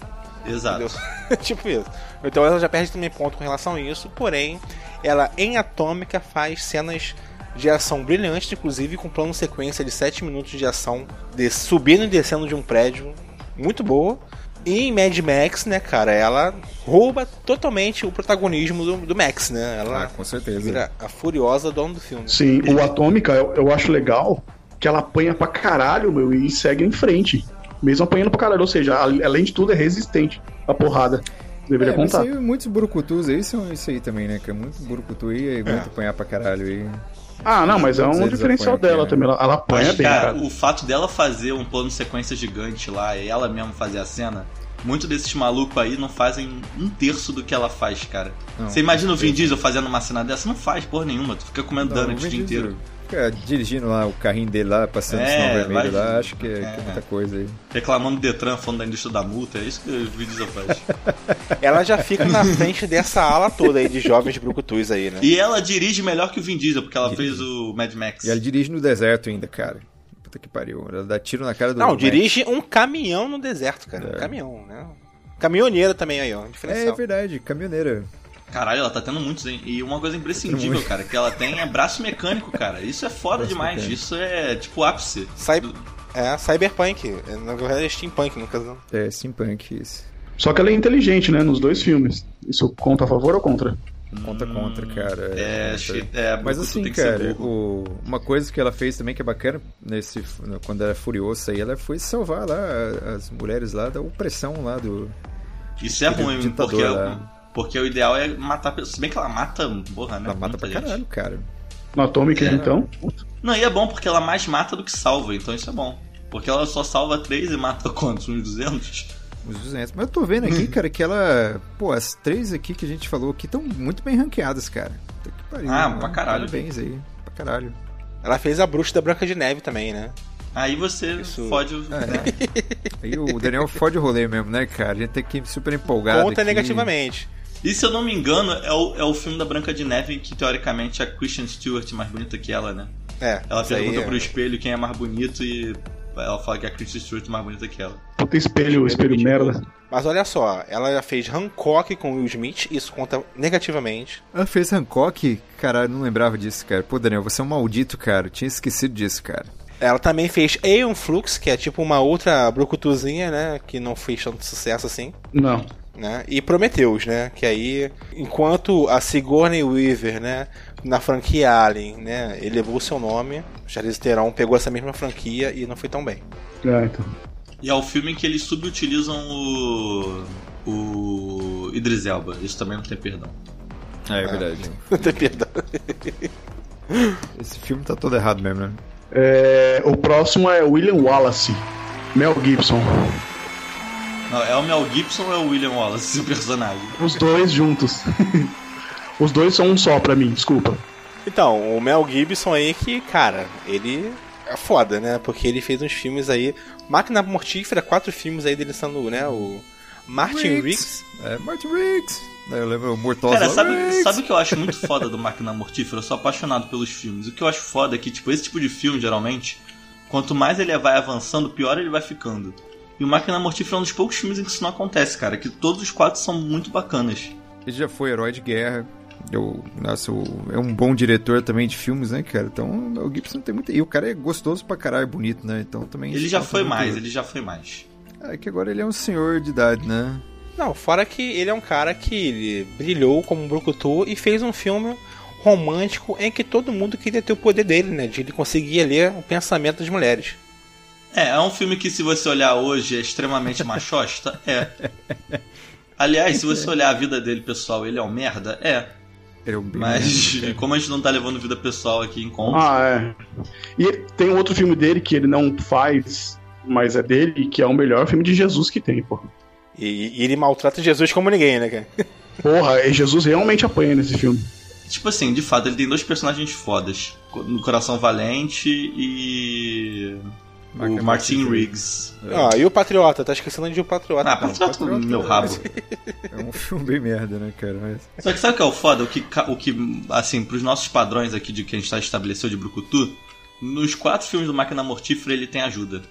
[SPEAKER 4] Exato.
[SPEAKER 2] Entendeu? tipo isso. Então ela já perde também ponto com relação a isso, porém, ela em Atômica faz cenas de ação brilhantes, inclusive com plano sequência de 7 minutos de ação, de subindo e descendo de um prédio, muito boa. E em Mad Max, né, cara, ela rouba totalmente o protagonismo do, do Max, né?
[SPEAKER 5] Ah,
[SPEAKER 2] Ela
[SPEAKER 5] com certeza.
[SPEAKER 2] vira a furiosa dona do filme.
[SPEAKER 3] Sim, o Atômica eu, eu acho legal que ela apanha pra caralho, meu, e segue em frente. Mesmo apanhando pra caralho, ou seja, a- além de tudo é resistente a porrada. Deveria
[SPEAKER 5] É, mas
[SPEAKER 3] contar.
[SPEAKER 5] aí muitos burucutus aí são isso aí também, né? Que é muito burucutu aí, é. muito apanhar pra caralho aí.
[SPEAKER 3] Ah, não, mas é
[SPEAKER 5] Todos
[SPEAKER 3] um
[SPEAKER 5] eles
[SPEAKER 3] diferencial
[SPEAKER 5] apanham aqui,
[SPEAKER 3] dela
[SPEAKER 5] né?
[SPEAKER 3] também. Ela, ela apanha
[SPEAKER 4] Mas,
[SPEAKER 3] bem,
[SPEAKER 4] cara,
[SPEAKER 3] cara.
[SPEAKER 4] o fato dela fazer um plano sequência gigante lá e ela mesma fazer a cena, muito desses malucos aí não fazem um terço do que ela faz, cara.
[SPEAKER 5] Não.
[SPEAKER 4] Você imagina o Vin Diesel fazendo uma cena dessa? Não faz porra nenhuma, tu fica comendo
[SPEAKER 5] Não,
[SPEAKER 4] donut
[SPEAKER 5] não
[SPEAKER 4] o dia inteiro.
[SPEAKER 5] Fica dirigindo lá o carrinho dele lá, passando
[SPEAKER 4] É,
[SPEAKER 5] sinal vermelho
[SPEAKER 4] vai-
[SPEAKER 5] lá, acho que é, que é
[SPEAKER 4] É.
[SPEAKER 5] muita coisa aí.
[SPEAKER 4] Reclamando do Detran, falando da indústria da multa, é isso que o Vin Diesel faz.
[SPEAKER 2] Ela já fica na frente dessa ala toda aí de jovens brucutus aí, né?
[SPEAKER 4] e ela dirige melhor que o Vin Diesel, porque ela fez o Mad Max.
[SPEAKER 5] E ela dirige no deserto ainda, cara. Puta que pariu. Ela dá tiro na cara do.
[SPEAKER 2] Não,
[SPEAKER 5] Max.
[SPEAKER 2] dirige um caminhão no deserto, cara.
[SPEAKER 5] É.
[SPEAKER 2] Um caminhão, né? Caminhoneira também aí, ó.
[SPEAKER 5] É, é
[SPEAKER 2] Diferencial.
[SPEAKER 5] verdade, caminhoneira.
[SPEAKER 4] Caralho, ela tá tendo muitos, hein? E uma
[SPEAKER 5] Tá
[SPEAKER 4] coisa imprescindível, cara, que ela tem é braço mecânico, cara. Isso é foda
[SPEAKER 5] Braço
[SPEAKER 4] demais.
[SPEAKER 5] mecânico.
[SPEAKER 4] Isso é tipo ápice.
[SPEAKER 2] Sai-
[SPEAKER 4] do-
[SPEAKER 2] É, cyberpunk. É, Na verdade, é steampunk, no caso.
[SPEAKER 5] É, steampunk, isso.
[SPEAKER 3] Só que ela é inteligente, né, nos dois filmes. Isso conta a favor ou contra?
[SPEAKER 5] Conta contra, cara.
[SPEAKER 4] É,
[SPEAKER 5] contra.
[SPEAKER 4] acho que- é,
[SPEAKER 5] Mas
[SPEAKER 4] Boku, tu
[SPEAKER 5] assim,
[SPEAKER 4] tem que ser
[SPEAKER 5] cara,
[SPEAKER 4] burro.
[SPEAKER 5] o- uma coisa que ela fez também que é bacana, nesse, quando era Furiosa aí, ela foi salvar lá as mulheres lá da opressão lá do.
[SPEAKER 4] Isso é
[SPEAKER 5] Aquele
[SPEAKER 4] ruim, né?
[SPEAKER 5] ditador é.
[SPEAKER 4] porque,
[SPEAKER 5] lá.
[SPEAKER 4] porque o ideal é matar pessoas. Se bem que ela mata, porra, né?
[SPEAKER 5] Ela mata
[SPEAKER 4] muita
[SPEAKER 5] pra
[SPEAKER 4] gente.
[SPEAKER 5] caralho, cara.
[SPEAKER 3] No Atômica,
[SPEAKER 4] É.
[SPEAKER 3] então?
[SPEAKER 4] Não, e é bom porque ela mais mata do que salva, então isso é bom. Porque ela só salva três e mata quantos? Uns 200?
[SPEAKER 5] Os 200. Mas eu tô vendo aqui, cara, que ela. Pô, as três aqui que a gente falou aqui estão muito bem ranqueadas, cara. Puta que pariu.
[SPEAKER 4] Ah,
[SPEAKER 5] mano.
[SPEAKER 4] pra caralho.
[SPEAKER 5] Parabéns aí. Pra caralho.
[SPEAKER 2] Ela fez a bruxa da Branca de Neve também, né?
[SPEAKER 4] Aí você
[SPEAKER 2] Isso.
[SPEAKER 4] fode o.
[SPEAKER 5] É.
[SPEAKER 4] né?
[SPEAKER 5] Aí o Daniel fode o rolê mesmo, né, cara? A gente tem que ir super empolgado.
[SPEAKER 2] Conta
[SPEAKER 5] aqui.
[SPEAKER 2] negativamente.
[SPEAKER 4] E se eu não me engano, é o, é o filme da Branca de Neve que teoricamente é a Christian Stewart mais bonita que ela, né?
[SPEAKER 2] É.
[SPEAKER 4] Ela
[SPEAKER 2] isso aí
[SPEAKER 4] pergunta
[SPEAKER 2] é-
[SPEAKER 4] pro espelho quem é mais bonito e ela fala que a Christian Stewart é mais bonita que é ela.
[SPEAKER 3] Puta espelho, espelho merda.
[SPEAKER 2] é. Mas olha só, ela já fez Hancock com Will Smith, isso conta negativamente.
[SPEAKER 5] Ela Ah, fez Hancock? Caralho, não lembrava disso, cara. Pô, Daniel, você é um maldito, cara. Eu tinha esquecido disso, cara.
[SPEAKER 2] Ela também fez Aeon Flux, que é tipo uma outra brucutuzinha, né? Que não fez tanto sucesso assim.
[SPEAKER 3] Não.
[SPEAKER 2] né? E Prometheus, né? Que aí, enquanto a Sigourney Weaver, né, na franquia Alien, né, elevou seu nome, Charlize Theron pegou essa mesma franquia e não foi tão bem.
[SPEAKER 3] É, então.
[SPEAKER 4] E é o filme em que eles subutilizam o. o Idris Elba. Isso também não tem perdão.
[SPEAKER 5] É, é verdade.
[SPEAKER 2] Tem perdão.
[SPEAKER 5] Esse filme tá todo errado mesmo, né?
[SPEAKER 3] É, o próximo é William Wallace. Mel Gibson.
[SPEAKER 4] Não, é o Mel Gibson ou é o William Wallace, o personagem?
[SPEAKER 3] Os dois juntos. Os dois são um só pra mim, desculpa.
[SPEAKER 2] Então, o Mel Gibson aí que, cara, ele é foda, né? Porque ele fez uns filmes aí. Máquina Mortífera, quatro filmes aí dele sendo, né? O Martin Riggs.
[SPEAKER 5] É, Martin Riggs. Daí eu lembro o Mortosa.
[SPEAKER 4] Cara, sabe,
[SPEAKER 5] Riggs.
[SPEAKER 4] sabe o que eu acho muito foda do Máquina Mortífera? Eu sou apaixonado pelos filmes. O que eu acho foda é que, tipo, esse tipo de filme, geralmente, quanto mais ele vai avançando, pior ele vai ficando. E o Máquina Mortífera é um dos poucos filmes em que isso não acontece, cara. Que todos os quatro são muito bacanas.
[SPEAKER 5] Ele já foi herói de guerra. Eu, nossa, o- é um bom diretor também de filmes, né, cara? Então o Gibson tem muito. E o cara é gostoso pra caralho, bonito, né? Então também.
[SPEAKER 4] Ele já
[SPEAKER 5] falta
[SPEAKER 4] foi
[SPEAKER 5] muito-
[SPEAKER 4] mais, ele já foi mais.
[SPEAKER 5] É que agora ele é um senhor de idade, né?
[SPEAKER 2] Não, fora que ele é um cara que ele brilhou como um brucutu e fez um filme romântico em que todo mundo queria ter o poder dele, né? De ele conseguir ler o pensamento das mulheres.
[SPEAKER 4] É, é um filme que se você olhar hoje é extremamente machosta? É. Aliás, se
[SPEAKER 5] É.
[SPEAKER 4] você olhar a vida dele, pessoal, ele é um merda? É.
[SPEAKER 5] Ele é um bem-
[SPEAKER 4] Mas como a gente não tá levando vida pessoal aqui em conta,
[SPEAKER 3] Ah, é. E tem outro filme dele que ele não faz, mas é dele, que é o melhor filme de Jesus que tem, pô.
[SPEAKER 2] E, e ele maltrata Jesus como ninguém, né, cara?
[SPEAKER 3] Porra, e Jesus realmente apanha nesse filme.
[SPEAKER 4] tipo assim, de fato, ele tem dois personagens fodas. No Coração Valente e.
[SPEAKER 5] Marca
[SPEAKER 4] o Martin
[SPEAKER 5] Martin
[SPEAKER 4] Riggs.
[SPEAKER 2] Ó, e o Patriota? Tá esquecendo de o Patriota.
[SPEAKER 4] É. Ah,
[SPEAKER 2] cara.
[SPEAKER 4] patriota no
[SPEAKER 5] Patriota,
[SPEAKER 4] meu
[SPEAKER 5] né?
[SPEAKER 4] rabo.
[SPEAKER 5] É um filme bem merda, né, cara? Mas...
[SPEAKER 4] Só que sabe o que é o foda? O que, ca- o que assim, pros nossos padrões aqui de que a gente tá estabeleceu de Brucutu, nos quatro filmes do Máquina Mortífera ele tem ajuda.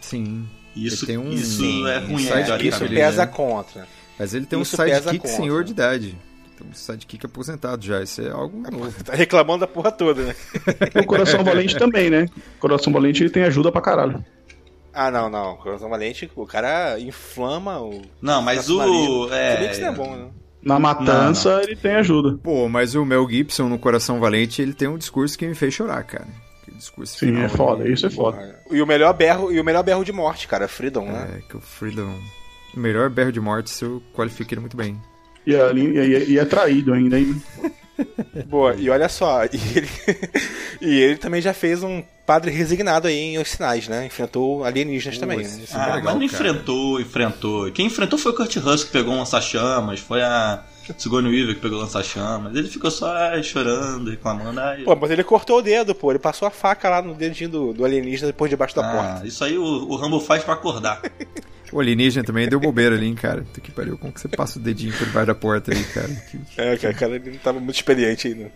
[SPEAKER 5] Sim.
[SPEAKER 4] E isso,
[SPEAKER 5] tem um-
[SPEAKER 4] isso é
[SPEAKER 5] um
[SPEAKER 4] ruim,
[SPEAKER 5] sidekick
[SPEAKER 4] teoricamente.
[SPEAKER 2] Isso
[SPEAKER 5] ele-
[SPEAKER 2] pesa
[SPEAKER 5] né?
[SPEAKER 2] contra.
[SPEAKER 5] Mas ele tem
[SPEAKER 2] Isso
[SPEAKER 5] um
[SPEAKER 2] pesa
[SPEAKER 5] sidekick
[SPEAKER 2] contra.
[SPEAKER 5] senhor de idade. Tem um sidekick aposentado já. Isso é algo novo.
[SPEAKER 2] Tá reclamando da porra toda, né?
[SPEAKER 3] E o Coração Valente também, né? Coração Valente ele tem ajuda pra caralho.
[SPEAKER 2] Ah, não, não. Coração Valente, o cara inflama o.
[SPEAKER 4] Não, mas
[SPEAKER 2] nosso
[SPEAKER 4] o.
[SPEAKER 2] nariz.
[SPEAKER 4] É,
[SPEAKER 2] Se bem que isso não é bom, né?
[SPEAKER 3] Na matança ele tem ajuda.
[SPEAKER 5] Pô, mas o Mel Gibson no Coração Valente, ele tem um discurso que me fez chorar, cara. Que discurso
[SPEAKER 3] Sim,
[SPEAKER 5] final
[SPEAKER 3] é foda,
[SPEAKER 5] ali.
[SPEAKER 3] isso é foda.
[SPEAKER 2] E o melhor berro, e o melhor berro de morte, cara, Freedom, né?
[SPEAKER 5] É, que o Freedom. O melhor berro de morte, se eu qualifiquei ele muito bem.
[SPEAKER 3] E, ali- e- e- e é traído ainda, hein?
[SPEAKER 2] Boa, e olha só, e ele, e ele também já fez um padre resignado aí em Os Sinais, né? Enfrentou alienígenas também.
[SPEAKER 5] esse
[SPEAKER 2] né?
[SPEAKER 5] filme é
[SPEAKER 4] Ah, mas
[SPEAKER 5] legal,
[SPEAKER 4] não
[SPEAKER 5] cara.
[SPEAKER 4] enfrentou, enfrentou. Quem enfrentou foi o Kurt Russell que pegou um lança-chamas, foi a Sigourney Weaver que pegou o lança-chamas. Ele ficou só ai, chorando, reclamando. Ai,
[SPEAKER 2] Pô, mas ele cortou o dedo, pô. Ele passou a faca lá no dedinho do, do alienígena depois debaixo da porta.
[SPEAKER 4] ah, isso aí o, o Rambo faz pra acordar.
[SPEAKER 5] O alienígena também deu bobeira ali, hein, cara. Tu que pariu, como que você passa o dedinho por baixo da porta ali, cara? Que-
[SPEAKER 2] É, cara, cara, ele não tava muito experiente ainda.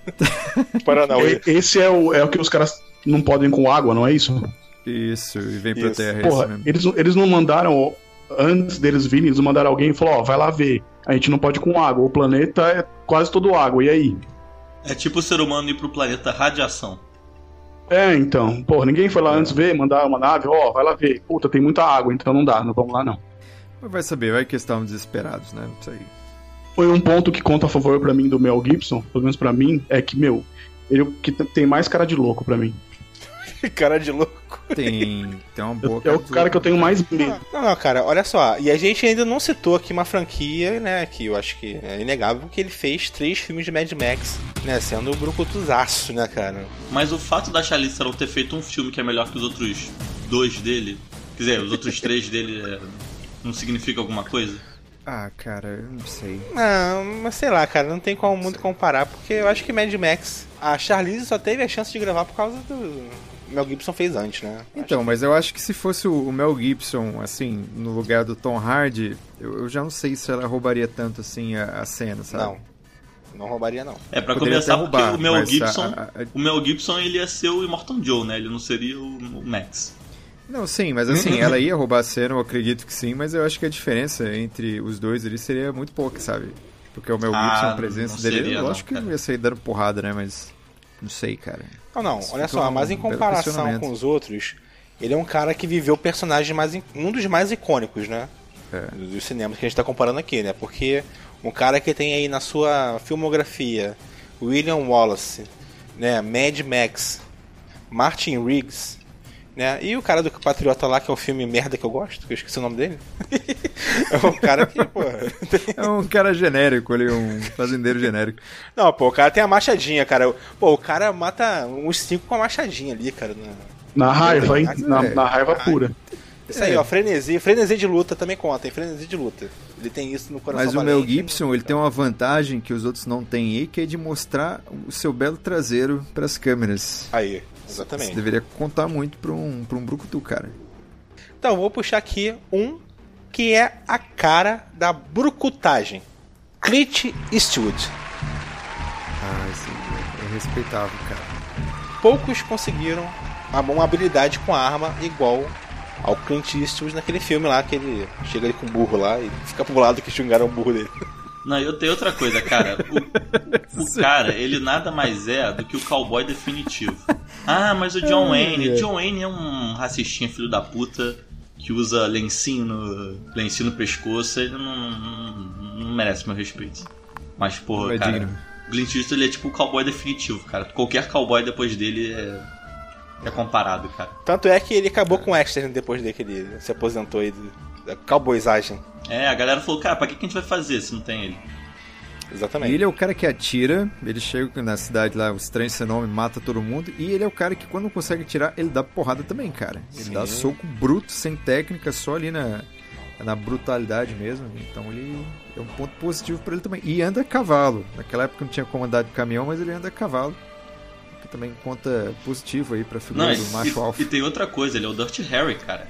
[SPEAKER 2] Paranauê.
[SPEAKER 3] E- Esse é o, é o que os caras não podem com água, não é isso?
[SPEAKER 5] Isso, e vem pra
[SPEAKER 2] Isso.
[SPEAKER 5] terra é isso
[SPEAKER 3] Porra,
[SPEAKER 5] mesmo.
[SPEAKER 3] eles, não- eles não mandaram, antes deles virem, eles não mandaram alguém e falou, ó, vai lá ver. A gente não pode com água, o planeta é quase todo água, e aí?
[SPEAKER 4] É tipo o ser humano ir pro planeta radiação.
[SPEAKER 3] É, então, porra, ninguém foi lá antes ver, mandar uma nave, ó, vai lá ver. Puta, tem muita água, então não dá, não vamos lá não.
[SPEAKER 5] Mas vai saber, vai que eles estavam desesperados, né? Isso aí.
[SPEAKER 3] Foi um ponto que conta a favor pra mim do Mel Gibson, pelo menos pra mim, é que, meu, ele é o que t- tem mais cara de louco pra mim.
[SPEAKER 2] cara de louco.
[SPEAKER 5] Tem, tem uma boa
[SPEAKER 3] É o cara que eu tenho mais medo.
[SPEAKER 2] Não, não, cara, olha só. E a gente ainda não citou aqui uma franquia, né? Que eu acho que é inegável que ele fez três filmes de Mad Max, né? Sendo o Brucutuzaço, né, cara?
[SPEAKER 4] Mas o fato da Charlize Theron ter feito um filme que é melhor que os outros dois dele, quer dizer, os outros três dele é, não significa alguma coisa?
[SPEAKER 5] Ah, cara, eu não sei.
[SPEAKER 2] Não, mas sei lá, cara, não tem como muito comparar, porque eu acho que Mad Max, a Charlize só teve a chance de gravar por causa do Mel Gibson fez antes, né?
[SPEAKER 5] Então, mas eu acho que se fosse o o Mel Gibson, assim, no lugar do Tom Hardy, eu, eu já não sei se ela roubaria tanto, assim, a, a cena, sabe?
[SPEAKER 2] Não. Não roubaria, não.
[SPEAKER 4] É pra
[SPEAKER 5] Poderia
[SPEAKER 4] começar
[SPEAKER 5] até
[SPEAKER 4] porque
[SPEAKER 5] roubar,
[SPEAKER 4] o Mel
[SPEAKER 5] mas a-
[SPEAKER 4] Gibson,
[SPEAKER 5] a- a-
[SPEAKER 4] o Mel Gibson ele ia ser o Immortan Joe, né? Ele não seria o, o Max.
[SPEAKER 5] Não, sim, mas assim, ela ia roubar a cena, eu acredito que sim, mas eu acho que a diferença entre os dois ali seria muito pouca, sabe? Porque o Mel
[SPEAKER 4] Ah,
[SPEAKER 5] Gibson,
[SPEAKER 4] não
[SPEAKER 5] a presença dele,
[SPEAKER 4] seria, não,
[SPEAKER 5] lógico que
[SPEAKER 4] cara.
[SPEAKER 5] não ia sair dando porrada, né? Mas não sei, cara.
[SPEAKER 2] Não, não,
[SPEAKER 5] Isso
[SPEAKER 2] olha
[SPEAKER 5] fica
[SPEAKER 2] só,
[SPEAKER 5] um
[SPEAKER 2] mas em
[SPEAKER 5] belo
[SPEAKER 2] comparação
[SPEAKER 5] questionamento.
[SPEAKER 2] com os outros, ele é um cara que viveu personagens mais. in- um dos mais icônicos, né?
[SPEAKER 5] É.
[SPEAKER 2] Dos cinemas que a gente tá comparando aqui, né? Porque um cara que tem aí na sua filmografia William Wallace, né? Mad Max, Martin Riggs Né? E o cara do Patriota lá, que é o filme merda que eu gosto, que eu esqueci o nome dele. é um cara que, pô. tem-
[SPEAKER 5] É um cara genérico ali, um fazendeiro genérico.
[SPEAKER 2] Não, pô, o cara tem a machadinha, cara. Pô, o cara mata uns cinco com a machadinha ali, cara. né?
[SPEAKER 3] Na raiva, hein? Na, na raiva
[SPEAKER 2] É.
[SPEAKER 3] pura.
[SPEAKER 2] Isso aí,
[SPEAKER 5] É.
[SPEAKER 2] ó, frenesi. Frenesi de luta também conta, hein? Frenesi de luta. Ele tem isso no coração.
[SPEAKER 5] Mas o Mel
[SPEAKER 2] valente, né, hein?
[SPEAKER 5] Gibson, ele tem uma vantagem que os outros não têm aí, que é de mostrar o seu belo traseiro pras câmeras.
[SPEAKER 2] Aí,
[SPEAKER 5] Isso
[SPEAKER 2] exatamente.
[SPEAKER 5] deveria contar muito pra um, pra um brucutu, cara.
[SPEAKER 2] Então, vou puxar aqui um que é a cara da brucutagem. Clint Eastwood.
[SPEAKER 5] Ah, isso é respeitável, cara.
[SPEAKER 2] Poucos conseguiram uma- uma habilidade com arma igual ao Clint Eastwood naquele filme lá, que ele chega ali com um burro lá e fica pro lado que xingaram o burro dele.
[SPEAKER 4] Não, eu tenho outra coisa, cara. O, o cara, ele nada mais é do que o cowboy definitivo. Ah, mas o John Wayne. O John Wayne é um racistinha filho da puta que usa lencinho no, lencinho no pescoço. Ele não, não- não merece meu respeito. Mas, porra,
[SPEAKER 5] Não é
[SPEAKER 4] cara.
[SPEAKER 5] digno.
[SPEAKER 4] O Clint Eastwood, ele é tipo o cowboy definitivo, cara. Qualquer cowboy depois dele é, é comparado, cara.
[SPEAKER 2] Tanto é que ele acabou com o Exter depois dele que ele se aposentou aí do- da cowboyzagem.
[SPEAKER 4] É, a galera falou, cara, pra que, que a gente vai fazer se não tem ele?
[SPEAKER 2] Exatamente.
[SPEAKER 5] E ele é o cara que atira, ele chega na cidade lá, o estranho sem nome, mata todo mundo, e ele é o cara que quando não consegue tirar, ele dá porrada também, cara. Ele
[SPEAKER 2] Sim.
[SPEAKER 5] dá soco bruto, sem técnica, só ali na, na brutalidade mesmo. Então ele é um ponto positivo pra ele também. E anda a cavalo. Naquela época não tinha como andar de caminhão, mas ele anda a cavalo. o Que também conta positivo aí pra figura
[SPEAKER 4] Não,
[SPEAKER 5] do macho
[SPEAKER 4] e,
[SPEAKER 5] alfa.
[SPEAKER 4] e tem outra coisa, ele é o Dirty Harry, cara.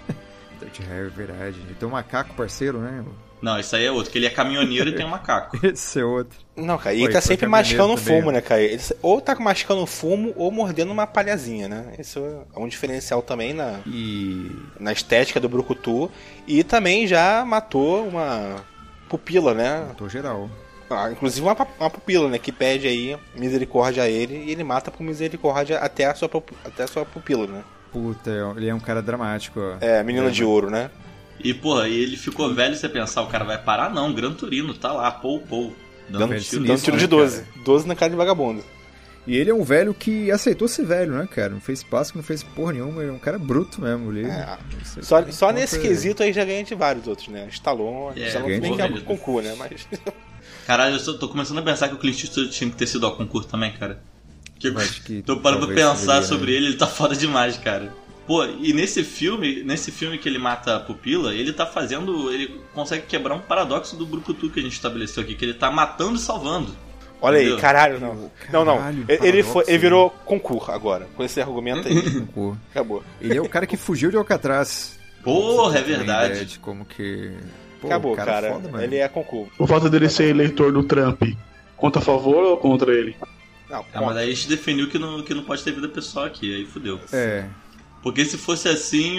[SPEAKER 5] Dirty Harry, verdade. Ele tem um macaco parceiro, né?
[SPEAKER 4] Não, isso aí é outro, que ele é caminhoneiro e tem um macaco.
[SPEAKER 5] Esse é outro.
[SPEAKER 2] Não, cara, e
[SPEAKER 5] Pô,
[SPEAKER 2] ele tá
[SPEAKER 5] isso é
[SPEAKER 2] sempre
[SPEAKER 5] caminhoneiro
[SPEAKER 2] mascando
[SPEAKER 5] também,
[SPEAKER 2] fumo,
[SPEAKER 5] ó.
[SPEAKER 2] né, cara? Ele se- ou tá mascando fumo ou mordendo uma palhazinha, né? Isso é um diferencial também na,
[SPEAKER 5] E
[SPEAKER 2] na estética do Brucutu. E também já matou uma pupila, né?
[SPEAKER 5] matou geral.
[SPEAKER 2] Ah, inclusive uma, pa- uma pupila, né? Que pede aí misericórdia a ele e ele mata por misericórdia até a sua, pup- até a sua pupila, né?
[SPEAKER 5] Puta, ele é um cara dramático, ó.
[SPEAKER 2] É, menina de ouro, né?
[SPEAKER 4] E, porra, e ele ficou velho, você pensar, o cara vai parar? Não, Gran Turino, tá lá, pou, pou. Dando
[SPEAKER 5] Velho
[SPEAKER 4] tiro.
[SPEAKER 2] Dando
[SPEAKER 5] sinistro,
[SPEAKER 2] Então, tiro
[SPEAKER 5] né,
[SPEAKER 2] de 12. 12 na cara de vagabundo.
[SPEAKER 5] E ele é um velho que aceitou ser velho, né, cara? Não fez Páscoa, não fez porra nenhuma, ele é um cara bruto mesmo. Ele...
[SPEAKER 2] É.
[SPEAKER 5] Não sei
[SPEAKER 2] Só,
[SPEAKER 5] como
[SPEAKER 2] só
[SPEAKER 5] conta-
[SPEAKER 2] nesse quesito aí já ganha de vários outros, né? Stallone,
[SPEAKER 4] É,
[SPEAKER 2] Stallone
[SPEAKER 5] ganha
[SPEAKER 2] nem
[SPEAKER 5] de
[SPEAKER 2] que é
[SPEAKER 4] vários.
[SPEAKER 2] com cu, né? Mas.
[SPEAKER 4] Caralho, eu só tô começando a pensar que o Clint Eastwood tinha que ter sido ao concurso também, cara. Que,
[SPEAKER 5] Eu acho que
[SPEAKER 4] tô parando pra
[SPEAKER 5] talvez
[SPEAKER 4] pensar
[SPEAKER 5] deveria, né?
[SPEAKER 4] sobre ele, ele tá foda demais, cara. Pô, e nesse filme, nesse filme que ele mata a pupila, ele tá fazendo. ele consegue quebrar um paradoxo do Brucutu que a gente estabeleceu aqui, que ele tá matando e salvando.
[SPEAKER 2] Olha aí,
[SPEAKER 4] Entendeu?
[SPEAKER 2] caralho, não. Não, não.
[SPEAKER 5] Caralho,
[SPEAKER 2] Ele- Ele,
[SPEAKER 5] paradoxo,
[SPEAKER 2] foi, ele
[SPEAKER 5] né?
[SPEAKER 2] virou concurso agora. Com esse argumento aí,
[SPEAKER 5] no cu.
[SPEAKER 2] acabou.
[SPEAKER 5] Ele é o cara que fugiu de Alcatraz.
[SPEAKER 4] Porra, é
[SPEAKER 5] Tem uma ideia
[SPEAKER 4] verdade.
[SPEAKER 5] de como que. Pô,
[SPEAKER 2] acabou,
[SPEAKER 5] o
[SPEAKER 2] cara.
[SPEAKER 5] é foda, mano.
[SPEAKER 2] ele é concurso.
[SPEAKER 3] O fato dele ser eleitor do Trump, conta a favor ou contra ele?
[SPEAKER 2] Não,
[SPEAKER 4] Ah, mas
[SPEAKER 2] conta.
[SPEAKER 4] aí a gente definiu que não, que não pode ter vida pessoal aqui, aí fudeu.
[SPEAKER 5] É.
[SPEAKER 4] Porque se fosse assim,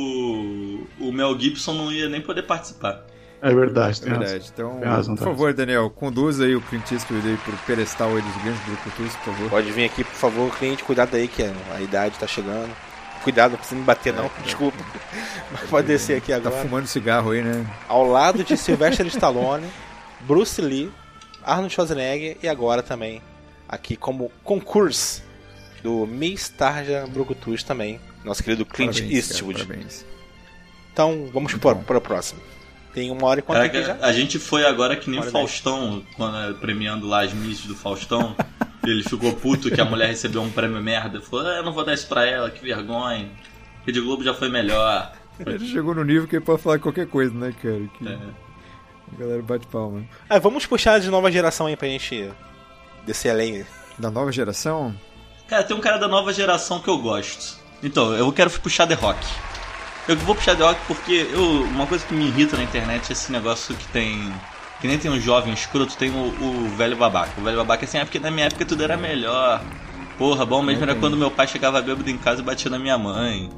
[SPEAKER 4] o. O Mel Gibson não ia nem poder participar.
[SPEAKER 3] É verdade,
[SPEAKER 5] É
[SPEAKER 3] tem razão.
[SPEAKER 5] verdade. Então,
[SPEAKER 3] Tem razão,
[SPEAKER 5] por
[SPEAKER 3] tá.
[SPEAKER 5] favor, Daniel, conduza aí o Clint Eastwood aí pro pedestal aí dos grandes brucutus, por
[SPEAKER 4] é-
[SPEAKER 5] favor.
[SPEAKER 2] Pode vir aqui, por favor, cliente, cuidado aí, que a idade tá chegando. Cuidado, não precisa me bater, não. Desculpa. Pode descer aqui
[SPEAKER 5] É, Tá
[SPEAKER 2] agora.
[SPEAKER 5] fumando cigarro aí, né?
[SPEAKER 2] Ao lado de Sylvester Stallone, Bruce Lee, Arnold Schwarzenegger e agora também aqui como concurso do Miss Tarja Brucutus também. Nosso querido Clint
[SPEAKER 5] Parabéns,
[SPEAKER 2] Eastwood.
[SPEAKER 5] Cara, parabéns.
[SPEAKER 2] Então, vamos
[SPEAKER 5] Muito
[SPEAKER 2] para,
[SPEAKER 5] bom.
[SPEAKER 2] para o próximo. Tem uma hora e
[SPEAKER 4] Ah,
[SPEAKER 2] quanto aqui já?
[SPEAKER 4] Caraca, a gente foi agora que nem
[SPEAKER 2] Olha
[SPEAKER 4] o Faustão, quando, é, premiando lá as misses do Faustão. ele ficou puto que a mulher recebeu um prêmio merda. Falou, ah, eu não vou dar isso pra ela, que vergonha. Rede Globo já foi melhor.
[SPEAKER 5] Ele chegou no nível que ele pode falar qualquer coisa, né, cara? Que
[SPEAKER 4] É.
[SPEAKER 5] a galera bate palma.
[SPEAKER 2] Ah, vamos puxar de nova geração aí pra gente descer além.
[SPEAKER 5] Da nova geração,
[SPEAKER 4] Cara, tem um cara da nova geração que eu gosto. Então, eu quero puxar The Rock. Eu vou puxar The Rock porque eu, uma coisa que me irrita na internet é esse negócio que tem. Que nem tem um jovem escroto, tem o, o velho babaca. O velho babaca é assim, ah, porque na minha época tudo era melhor. Porra, bom mesmo era quando meu pai chegava bêbado em casa e batia na minha mãe.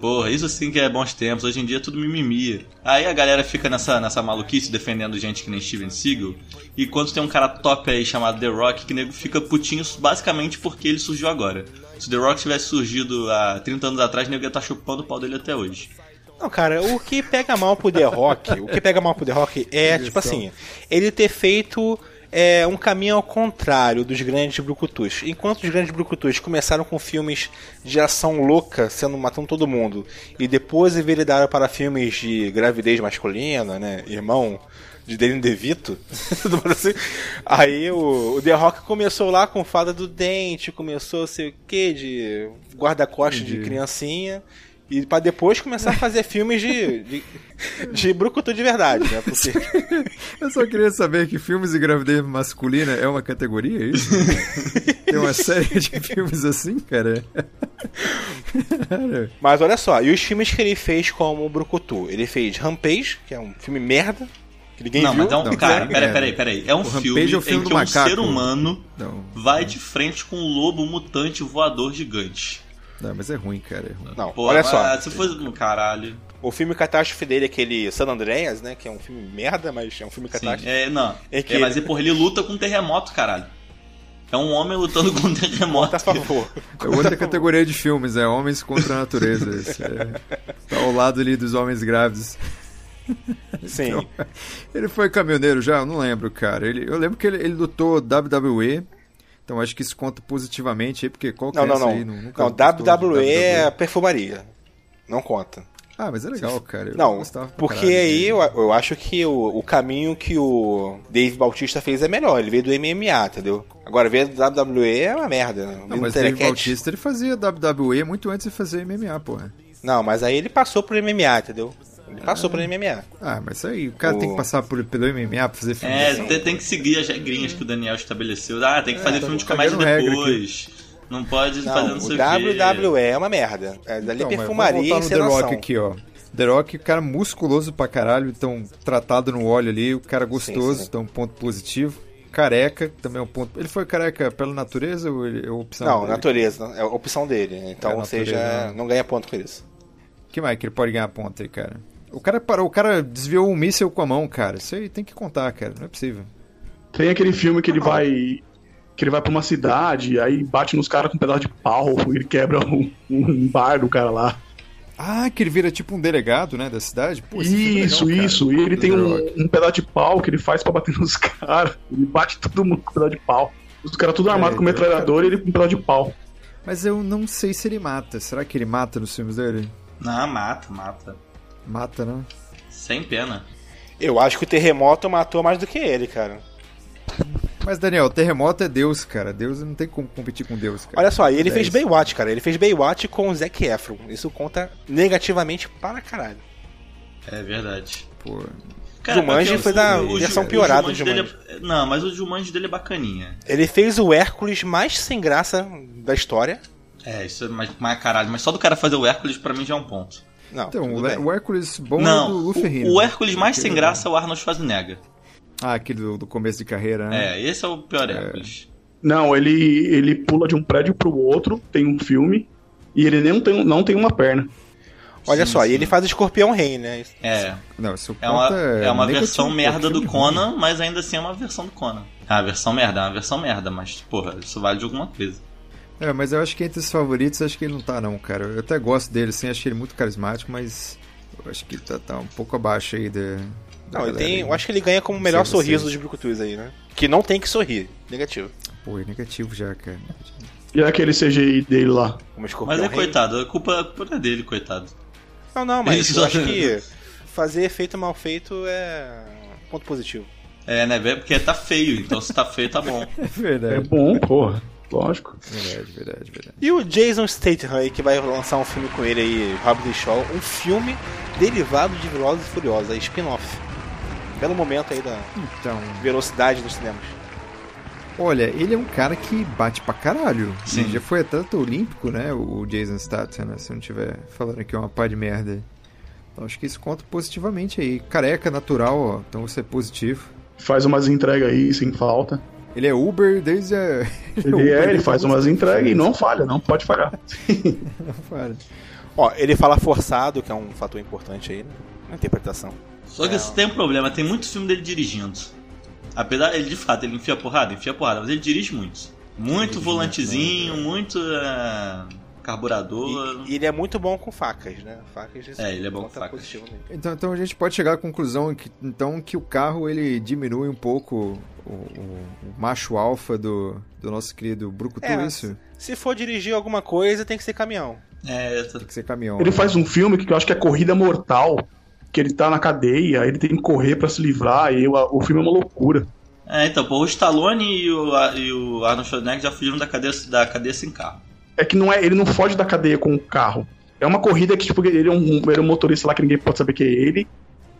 [SPEAKER 4] Porra, isso sim que é bons tempos. Hoje em dia é tudo mimimi. Aí a galera fica nessa, nessa maluquice defendendo gente que nem Steven Seagal. E quando tem um cara top aí chamado The Rock, que nego fica putinho basicamente porque ele surgiu agora. Se The Rock tivesse surgido há 30 anos atrás, nego ia estar chupando o pau dele até hoje.
[SPEAKER 2] Não, cara, o que pega mal pro The Rock, o que pega mal pro The Rock é, tipo assim, ele ter feito é um caminho ao contrário dos grandes brucutus. Enquanto os grandes brucutus começaram com filmes de ação louca, sendo matando todo mundo, e depois enveredaram para filmes de gravidez masculina, né, irmão de Danny DeVito, todo mundo assim. aí o, o The Rock começou lá com Fada do Dente, começou sei o que, de guarda-costas de criancinha, e para depois começar a fazer filmes de, de, de brucutu de verdade, né, porque...
[SPEAKER 5] Eu só queria saber que filmes de gravidez masculina é uma categoria, é isso? Tem uma série de filmes assim, cara? Cara,
[SPEAKER 2] Mas olha só, e os filmes que ele fez como o Brucutu? Ele fez Rampage, que é um filme merda, que ninguém
[SPEAKER 4] Não,
[SPEAKER 2] viu.
[SPEAKER 4] mas é um.
[SPEAKER 5] Não,
[SPEAKER 4] cara,
[SPEAKER 5] é,
[SPEAKER 4] peraí,
[SPEAKER 5] é.
[SPEAKER 4] peraí, peraí. É um
[SPEAKER 5] O
[SPEAKER 4] filme,
[SPEAKER 5] Rampage é o filme
[SPEAKER 4] em
[SPEAKER 5] do
[SPEAKER 4] que um
[SPEAKER 5] macaco.
[SPEAKER 4] ser humano
[SPEAKER 5] Não.
[SPEAKER 4] vai de frente com um lobo mutante voador gigante.
[SPEAKER 5] não, mas é ruim, cara. É ruim.
[SPEAKER 2] Não,
[SPEAKER 4] Pô,
[SPEAKER 2] olha
[SPEAKER 4] mas
[SPEAKER 2] só,
[SPEAKER 4] Se fosse. Caralho.
[SPEAKER 2] o filme catástrofe dele é aquele San Andreas, né, que é um filme merda, mas é um filme
[SPEAKER 4] Sim,
[SPEAKER 2] catástrofe.
[SPEAKER 4] é, não.
[SPEAKER 2] É
[SPEAKER 4] É
[SPEAKER 2] que-
[SPEAKER 4] mas, porra, ele luta com um terremoto, caralho. É um homem lutando com um terremoto.
[SPEAKER 2] Tá a favor.
[SPEAKER 5] É outra categoria de filmes, é Homens contra a Natureza. Esse é- tá ao lado ali dos homens grávidos. Então,
[SPEAKER 2] Sim.
[SPEAKER 5] Ele foi caminhoneiro já? Eu não lembro, cara. Ele, eu lembro que ele, ele lutou WWE. Então acho que isso conta positivamente aí, porque qual que
[SPEAKER 2] Não,
[SPEAKER 5] é
[SPEAKER 2] não,
[SPEAKER 5] essa
[SPEAKER 2] não.
[SPEAKER 5] aí? Nu- nunca
[SPEAKER 2] Não,
[SPEAKER 5] gostou de
[SPEAKER 2] WWE é perfumaria. Não conta.
[SPEAKER 5] Ah, mas é legal, cara. Eu
[SPEAKER 2] Não,
[SPEAKER 5] gostava pra
[SPEAKER 2] porque
[SPEAKER 5] caralho
[SPEAKER 2] aí
[SPEAKER 5] dele.
[SPEAKER 2] eu, eu acho que o, o caminho que o Dave Bautista fez é melhor. Ele veio do MMA, entendeu? Agora, veio do WWE é uma merda. né?
[SPEAKER 5] Não,
[SPEAKER 2] Veio
[SPEAKER 5] mas
[SPEAKER 2] do
[SPEAKER 5] Dave
[SPEAKER 2] Telecat.
[SPEAKER 5] Bautista ele fazia WWE muito antes de fazer MMA, porra.
[SPEAKER 2] Não, mas aí ele passou pro MMA, entendeu? Ele passou pro MMA.
[SPEAKER 5] Ah, mas isso aí, o cara
[SPEAKER 2] O-
[SPEAKER 5] tem que passar por, pelo MMA pra fazer filme.
[SPEAKER 4] É,
[SPEAKER 5] de ação.
[SPEAKER 4] tem, tem que seguir as regrinhas que o Daniel estabeleceu. Ah, tem que fazer
[SPEAKER 5] tá
[SPEAKER 4] filme de
[SPEAKER 5] bom.
[SPEAKER 4] comédia
[SPEAKER 5] Cagando regra
[SPEAKER 4] depois. Não pode fazer
[SPEAKER 2] Não,
[SPEAKER 4] não
[SPEAKER 2] o
[SPEAKER 4] sei o quê.
[SPEAKER 2] WWE é uma merda. É, dali
[SPEAKER 5] Então, mas
[SPEAKER 2] perfumaria e
[SPEAKER 5] vamos voltar no The Rock
[SPEAKER 2] encenação.
[SPEAKER 5] aqui, ó. The Rock, cara musculoso pra caralho, então tratado no óleo ali, o cara gostoso,
[SPEAKER 2] Sim, sim.
[SPEAKER 5] então ponto positivo. Careca, também é um ponto. Ele foi careca pela natureza ou ele, é opção?
[SPEAKER 2] Não,
[SPEAKER 5] dele?
[SPEAKER 2] natureza. É a opção dele. Então,
[SPEAKER 5] É,
[SPEAKER 2] ou seja,
[SPEAKER 5] natureza.
[SPEAKER 2] não ganha ponto com isso.
[SPEAKER 5] que mais que ele pode ganhar ponto aí, cara? O cara parou, o cara desviou um míssel com a mão, cara. Isso aí tem que contar, cara. Não é possível.
[SPEAKER 3] Tem aquele filme que ele vai. Que ele vai pra uma cidade, aí bate nos caras com um pedaço de pau, ele quebra um, um bar do cara lá.
[SPEAKER 5] Ah, que ele vira tipo um delegado, né, da cidade? Pô, esse filme é
[SPEAKER 3] isso,
[SPEAKER 5] legal, cara.
[SPEAKER 3] isso. E ele
[SPEAKER 5] Do
[SPEAKER 3] tem
[SPEAKER 5] The
[SPEAKER 3] um,
[SPEAKER 5] Rock.
[SPEAKER 3] um pedaço de pau que ele faz pra bater nos caras. Ele bate todo mundo com um pedaço de pau. Os caras tudo armado
[SPEAKER 5] É,
[SPEAKER 3] com metralhador e ele com um pedaço de pau.
[SPEAKER 5] Mas eu não sei se ele mata. Será que ele mata nos filmes dele?
[SPEAKER 4] Não, mata, mata.
[SPEAKER 5] Mata, né?
[SPEAKER 4] Sem pena.
[SPEAKER 2] Eu acho que o terremoto matou mais do que ele, cara.
[SPEAKER 5] Mas, Daniel, terremoto é Deus, cara. Deus não tem como competir com Deus, cara. é
[SPEAKER 2] Olha só, e ele fez
[SPEAKER 5] bem
[SPEAKER 2] Baywatch, cara. Ele fez Baywatch com o Zac Efron. Isso conta negativamente para caralho.
[SPEAKER 4] É verdade.
[SPEAKER 5] Pô,
[SPEAKER 2] Jumanji
[SPEAKER 4] porque
[SPEAKER 2] foi da
[SPEAKER 4] o- o
[SPEAKER 2] versão
[SPEAKER 4] Ju-
[SPEAKER 2] piorada
[SPEAKER 4] o
[SPEAKER 2] do
[SPEAKER 4] Jumanji dele é- Não, mas o Jumanji dele é bacaninha.
[SPEAKER 2] Ele fez o Hércules mais sem graça da história.
[SPEAKER 4] É, isso é mais, mais caralho. Mas só do cara fazer o Hércules pra mim já é um ponto.
[SPEAKER 2] Não,
[SPEAKER 5] Então,
[SPEAKER 2] tudo
[SPEAKER 5] o,
[SPEAKER 2] bem.
[SPEAKER 5] Le- o Hércules bom é
[SPEAKER 4] não,
[SPEAKER 5] do né?
[SPEAKER 4] o,
[SPEAKER 5] Luferrino.
[SPEAKER 4] o Hércules mais sem graça é o Arnold Schwarzenegger.
[SPEAKER 5] Ah, aquele do, do começo de carreira, né?
[SPEAKER 4] É, esse é o pior Hércules.
[SPEAKER 3] Não, ele, ele pula de um prédio pro outro, tem um filme, e ele nem tem, não tem uma perna.
[SPEAKER 2] Olha
[SPEAKER 4] Sim,
[SPEAKER 2] só, e
[SPEAKER 4] sim.
[SPEAKER 2] ele faz o Escorpião Rei, né?
[SPEAKER 4] É,
[SPEAKER 5] Não, isso
[SPEAKER 4] é uma,
[SPEAKER 5] conta
[SPEAKER 4] é uma
[SPEAKER 5] negativo,
[SPEAKER 4] versão
[SPEAKER 5] pô,
[SPEAKER 4] merda do
[SPEAKER 5] filme
[SPEAKER 4] Conan, mas ainda assim é uma versão do Conan. É uma versão merda, é uma versão merda, mas, porra, isso vale de alguma coisa.
[SPEAKER 5] ruim. É, mas eu acho que entre os favoritos, acho que ele não tá, não, cara. Eu até gosto dele, assim, achei ele muito carismático, mas eu acho que tá, tá um pouco abaixo aí da. da
[SPEAKER 2] Não, ele
[SPEAKER 5] galera
[SPEAKER 2] tem,
[SPEAKER 5] aí.
[SPEAKER 2] eu acho que ele ganha como o
[SPEAKER 5] Não
[SPEAKER 2] melhor
[SPEAKER 5] sei vocês.
[SPEAKER 2] sorriso dos Brucutus aí, né? Que não tem que sorrir. Negativo.
[SPEAKER 5] Pô, é negativo já, cara.
[SPEAKER 3] E é aquele CGI dele lá.
[SPEAKER 2] Como Escorpião
[SPEAKER 4] Mas é
[SPEAKER 2] Rei.
[SPEAKER 4] coitado, a culpa, a culpa é dele, coitado.
[SPEAKER 2] Não, não, mas
[SPEAKER 4] Isso.
[SPEAKER 2] eu acho que fazer efeito mal feito é ponto positivo.
[SPEAKER 4] É, né, velho? Porque tá feio, então se tá feio, tá bom.
[SPEAKER 5] É
[SPEAKER 3] É
[SPEAKER 5] verdade,
[SPEAKER 3] bom, porra. Lógico.
[SPEAKER 5] verdade, verdade, verdade.
[SPEAKER 2] E o Jason Statham aí, que vai lançar um filme com ele aí, Hobbs e Shaw, um filme derivado de Velozes e Furiosos, aí, spin-off. Belo momento aí da
[SPEAKER 5] Então,
[SPEAKER 2] velocidade dos cinemas.
[SPEAKER 5] olha, ele é um cara que bate pra caralho.
[SPEAKER 4] Sim.
[SPEAKER 5] Ele já foi tanto olímpico, né? O Jason Statham, né? Se eu não estiver falando aqui uma pá de merda. Então acho que isso conta positivamente aí. Careca natural, ó. Então isso é positivo.
[SPEAKER 3] Faz umas entregas aí sem falta.
[SPEAKER 5] Ele é Uber desde a.
[SPEAKER 3] Ele
[SPEAKER 5] Uber
[SPEAKER 3] é, ele
[SPEAKER 5] desde
[SPEAKER 3] faz
[SPEAKER 5] a-
[SPEAKER 3] umas entregas e não falha, não pode falhar.
[SPEAKER 5] Não falha.
[SPEAKER 2] Ó, ele fala forçado, que é um fator importante aí, né? Na interpretação.
[SPEAKER 4] Só que isso tem um problema, tem muito filme dele dirigindo. Apesar, ele de fato, ele enfia porrada, enfia porrada, mas ele dirige muito. Muito né? volantezinho, muito é, carburador.
[SPEAKER 2] E, e ele é muito bom com facas, né? Facas né? isso
[SPEAKER 4] né? É, ele é bom com
[SPEAKER 2] conta
[SPEAKER 4] facas.
[SPEAKER 2] positivo mesmo.
[SPEAKER 5] Então, então a gente pode chegar à conclusão que, então, que o carro ele diminui um pouco o, o- o macho alfa do, do nosso querido Brucutu,
[SPEAKER 2] É,
[SPEAKER 5] isso?
[SPEAKER 2] Se for dirigir alguma coisa, tem que ser caminhão.
[SPEAKER 4] É, eu tô...
[SPEAKER 5] Tem que ser caminhão.
[SPEAKER 3] Ele
[SPEAKER 5] né?
[SPEAKER 3] faz um filme que eu acho que é Corrida Mortal, que ele tá na cadeia, ele tem que correr pra se livrar, e o, o filme é uma loucura.
[SPEAKER 4] é, então, pô, o Stallone e o, e o Arnold Schwarzenegger já fugiram da cadeia, da cadeia sem carro.
[SPEAKER 3] É que não é, ele não foge da cadeia com o carro. É uma corrida que, tipo, ele é um, ele é um motorista lá que ninguém pode saber que é ele.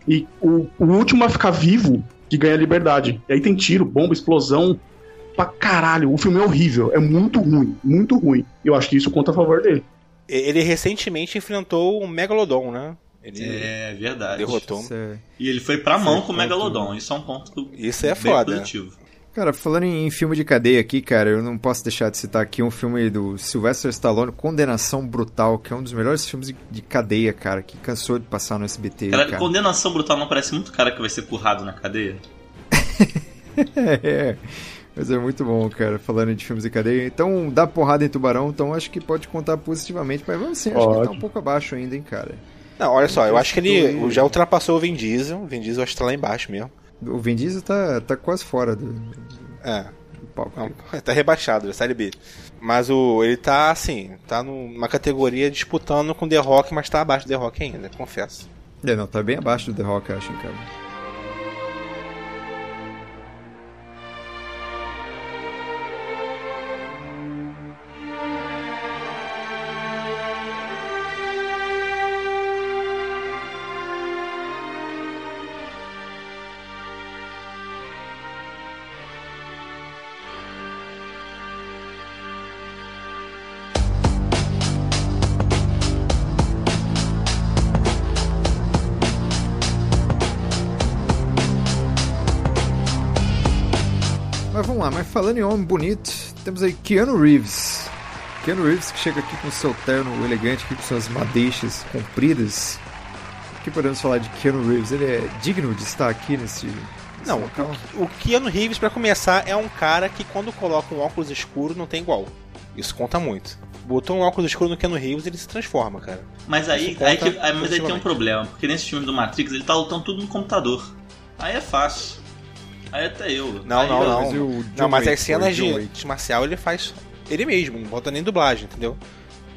[SPEAKER 3] E o, o último a ficar vivo que ganha a liberdade. E aí tem tiro, bomba, explosão. Pra caralho, o filme é horrível. É muito ruim, muito ruim. Eu acho que isso conta a favor dele.
[SPEAKER 2] E- Ele recentemente enfrentou um Megalodon, né? Ele
[SPEAKER 4] É, verdade.
[SPEAKER 2] derrotou.
[SPEAKER 5] Isso é-
[SPEAKER 4] E ele foi pra mão
[SPEAKER 5] Isso é
[SPEAKER 4] com o
[SPEAKER 5] ponto.
[SPEAKER 4] Megalodon. Isso é um ponto
[SPEAKER 2] Isso é
[SPEAKER 4] bem
[SPEAKER 2] foda.
[SPEAKER 4] positivo.
[SPEAKER 5] Cara, falando em em filme de cadeia aqui, cara, eu não posso deixar de citar aqui um filme do Sylvester Stallone, Condenação Brutal, que é um dos melhores filmes de- de cadeia, cara, que cansou de passar no SBT,
[SPEAKER 4] Caralho,
[SPEAKER 5] cara.
[SPEAKER 4] condenação brutal não parece muito cara que vai ser currado na cadeia?
[SPEAKER 5] É, mas é muito bom, cara, falando de filmes de cadeia. Então, dá porrada em tubarão, então acho que pode contar positivamente, mas vamos sim, acho que tá um
[SPEAKER 3] Ótimo.
[SPEAKER 5] pouco abaixo ainda, hein, cara.
[SPEAKER 2] Não, olha só, eu acho que ele
[SPEAKER 5] Ele-
[SPEAKER 2] já ultrapassou o Vin Diesel. O Vin Diesel acho que tá lá embaixo mesmo.
[SPEAKER 5] O Vin Diesel tá, tá quase fora do, do
[SPEAKER 2] É,
[SPEAKER 5] palco.
[SPEAKER 2] não, tá rebaixado, já Série B. Mas o, ele tá, assim, tá numa categoria disputando com o The Rock, mas tá abaixo do The Rock ainda, confesso.
[SPEAKER 5] É, não, tá bem abaixo do The Rock, eu acho, hein, cara. Mas vamos lá, mas falando em homem bonito, temos aí Keanu Reeves. Keanu Reeves que chega aqui com seu terno elegante, aqui com suas madeixas compridas. O que podemos falar de Keanu Reeves? Ele é digno de estar aqui nesse, nesse
[SPEAKER 2] Não,
[SPEAKER 5] local?
[SPEAKER 2] O Keanu Reeves, pra começar, é um cara que quando coloca um óculos escuro não tem igual. Isso conta muito. Botou um óculos escuro no Keanu Reeves, ele se transforma, cara.
[SPEAKER 4] Mas aí,
[SPEAKER 2] Isso
[SPEAKER 4] aí,
[SPEAKER 2] conta
[SPEAKER 4] que- aí- mas aí tem um
[SPEAKER 2] positivamente.
[SPEAKER 4] problema, porque nesse filme do Matrix ele tá lutando tudo no computador. Aí é fácil. Aí até eu.
[SPEAKER 2] Não,
[SPEAKER 4] Aí
[SPEAKER 2] não,
[SPEAKER 4] eu-
[SPEAKER 2] não.
[SPEAKER 5] Mas e o John
[SPEAKER 2] não, mas
[SPEAKER 5] Wick,
[SPEAKER 2] as cenas
[SPEAKER 5] o John
[SPEAKER 2] de
[SPEAKER 5] Wick?
[SPEAKER 2] arte marcial ele faz ele mesmo, não bota nem dublagem, entendeu?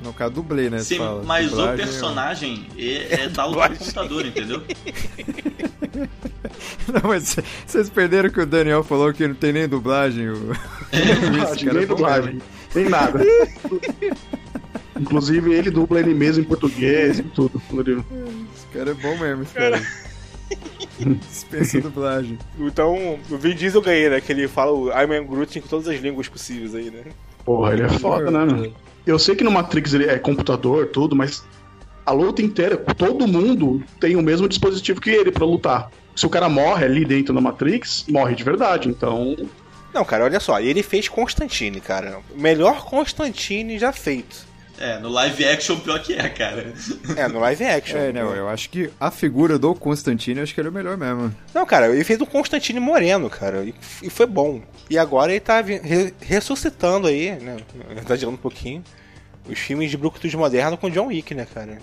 [SPEAKER 5] No caso, dublê, né?
[SPEAKER 4] Sim,
[SPEAKER 5] Você fala,
[SPEAKER 4] mas o
[SPEAKER 5] dublagem é-
[SPEAKER 4] personagem é, é tá lutando no computador, entendeu?
[SPEAKER 5] Não, mas vocês perderam que o Daniel falou que não tem nem dublagem. O... Esse cara
[SPEAKER 3] nem
[SPEAKER 5] é bom
[SPEAKER 3] dublagem, nem nada. Inclusive, ele dubla ele mesmo em português e tudo.
[SPEAKER 5] Esse cara é bom mesmo, esse cara. Dispensa dublagem.
[SPEAKER 2] Então, o Vin Diesel ganha, né? Que ele fala o I am Groot com todas as línguas possíveis aí, né?
[SPEAKER 3] Porra, ele é foda, né, mano? Eu sei que no Matrix ele é computador, tudo, mas a luta inteira, todo mundo tem o mesmo dispositivo que ele pra lutar. Se o cara morre ali dentro da Matrix, morre de verdade. Então,
[SPEAKER 2] Não, cara, olha só, ele fez Constantine, cara. O melhor Constantine já feito.
[SPEAKER 4] É, no live action pior que é, cara.
[SPEAKER 2] É, no live action. né?
[SPEAKER 5] É, não, eu acho que a figura do Constantino, eu acho que ele é o melhor mesmo.
[SPEAKER 2] Não, cara, ele fez o Constantine Moreno, cara, e, e foi bom. E agora ele tá vi- re- ressuscitando aí, né? Tá girando um pouquinho. Os filmes de Brucutus moderno com John Wick, né, cara?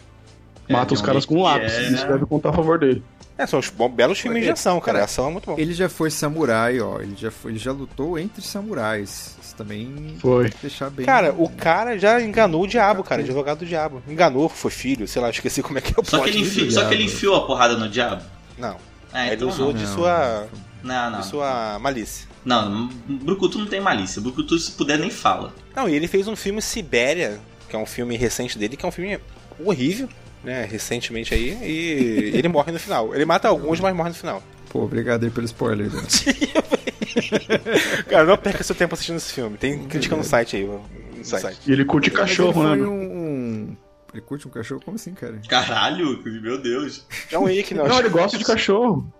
[SPEAKER 3] mata os
[SPEAKER 2] um
[SPEAKER 4] John
[SPEAKER 3] caras
[SPEAKER 4] Wick
[SPEAKER 3] com lápis.
[SPEAKER 4] é-
[SPEAKER 2] né?
[SPEAKER 3] Isso deve contar a favor dele.
[SPEAKER 2] É, são os bom- belos filmes de ação, cara. A ação é muito bom.
[SPEAKER 5] Ele já foi samurai, ó. Ele já, foi, ele já lutou entre samurais. Isso também
[SPEAKER 3] Foi.
[SPEAKER 5] deixar bem.
[SPEAKER 2] Cara, o cara já enganou o diabo, cara, advogado do diabo. Enganou, foi filho, sei lá, esqueci como é que é o
[SPEAKER 4] Só que,
[SPEAKER 2] plot
[SPEAKER 4] ele
[SPEAKER 2] do
[SPEAKER 4] enfi-
[SPEAKER 2] filme.
[SPEAKER 4] só que
[SPEAKER 5] diabo.
[SPEAKER 4] ele enfiou a porrada no diabo.
[SPEAKER 2] Não,
[SPEAKER 4] Ah,
[SPEAKER 2] ele
[SPEAKER 4] então
[SPEAKER 2] usou
[SPEAKER 4] não.
[SPEAKER 2] de
[SPEAKER 5] Não,
[SPEAKER 2] sua,
[SPEAKER 4] Não,
[SPEAKER 2] de
[SPEAKER 4] não.
[SPEAKER 2] sua é malícia.
[SPEAKER 4] Não, Brucutu não tem malícia. Brucutu, se puder, nem fala.
[SPEAKER 2] Não, e ele fez um filme Sibéria, que é um filme recente dele, que é um filme horrível, né? Recentemente aí, e ele morre no final. Ele mata alguns, mas morre no final.
[SPEAKER 5] Pô, obrigado aí pelo spoiler. né?
[SPEAKER 2] Cara, não perca seu tempo assistindo esse filme. Tem crítica no site aí, no site.
[SPEAKER 3] E ele curte cachorro,
[SPEAKER 5] Mas
[SPEAKER 3] né?
[SPEAKER 5] ele foi
[SPEAKER 3] mano?
[SPEAKER 5] um, um- Ele curte um cachorro? Como assim, cara?
[SPEAKER 4] Caralho, meu Deus.
[SPEAKER 2] John Wick, um
[SPEAKER 5] um
[SPEAKER 2] não.
[SPEAKER 3] Não, ele gosta de cachorro.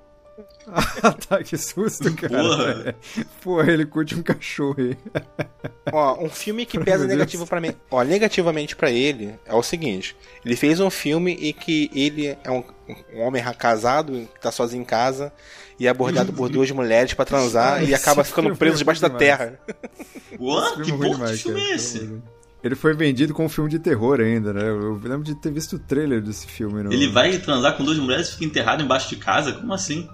[SPEAKER 5] Ah, tá, que susto, cara.
[SPEAKER 4] Porra.
[SPEAKER 5] Porra, ele curte um cachorro aí.
[SPEAKER 2] Ó, um filme que pesa
[SPEAKER 5] Meu Deus.
[SPEAKER 2] negativo para mim. Ó, negativamente pra ele é o seguinte: ele fez um filme e que ele é um, um homem ra- casado, que tá sozinho em casa e é abordado por duas mulheres pra transar e
[SPEAKER 5] Esse
[SPEAKER 2] acaba
[SPEAKER 5] filme
[SPEAKER 2] ficando
[SPEAKER 5] é
[SPEAKER 2] preso debaixo da
[SPEAKER 5] ruim demais.
[SPEAKER 2] terra.
[SPEAKER 4] What? Que
[SPEAKER 5] Filme ruim
[SPEAKER 4] porra
[SPEAKER 5] demais,
[SPEAKER 4] de filme
[SPEAKER 5] cara,
[SPEAKER 4] é
[SPEAKER 5] pelo
[SPEAKER 4] esse?
[SPEAKER 5] amor de Deus. Ele foi vendido como um filme de terror ainda, né? Eu lembro de ter visto o trailer desse filme. No...
[SPEAKER 4] Ele vai transar com duas mulheres e fica enterrado embaixo de casa? Como assim?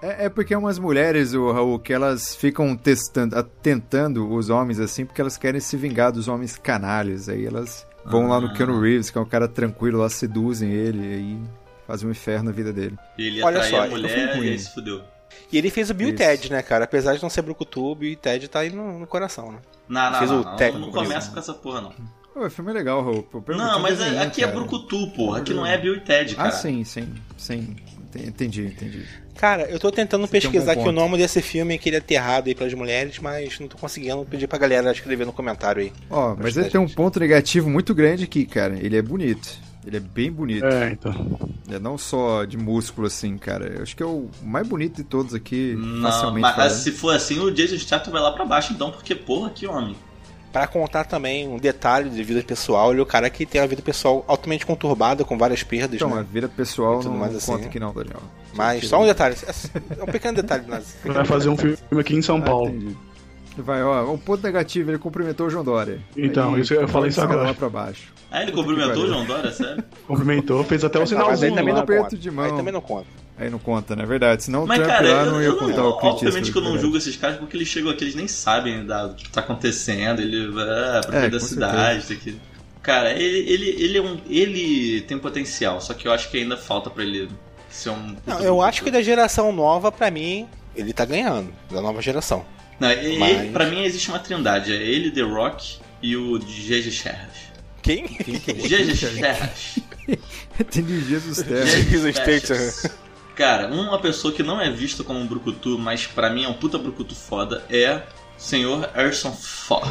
[SPEAKER 5] É, é porque umas mulheres, o Raul, que elas ficam testando, atentando os homens assim, porque elas querem se vingar dos homens canalhas. Aí elas vão lá no
[SPEAKER 4] Ah.
[SPEAKER 5] Keanu Reeves, que é um cara tranquilo, lá seduzem ele, e aí fazem um inferno na vida dele.
[SPEAKER 4] Ele
[SPEAKER 2] Olha
[SPEAKER 4] atraiu
[SPEAKER 2] só,
[SPEAKER 4] a
[SPEAKER 2] eu
[SPEAKER 4] mulher
[SPEAKER 5] fui ruim.
[SPEAKER 4] e aí se fudeu.
[SPEAKER 2] E ele fez o Bill e
[SPEAKER 5] Isso.
[SPEAKER 2] Ted, né, cara? Apesar de não ser Brucutu, Bill e Ted tá aí no, no coração, né?
[SPEAKER 4] Não, não,
[SPEAKER 2] Fez
[SPEAKER 4] não,
[SPEAKER 2] o
[SPEAKER 4] não,
[SPEAKER 2] técnico
[SPEAKER 4] não
[SPEAKER 2] mesmo.
[SPEAKER 4] começa com essa porra, não.
[SPEAKER 5] Pô, o filme é legal, Raul. Pô, pelo
[SPEAKER 4] não,
[SPEAKER 5] motivo
[SPEAKER 4] mas
[SPEAKER 5] desenho,
[SPEAKER 4] aqui é
[SPEAKER 5] cara.
[SPEAKER 4] Brucutu, porra. Aqui não é Bill e Ted, cara.
[SPEAKER 5] Ah, sim, sim, sim. Ent- Entendi, entendi.
[SPEAKER 2] Cara, eu tô tentando
[SPEAKER 5] tem um
[SPEAKER 2] pesquisar
[SPEAKER 5] bom
[SPEAKER 2] aqui o
[SPEAKER 5] ponto.
[SPEAKER 2] nome desse filme que ele é aterrado aí pelas mulheres, mas não tô conseguindo pedir pra galera escrever no comentário aí.
[SPEAKER 5] Ó, mas ele
[SPEAKER 4] é
[SPEAKER 2] Gostei,
[SPEAKER 5] tem um
[SPEAKER 2] gente.
[SPEAKER 5] ponto negativo muito grande aqui, cara. Ele é bonito. Ele é bem bonito.
[SPEAKER 3] É, então.
[SPEAKER 5] É não só de músculo, assim, cara. Eu acho que é o mais bonito de todos aqui,
[SPEAKER 4] Não,
[SPEAKER 5] facilmente
[SPEAKER 4] mas
[SPEAKER 5] falando.
[SPEAKER 4] se for assim, o Jason Statham vai lá pra baixo, então, porque porra, que homem.
[SPEAKER 2] Pra contar também um detalhe de vida pessoal, ele é o cara que tem a vida pessoal altamente conturbada, com várias perdas,
[SPEAKER 5] Então, né? a
[SPEAKER 2] né?
[SPEAKER 5] vida pessoal
[SPEAKER 2] E tudo
[SPEAKER 5] não
[SPEAKER 2] mais assim,
[SPEAKER 5] conta
[SPEAKER 2] né?
[SPEAKER 5] aqui não, Daniel.
[SPEAKER 2] Mas
[SPEAKER 5] Tira.
[SPEAKER 2] só um detalhe, é um pequeno detalhe, mas...
[SPEAKER 3] Vai fazer um filme aqui em São
[SPEAKER 5] Ah,
[SPEAKER 3] Paulo.
[SPEAKER 5] entendi. Vai, ó, um ponto negativo, ele cumprimentou o João Dória.
[SPEAKER 3] Então,
[SPEAKER 5] Aí,
[SPEAKER 3] isso eu falei isso
[SPEAKER 5] escala
[SPEAKER 3] agora.
[SPEAKER 5] lá pra baixo.
[SPEAKER 4] Aí ele
[SPEAKER 5] Puta que
[SPEAKER 4] cumprimentou o
[SPEAKER 5] pariu.
[SPEAKER 4] João Dória, sério.
[SPEAKER 3] Cumprimentou, fez
[SPEAKER 4] Então,
[SPEAKER 3] até o
[SPEAKER 2] Não, mas aí
[SPEAKER 3] sinalzinho.
[SPEAKER 2] também
[SPEAKER 3] lá.
[SPEAKER 2] não
[SPEAKER 5] aperto
[SPEAKER 2] conta.
[SPEAKER 5] de mão.
[SPEAKER 2] Aí também não conta.
[SPEAKER 5] Aí não conta, né? Verdade. Senão o
[SPEAKER 4] Mas,
[SPEAKER 5] Trump
[SPEAKER 4] cara,
[SPEAKER 5] lá
[SPEAKER 4] eu,
[SPEAKER 5] não
[SPEAKER 4] eu
[SPEAKER 5] ia
[SPEAKER 4] não-
[SPEAKER 5] contar o Clint
[SPEAKER 4] obviamente
[SPEAKER 5] Eastwood,
[SPEAKER 4] que eu não
[SPEAKER 5] verdade.
[SPEAKER 4] julgo esses caras porque eles chegam aqui, eles nem sabem da- do que tá acontecendo, ele vai ah, pra
[SPEAKER 5] É,
[SPEAKER 4] da
[SPEAKER 5] com
[SPEAKER 4] cidade, isso aqui. Cara, ele, ele, ele é um. Ele tem potencial, só que eu acho que ainda falta pra ele ser um.
[SPEAKER 2] Não, eu acho que da geração nova, pra mim, ele tá ganhando, da nova geração.
[SPEAKER 4] Não, ele,
[SPEAKER 2] Mas-
[SPEAKER 4] ele- pra mim existe uma trindade, é ele, The Rock e o G.G. Sherras.
[SPEAKER 2] Quem?
[SPEAKER 4] G.G. Sherras.
[SPEAKER 5] Entendi, Jesus Terra.
[SPEAKER 2] Jesus
[SPEAKER 4] Sherras. Cara, uma pessoa que não é vista como um brucutu, mas pra mim é um puta brucutu foda, é o senhor Harrison Ford.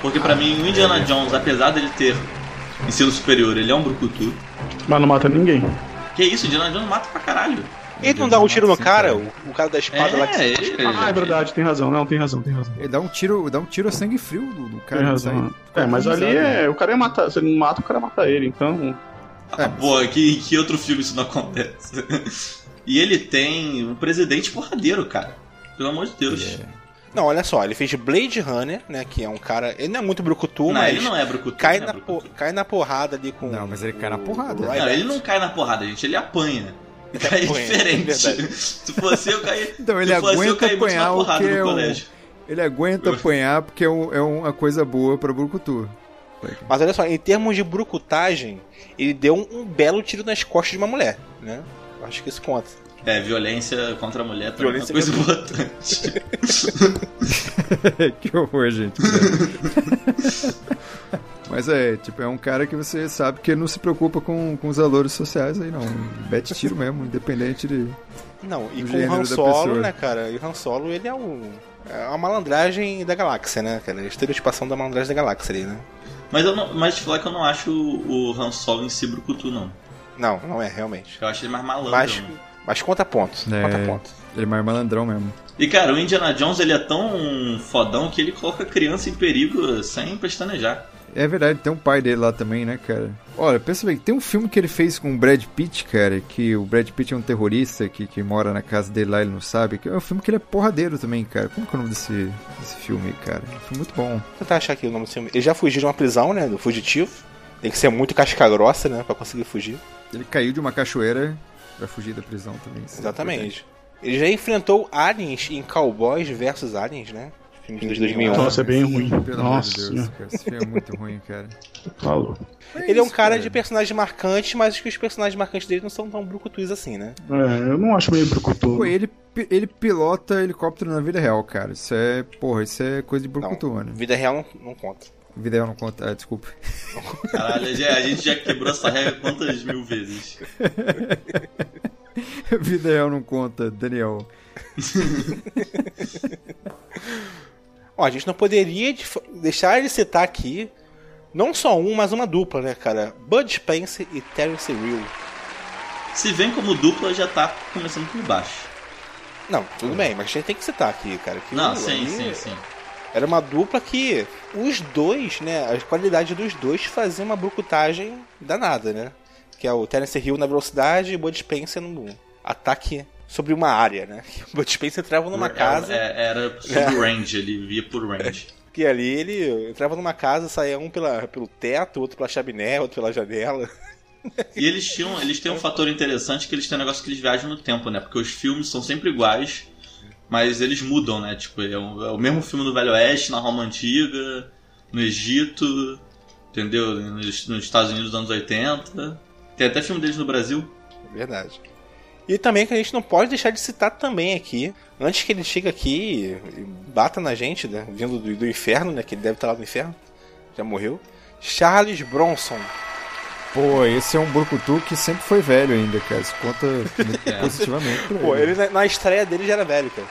[SPEAKER 4] Porque pra mim o Indiana Jones, apesar dele ter ensino superior, ele é um brucutu.
[SPEAKER 3] Mas não mata ninguém.
[SPEAKER 4] Que é isso, Indiana Jones mata pra caralho.
[SPEAKER 2] Ele não dá um tiro no cara, o, o cara da
[SPEAKER 4] É,
[SPEAKER 2] espada lá que
[SPEAKER 4] ele-
[SPEAKER 3] Ah, é verdade, tem razão. Não, tem razão, tem razão.
[SPEAKER 5] Ele dá um tiro, dá um tiro a sangue frio do, do
[SPEAKER 3] tem
[SPEAKER 5] cara. sai-
[SPEAKER 3] razão. É, mas ali
[SPEAKER 5] né?
[SPEAKER 3] é. O cara ia matar. Se ele não mata, o cara mata ele. Então.
[SPEAKER 4] Ah, pô, que, que outro filme isso não acontece? e ele tem um presidente porradeiro, cara. Pelo amor de Deus.
[SPEAKER 2] Não, olha só, ele fez Blade Runner, né? Que é um cara. Ele não é muito brucutu,
[SPEAKER 4] Não,
[SPEAKER 2] mas.
[SPEAKER 4] ele não é brucutu.
[SPEAKER 2] Cai,
[SPEAKER 4] ele não é
[SPEAKER 2] na
[SPEAKER 4] brucutu.
[SPEAKER 2] por- cai na porrada ali com.
[SPEAKER 5] Não, mas ele cai na
[SPEAKER 2] o- o
[SPEAKER 5] porrada. Não,
[SPEAKER 4] Não,
[SPEAKER 2] Ryback.
[SPEAKER 4] ele não cai na porrada, gente, ele apanha.
[SPEAKER 2] Ele
[SPEAKER 4] é
[SPEAKER 2] apanha,
[SPEAKER 4] diferente.
[SPEAKER 2] é verdade.
[SPEAKER 4] Se fosse eu cair.
[SPEAKER 5] Então, ele
[SPEAKER 4] se fosse eu
[SPEAKER 5] aguenta
[SPEAKER 4] caí muito na
[SPEAKER 5] apanhar o
[SPEAKER 4] porrada
[SPEAKER 5] que é
[SPEAKER 4] no
[SPEAKER 5] o-
[SPEAKER 4] colégio.
[SPEAKER 5] Ele aguenta apanhar porque é, um- é uma coisa boa pra Brucutu.
[SPEAKER 2] Mas olha só, em termos de brucutagem, ele deu um, um belo tiro nas costas de uma mulher, né? Eu Acho que isso conta.
[SPEAKER 4] É, violência contra a mulher também
[SPEAKER 2] Violência
[SPEAKER 4] é uma coisa importante.
[SPEAKER 5] que horror, gente. Mas é, tipo, é um cara que você sabe que não se preocupa com, com os valores sociais aí, não. Bete tiro mesmo, independente de.
[SPEAKER 2] Não, e
[SPEAKER 5] O
[SPEAKER 2] com o
[SPEAKER 5] gênero
[SPEAKER 2] Han
[SPEAKER 5] da
[SPEAKER 2] Solo,
[SPEAKER 5] pessoa.
[SPEAKER 2] né, cara? E o Han Solo, ele é o. É a malandragem da galáxia, né, cara? A estereotipação da malandragem da galáxia ali, né?
[SPEAKER 4] mas eu não, mas te falar que eu não acho o o Han Solo em si brucutu, não.
[SPEAKER 2] Não, não é, realmente.
[SPEAKER 4] Eu acho ele mais malandro.
[SPEAKER 2] Mas,
[SPEAKER 4] né?
[SPEAKER 2] mas conta pontos.
[SPEAKER 5] É.
[SPEAKER 2] Conta pontos.
[SPEAKER 5] Ele é mais malandrão mesmo.
[SPEAKER 4] E cara, o Indiana Jones ele é tão fodão que ele coloca a criança em perigo sem pestanejar.
[SPEAKER 5] É verdade, tem um pai dele lá também, né, cara? Olha, pensa bem, tem um filme que ele fez com o Brad Pitt, cara, que o Brad Pitt é um terrorista que, que mora na casa dele lá, ele não sabe. que é um filme que ele é porradeiro também, cara. Como que é o nome desse, desse filme, cara? Foi muito bom.
[SPEAKER 2] Vou tentar achar aqui o nome do filme. Ele já fugiu de uma prisão, né? Do fugitivo. Tem que ser muito casca grossa, né? Pra conseguir fugir.
[SPEAKER 5] Ele caiu de uma cachoeira pra fugir da prisão também. isso é importante.
[SPEAKER 2] Exatamente. Ele já enfrentou aliens em Cowboys versus Aliens, né? Filme de 2001.
[SPEAKER 3] Nossa, é bem ruim.
[SPEAKER 5] Pelo amor de
[SPEAKER 3] Nossa,
[SPEAKER 5] Deus,
[SPEAKER 3] senhora.
[SPEAKER 5] cara, esse filme é muito ruim, cara.
[SPEAKER 3] falou.
[SPEAKER 2] Ele é um cara de personagens marcantes, mas acho que os personagens marcantes dele não são tão brucutus assim, né?
[SPEAKER 3] É, eu não acho meio brucutu.
[SPEAKER 5] Pô, ele, pi- ele pilota helicóptero na vida real, cara. Isso é, porra, isso é coisa de brucutu, né?
[SPEAKER 2] Vida real não, não conta.
[SPEAKER 5] Vida real não conta, ah, desculpa.
[SPEAKER 4] Caralho, já- a gente já quebrou essa regra quantas mil vezes.
[SPEAKER 5] vida real não conta, Daniel.
[SPEAKER 2] Ó, a gente não poderia de- deixar de citar aqui não só um, mas uma dupla, né, cara? Bud Spencer e Terence Hill.
[SPEAKER 4] Se vem como dupla, já tá começando por baixo.
[SPEAKER 2] Não, tudo bem, mas a gente tem que citar aqui, cara. que
[SPEAKER 4] Não,
[SPEAKER 2] ali
[SPEAKER 4] sim, sim, sim.
[SPEAKER 2] Era uma dupla que os dois, né, a qualidade dos dois fazia uma brucutagem danada, né? Que é o Terence Hill na velocidade e o Bud Spencer no ataque sobre uma área, né? O Bud Spencer entrava numa casa,
[SPEAKER 4] É, Era sobre range, ele via por range.
[SPEAKER 2] que ali ele entrava numa casa, saía um pela, pelo teto, outro pela chaminé, outro pela janela.
[SPEAKER 4] E eles tinham, eles têm um fator interessante que eles têm um negócio que eles viajam no tempo, né? Porque os filmes são sempre iguais, mas eles mudam, né? Tipo, é, o- é o mesmo filme no Velho Oeste, na Roma Antiga, no Egito, entendeu? Nos, nos Estados Unidos dos anos 80. Tem até filme deles no Brasil.
[SPEAKER 2] Verdade. E também que a gente não pode deixar de citar também aqui, antes que ele chegue aqui e e bata na gente, né, vindo do, do inferno, né, que ele deve estar lá no inferno, já morreu, Charles Bronson.
[SPEAKER 5] Pô, esse é um brucutu que sempre foi velho ainda, cara. Isso conta muito
[SPEAKER 4] É.
[SPEAKER 5] positivamente pra
[SPEAKER 2] Pô,
[SPEAKER 5] ele.
[SPEAKER 2] ele na, na estreia dele já era velho, cara.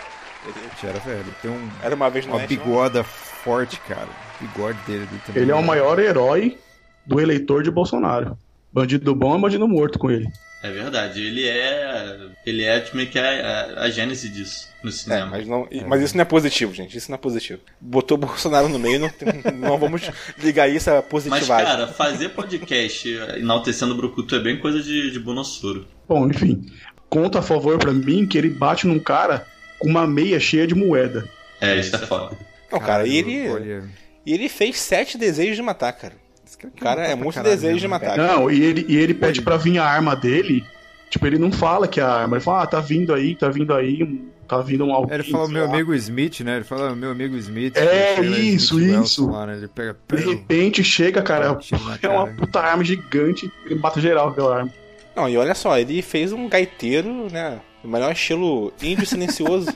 [SPEAKER 5] Já era velho. Tem um,
[SPEAKER 2] Era uma vez no
[SPEAKER 5] uma
[SPEAKER 2] Oeste, né?
[SPEAKER 5] bigoda forte, cara. O bigode dele ali também. né?
[SPEAKER 3] Ele é o maior herói do eleitor de Bolsonaro. Bandido bom é bandido morto com ele.
[SPEAKER 4] É verdade, ele é. Ele é tipo, meio que a, a, a gênese disso no
[SPEAKER 2] É,
[SPEAKER 4] cinema.
[SPEAKER 2] mas, não, mas isso não é positivo, gente. Isso não é positivo. Botou o Bolsonaro no meio, não, tem- não vamos ligar isso a
[SPEAKER 4] Mas,
[SPEAKER 2] positivagem.
[SPEAKER 4] cara, fazer podcast enaltecendo o Brucutu é bem coisa de, de Bonossuro.
[SPEAKER 3] Bom, enfim. Conta a favor pra mim que ele bate num cara com uma meia cheia de moeda.
[SPEAKER 4] É, isso é foda.
[SPEAKER 2] não, cara, e ele,
[SPEAKER 5] Olha,
[SPEAKER 2] e ele fez sete desejos de matar, cara.
[SPEAKER 5] esse é cara,
[SPEAKER 2] O cara é
[SPEAKER 5] mata
[SPEAKER 2] muito
[SPEAKER 5] caralho
[SPEAKER 2] desejo de
[SPEAKER 5] mesmo, né?
[SPEAKER 2] matar.
[SPEAKER 3] Não, e ele, e ele pede pra vir a arma dele. Tipo, ele não fala que é a arma. Ele fala, ah, tá vindo aí, tá vindo aí, um- tá vindo um alguém.
[SPEAKER 5] Ele fala
[SPEAKER 3] sei
[SPEAKER 5] meu
[SPEAKER 3] lá."
[SPEAKER 5] amigo Smith, né? Ele fala meu amigo Smith.
[SPEAKER 3] É,
[SPEAKER 5] sei lá,
[SPEAKER 3] isso,
[SPEAKER 5] Smith Wesson
[SPEAKER 3] isso.
[SPEAKER 5] Lá, né? Ele pega.
[SPEAKER 3] De repente chega, cara,
[SPEAKER 5] Tiro na
[SPEAKER 3] é uma
[SPEAKER 5] cara. né?"
[SPEAKER 3] puta arma gigante. Ele mata geral aquela arma.
[SPEAKER 2] Não, e olha só, ele fez um gaiteiro, né? O melhor estilo índio silencioso.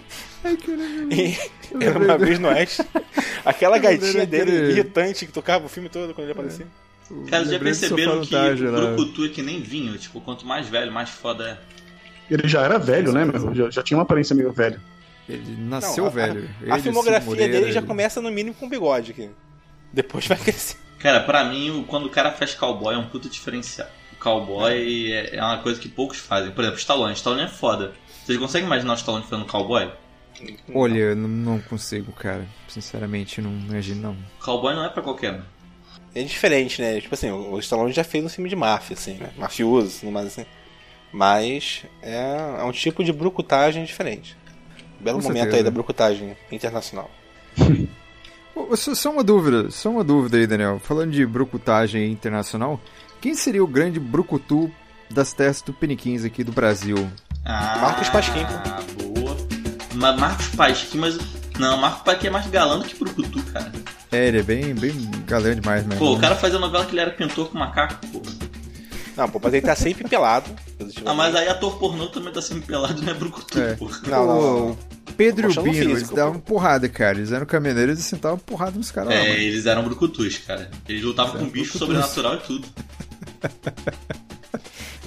[SPEAKER 2] E era É uma vez no Oeste. Aquela
[SPEAKER 5] Eu lembrei
[SPEAKER 2] gaitinha dele
[SPEAKER 5] daquele- É.
[SPEAKER 2] irritante que tocava o filme todo quando ele aparecia.
[SPEAKER 4] Cara, já
[SPEAKER 5] Lembrei do
[SPEAKER 4] perceberam que
[SPEAKER 5] Sofá Vantage,
[SPEAKER 4] o
[SPEAKER 5] lá.
[SPEAKER 4] Brucutu é que nem vinho? Tipo, quanto mais velho, mais foda é.
[SPEAKER 3] Ele já era velho, né, meu? Já, já tinha uma aparência meio velha.
[SPEAKER 5] Ele
[SPEAKER 2] Não,
[SPEAKER 5] nasceu
[SPEAKER 2] a- a-
[SPEAKER 5] velho.
[SPEAKER 2] A,
[SPEAKER 5] Ele, Cid
[SPEAKER 2] filmografia
[SPEAKER 5] Moreira,
[SPEAKER 2] dele já
[SPEAKER 5] ele-
[SPEAKER 2] começa no mínimo com bigode aqui. Depois vai crescer.
[SPEAKER 4] Cara, pra mim, o- quando o cara faz cowboy é um puta diferencial. O cowboy é, é uma coisa que poucos fazem. Por exemplo, Stallone. Stallone é foda. Vocês conseguem imaginar o Stallone fazendo cowboy?
[SPEAKER 5] Olha, eu não, não consigo, cara. Sinceramente, não imagino, não.
[SPEAKER 4] Cowboy não é pra qualquer um.
[SPEAKER 2] É diferente, né? Tipo assim, o o Stallone já fez um filme de máfia, assim, né? Mafioso, tudo mais assim. Mas é, é um tipo de brucutagem diferente. Belo
[SPEAKER 5] Com
[SPEAKER 2] momento aí
[SPEAKER 5] certeza.
[SPEAKER 2] da brucutagem internacional.
[SPEAKER 5] Ô, Só, só uma dúvida, só uma dúvida aí, Daniel. Falando de brucutagem internacional, quem seria o grande brucutu das terras tupiniquins aqui do Brasil?
[SPEAKER 4] Ah,
[SPEAKER 2] Marcos Pasquim.
[SPEAKER 4] Ah, boa. Ma Marcos Pasquim, mas. Não, Marcos Pasquim é mais galã do que Brucutu, cara.
[SPEAKER 5] É, ele é bem, bem galã demais mesmo.
[SPEAKER 4] Pô, o
[SPEAKER 5] né?
[SPEAKER 4] cara fazia novela que ele era pintor com macaco, pô.
[SPEAKER 2] Não, pô, mas ele tá sempre pelado.
[SPEAKER 4] Ah, mas aí ator pornô também tá sendo pelado, não é Brucutu,
[SPEAKER 5] É.
[SPEAKER 4] pô.
[SPEAKER 2] Não, não, não,
[SPEAKER 5] Pô, o Pedro e
[SPEAKER 2] Tô
[SPEAKER 5] o
[SPEAKER 2] puxando
[SPEAKER 5] Bino, eles
[SPEAKER 2] físico,
[SPEAKER 5] davam
[SPEAKER 2] pô.
[SPEAKER 5] porrada, cara. Eles eram caminhoneiros e sentavam porrada nos caras lá,
[SPEAKER 4] É,
[SPEAKER 5] mano.
[SPEAKER 4] eles eram brucutus, cara. Eles lutavam com bicho sobrenatural e tudo.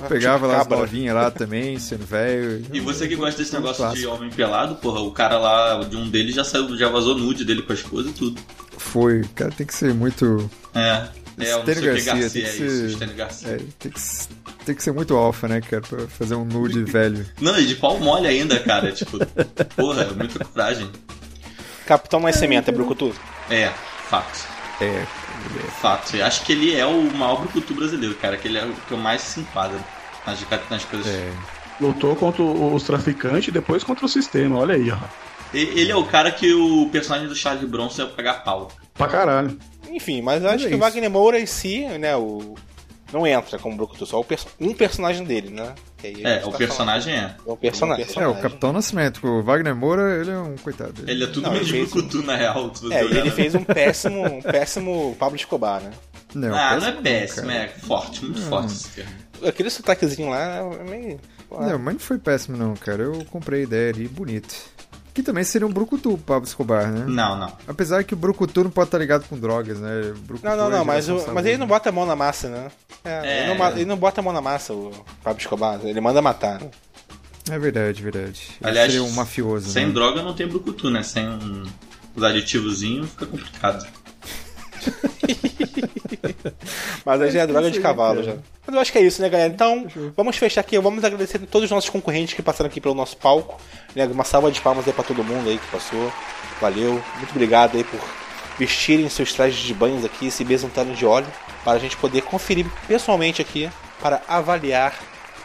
[SPEAKER 5] Pegava lá as
[SPEAKER 2] tipo Cabra.
[SPEAKER 5] novinhas lá também, sendo velho.
[SPEAKER 4] E você que gosta desse
[SPEAKER 5] É um
[SPEAKER 4] negócio de
[SPEAKER 5] clássico.
[SPEAKER 4] homem pelado, porra, o cara lá, de um deles já saiu, já vazou nude dele com as coisas e tudo.
[SPEAKER 5] Foi, cara, tem que ser muito.
[SPEAKER 4] É. É, o não sei o
[SPEAKER 5] Stênio
[SPEAKER 4] que
[SPEAKER 5] Garcia, tem
[SPEAKER 4] Garcia, é
[SPEAKER 5] que
[SPEAKER 4] isso,
[SPEAKER 5] ser-
[SPEAKER 4] Stênio Garcia.
[SPEAKER 5] é, tem que, s- tem que ser muito alfa, né, cara? Pra fazer um nude velho.
[SPEAKER 4] Não, e de pau mole ainda, cara. Tipo, porra, muita coragem.
[SPEAKER 2] Capitão Nascimento é brucutu?
[SPEAKER 4] É, fato.
[SPEAKER 5] É,
[SPEAKER 4] Fato. Eu acho que ele é o maior brucutu brasileiro, cara. Que ele é o que eu mais se enquadra nas, nas coisas.
[SPEAKER 5] é.
[SPEAKER 3] Lutou contra os traficantes e depois contra o sistema. Olha aí, ó.
[SPEAKER 4] E- Ele é o cara que o personagem do Charles Bronson ia pagar pau.
[SPEAKER 3] Pra caralho.
[SPEAKER 2] Enfim, mas
[SPEAKER 5] Mas
[SPEAKER 2] acho
[SPEAKER 5] é
[SPEAKER 2] que o
[SPEAKER 5] isso.
[SPEAKER 2] Wagner Moura em si, né, o... Não entra como brucutu, só o perso- um personagem dele, né? Que aí a
[SPEAKER 4] É,
[SPEAKER 2] gente
[SPEAKER 4] o
[SPEAKER 2] tá
[SPEAKER 4] personagem é.
[SPEAKER 2] falando. É um personagem.
[SPEAKER 5] É, o Capitão Nascimento, o Wagner Moura, ele é um coitado.
[SPEAKER 4] Ele é tudo
[SPEAKER 2] Não,
[SPEAKER 4] menos
[SPEAKER 2] ele fez-
[SPEAKER 5] um-
[SPEAKER 4] brucutu, na real. se você
[SPEAKER 2] É, e
[SPEAKER 4] olhar,
[SPEAKER 2] ele
[SPEAKER 4] né?
[SPEAKER 2] fez um péssimo, um péssimo Pablo Escobar, né?
[SPEAKER 5] Não,
[SPEAKER 4] Ah, não
[SPEAKER 5] péssimo
[SPEAKER 4] é péssimo,
[SPEAKER 5] um- cara. Hum.
[SPEAKER 4] é forte, muito
[SPEAKER 5] Não.
[SPEAKER 4] forte esse termo.
[SPEAKER 2] Aquele sotaquezinho lá é meio. pô,
[SPEAKER 5] Não, mas não foi péssimo, não, cara. Eu comprei a ideia ali, bonito. Que também seria um brucutu, Pablo Escobar,
[SPEAKER 2] Hum.
[SPEAKER 5] né?
[SPEAKER 4] Não, não.
[SPEAKER 5] Apesar que o brucutu não pode estar ligado com drogas, né? Brucutu
[SPEAKER 2] Não, não,
[SPEAKER 5] é
[SPEAKER 2] não, mas, o-
[SPEAKER 5] geração
[SPEAKER 2] mas
[SPEAKER 5] saúde.
[SPEAKER 2] ele não bota a mão na massa, né? É,
[SPEAKER 4] É.
[SPEAKER 2] Ele, não, ma- ele não bota a mão na massa, o Pablo Escobar. Ele manda matar. né?
[SPEAKER 5] É verdade, verdade. Ele
[SPEAKER 4] Aliás,
[SPEAKER 5] seria um mafioso,
[SPEAKER 4] Sem
[SPEAKER 5] né?
[SPEAKER 4] droga não tem brucutu, né? Sem um, os aditivozinhos fica complicado.
[SPEAKER 2] Mas aí já é droga de
[SPEAKER 5] aí, né,
[SPEAKER 2] cavalo
[SPEAKER 5] cara.
[SPEAKER 2] já. Mas eu acho que é isso, né, galera? Então, vamos fechar aqui. Vamos agradecer a todos os nossos concorrentes que passaram aqui pelo nosso palco. né? Uma salva de palmas aí pra todo mundo aí que passou. Valeu. Muito obrigado aí por vestirem seus trajes de banhos aqui, se besuntarem de óleo, para a gente poder conferir pessoalmente aqui, para avaliar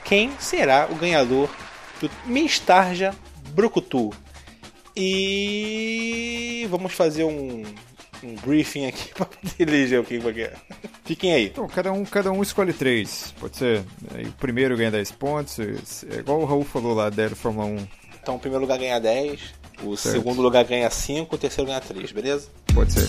[SPEAKER 2] quem será o ganhador do Mistarja Brucutu. E vamos fazer um, um briefing aqui para poder eleger o que vai ganhar. Fiquem aí.
[SPEAKER 5] Então, cada um, cada um escolhe três, pode ser? Aí o primeiro ganha 10 pontos, é igual o Raul falou lá da Fórmula 1,
[SPEAKER 2] Então, o primeiro lugar ganha 10, o
[SPEAKER 5] Certo.
[SPEAKER 2] segundo lugar ganha 5, o terceiro ganha 3, beleza?
[SPEAKER 5] pode ser.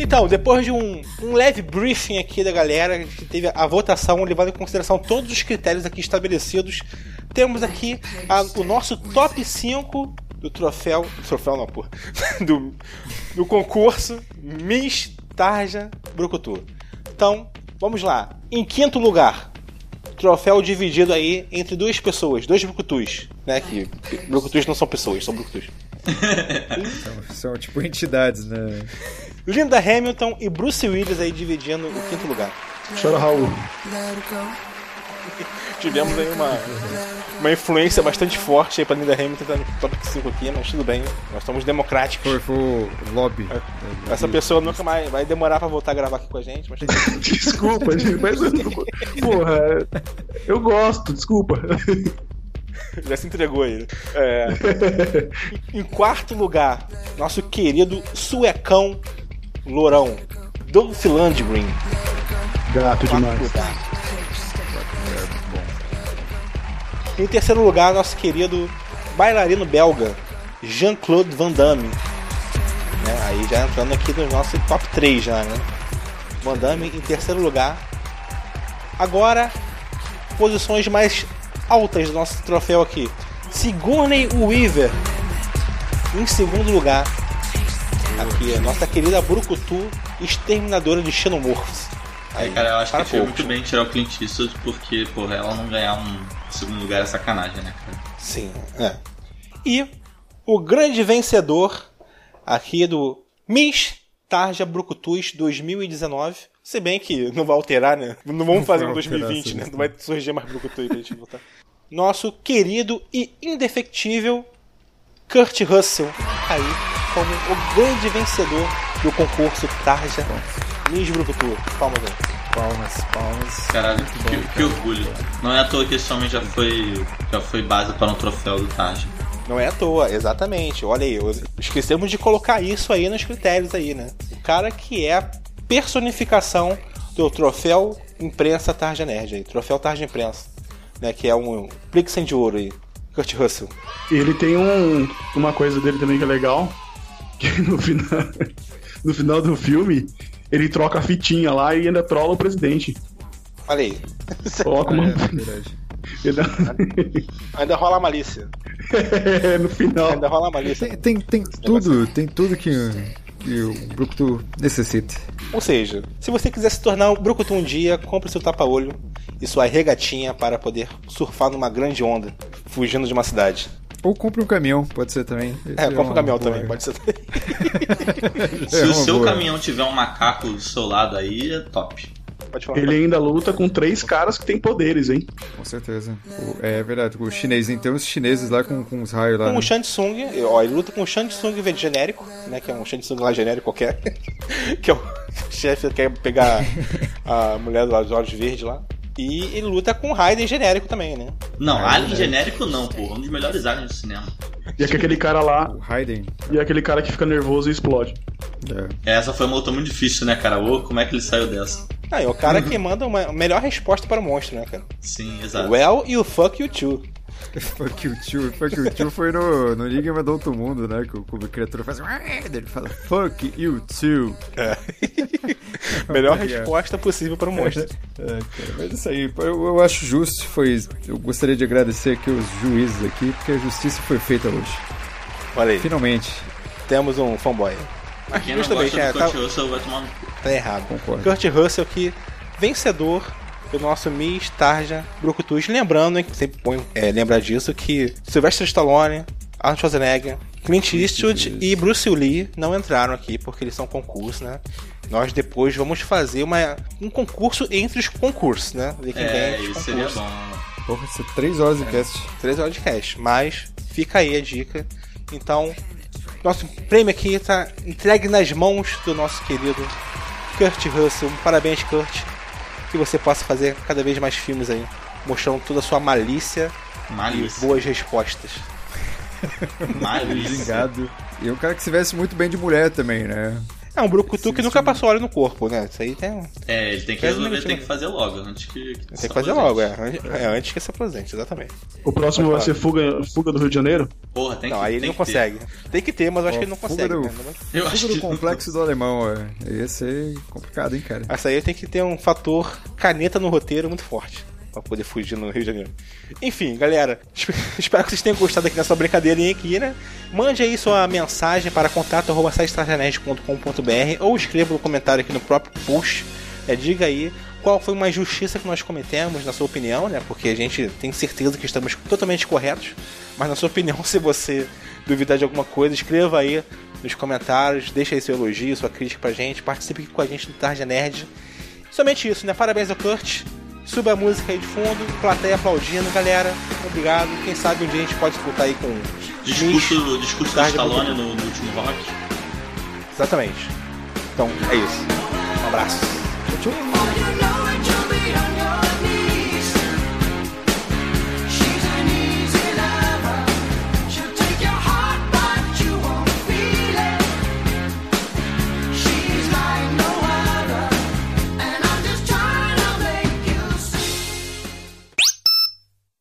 [SPEAKER 2] Então, depois de um, um leve briefing aqui da galera, que teve a votação levando em consideração todos os critérios aqui estabelecidos, temos aqui a- o nosso top 5 do troféu. Troféu não, porra. Do, do concurso Miss Tarja Brucutu. Então, vamos lá. Em quinto lugar, troféu dividido aí entre duas pessoas, dois Brucutus, né? Que Brucutus não são pessoas, são Brucutus.
[SPEAKER 5] São, são, tipo entidades, né?
[SPEAKER 2] Linda Hamilton e Bruce Willis aí dividindo o quinto lugar.
[SPEAKER 3] Chora, Raul.
[SPEAKER 6] Let it go.
[SPEAKER 2] Tivemos aí uma, uma influência bastante forte aí pra Linda Hamilton tá no top 5 aqui, mas tudo bem, nós somos democráticos.
[SPEAKER 5] Foi, foi o lobby.
[SPEAKER 2] Essa pessoa nunca mais vai demorar pra voltar a gravar aqui com a gente, mas tudo bem.
[SPEAKER 3] Desculpa, gente, mas. eu não- Porra, eu gosto, desculpa.
[SPEAKER 2] já se entregou aí. É. em quarto lugar, nosso querido suecão Lourão, Dolph Lundgren.
[SPEAKER 3] Gato demais.
[SPEAKER 2] É Em terceiro lugar, nosso querido bailarino belga, Jean-Claude Van Damme. Né, Aí já entrando aqui no nosso top 3 já, né? Van Damme em terceiro lugar. Agora, posições mais altas do nosso troféu aqui. Sigourney Weaver em segundo lugar. Aqui, a nossa querida Brucutu, exterminadora de xenomorfos.
[SPEAKER 4] Aí, É, cara, eu acho que
[SPEAKER 2] para
[SPEAKER 4] foi
[SPEAKER 2] poucos.
[SPEAKER 4] muito bem tirar o Clint Eastwood, porque, porra, ela não ganhar um segundo lugar é sacanagem, né, cara?
[SPEAKER 2] Sim, é. E o grande vencedor aqui do Miss Tarja Brucutus 2019. Se bem que não vai alterar, né? Não vamos fazer um
[SPEAKER 5] vai alterar,
[SPEAKER 2] 2020,
[SPEAKER 5] sim,
[SPEAKER 2] né?
[SPEAKER 5] sim.
[SPEAKER 2] Não vai surgir mais Brucutu pra gente votar. Nosso querido e indefectível Kurt Russell aí como o grande vencedor do concurso Tarja Miss Brucutu. Palmas aí.
[SPEAKER 5] Palmas, palmas.
[SPEAKER 4] Caralho, que, que orgulho. Não é à toa que esse homem já foi, já foi base para um troféu do Taj.
[SPEAKER 2] Não é à toa, exatamente. Olha aí, eu- esquecemos de colocar isso aí nos critérios aí, né? O cara que é a personificação do troféu imprensa Tarja Nerd aí, troféu Tarja Imprensa, né? Que é um Plixen de ouro aí, Kurt Russell.
[SPEAKER 3] E ele tem um, uma coisa dele também que é legal, que no final, no final do filme ele troca a fitinha lá e ainda trola o presidente.
[SPEAKER 2] Olha aí,
[SPEAKER 3] Coloca uma.
[SPEAKER 5] é verdade.
[SPEAKER 3] Ele dá-
[SPEAKER 2] ainda rola a malícia,
[SPEAKER 3] É, no final.
[SPEAKER 2] ainda rola a malícia.
[SPEAKER 5] Tem, tem, tem tudo, tem tudo que, que o Brucutu necessita.
[SPEAKER 2] Ou seja, se você quiser se tornar um brucutu um dia, compre seu tapa-olho e sua regatinha para poder surfar numa grande onda, fugindo de uma cidade.
[SPEAKER 5] Ou compre um caminhão, pode ser também. Esse
[SPEAKER 2] É, compra
[SPEAKER 5] uma
[SPEAKER 2] o caminhão
[SPEAKER 5] boa.
[SPEAKER 2] também, pode ser.
[SPEAKER 4] Se
[SPEAKER 5] É
[SPEAKER 4] o
[SPEAKER 5] uma
[SPEAKER 4] seu
[SPEAKER 5] boa.
[SPEAKER 4] caminhão tiver um macaco do seu lado aí, é top.
[SPEAKER 2] Pode falar.
[SPEAKER 3] Ele ainda luta com três caras que têm poderes, hein?
[SPEAKER 5] Com certeza. O- É verdade, o chinês, tem uns chineses lá com, com uns raios lá.
[SPEAKER 2] com
[SPEAKER 5] né?
[SPEAKER 2] o Shansung, ó, ele luta com o Shansung verde genérico, né? Que é um Shansung lá genérico qualquer. que é o chefe que quer pegar a mulher dos olhos verdes lá. E ele luta com o Raiden genérico também, né?
[SPEAKER 5] É
[SPEAKER 4] Não, Alien genérico não, porra. Um dos melhores aliens do cinema.
[SPEAKER 3] E é que aquele cara lá,
[SPEAKER 5] O Raiden.
[SPEAKER 3] e é aquele cara que fica nervoso e explode.
[SPEAKER 5] É.
[SPEAKER 4] Essa foi uma luta muito difícil, né, cara? Ô, como é que ele saiu dessa?
[SPEAKER 2] Ah, e o cara que manda uma a melhor resposta para o monstro, né, cara?
[SPEAKER 4] Sim, exato.
[SPEAKER 2] Well, you fuck you too.
[SPEAKER 5] Fuck you, tio. Fuck you, tio foi no, no Enigma do Outro Mundo, né? Que o, que o criatura faz. "Ah", Ele fala, fuck you, tio.
[SPEAKER 2] É. Melhor
[SPEAKER 5] Obrigado.
[SPEAKER 2] resposta possível para o monstro.
[SPEAKER 5] É, cara, mas isso aí, eu, eu acho justo. Foi, eu gostaria de agradecer aqui os juízes aqui, porque a justiça foi feita hoje.
[SPEAKER 2] Olha aí,
[SPEAKER 5] Finalmente,
[SPEAKER 2] temos um fanboy. Mas
[SPEAKER 4] Quem não
[SPEAKER 2] justo bem,
[SPEAKER 4] gosta
[SPEAKER 2] cara,
[SPEAKER 4] do
[SPEAKER 2] tá,
[SPEAKER 4] Kurt Russell vai tomar no cu.
[SPEAKER 2] tá errado.
[SPEAKER 5] Concordo.
[SPEAKER 2] Kurt Russell aqui, vencedor do nosso Miss Tarja Brucutus. Lembrando, hein, que sempre bom é, lembrar disso, que Sylvester Stallone, Arnold Schwarzenegger, Clint Eastwood e Bruce Lee não entraram aqui porque eles são concurso, né? Nós depois vamos fazer uma, um concurso entre os concursos, né? Ver quem
[SPEAKER 4] É,
[SPEAKER 2] ganha os
[SPEAKER 4] isso
[SPEAKER 2] concursos.
[SPEAKER 4] seria bom.
[SPEAKER 5] porra, isso é três horas de cast.
[SPEAKER 2] Três horas de cast, mas fica aí a dica. Então, nosso prêmio aqui tá entregue nas mãos do nosso querido Kurt Russell. Parabéns, Kurt. Que você possa fazer cada vez mais filmes aí, mostrando toda a sua malícia
[SPEAKER 4] Malícia.
[SPEAKER 2] Boas respostas.
[SPEAKER 4] Malícia.
[SPEAKER 5] Zingado. E um cara que se veste muito bem de mulher também, né?
[SPEAKER 2] É um brucutu que nunca passou óleo no corpo, né? Isso aí tem,
[SPEAKER 4] É, ele tem que
[SPEAKER 2] Faz
[SPEAKER 4] resolver,
[SPEAKER 2] minutinho.
[SPEAKER 4] tem que fazer logo, antes que. que
[SPEAKER 2] tem
[SPEAKER 4] se
[SPEAKER 2] que fazer
[SPEAKER 4] aposente.
[SPEAKER 2] logo, é. Antes- É antes que se aposente, exatamente.
[SPEAKER 3] O próximo vai ser fuga, fuga do Rio de Janeiro?
[SPEAKER 4] Porra, tem
[SPEAKER 2] é. não,
[SPEAKER 4] que
[SPEAKER 2] aí ele
[SPEAKER 4] tem
[SPEAKER 2] não
[SPEAKER 4] que ter.
[SPEAKER 2] consegue. Tem que ter, mas eu acho
[SPEAKER 5] Ó,
[SPEAKER 2] que ele não
[SPEAKER 5] fuga
[SPEAKER 2] consegue.
[SPEAKER 5] do-
[SPEAKER 2] né? Mas-
[SPEAKER 4] Eu acho
[SPEAKER 5] Tudo do
[SPEAKER 4] que
[SPEAKER 5] complexo do alemão, é. Ia ser complicado, hein, cara?
[SPEAKER 2] Essa aí tem que ter um fator caneta no roteiro muito forte. Pra poder fugir no Rio de Janeiro. Enfim, galera, esp- espero que vocês tenham gostado aqui dessa brincadeirinha aqui, né? Mande aí sua mensagem para contato.com.br ou escreva no comentário aqui no próprio post. né? Diga aí qual foi uma injustiça que nós cometemos, na sua opinião, né? Porque a gente tem certeza que estamos totalmente corretos. Mas na sua opinião, se você duvidar de alguma coisa, escreva aí nos comentários, deixa aí seu elogio, sua crítica pra gente, participe aqui com a gente do Tarja Nerd. Somente isso, né? Parabéns ao Kurt. Suba a música aí de fundo, plateia aplaudindo, galera. Obrigado. Quem sabe um dia a gente pode escutar aí com
[SPEAKER 4] Discurso, discurso do
[SPEAKER 2] Tarde
[SPEAKER 4] Stallone no, no último rock.
[SPEAKER 2] Exatamente. Então, é isso. Um abraço.
[SPEAKER 7] All you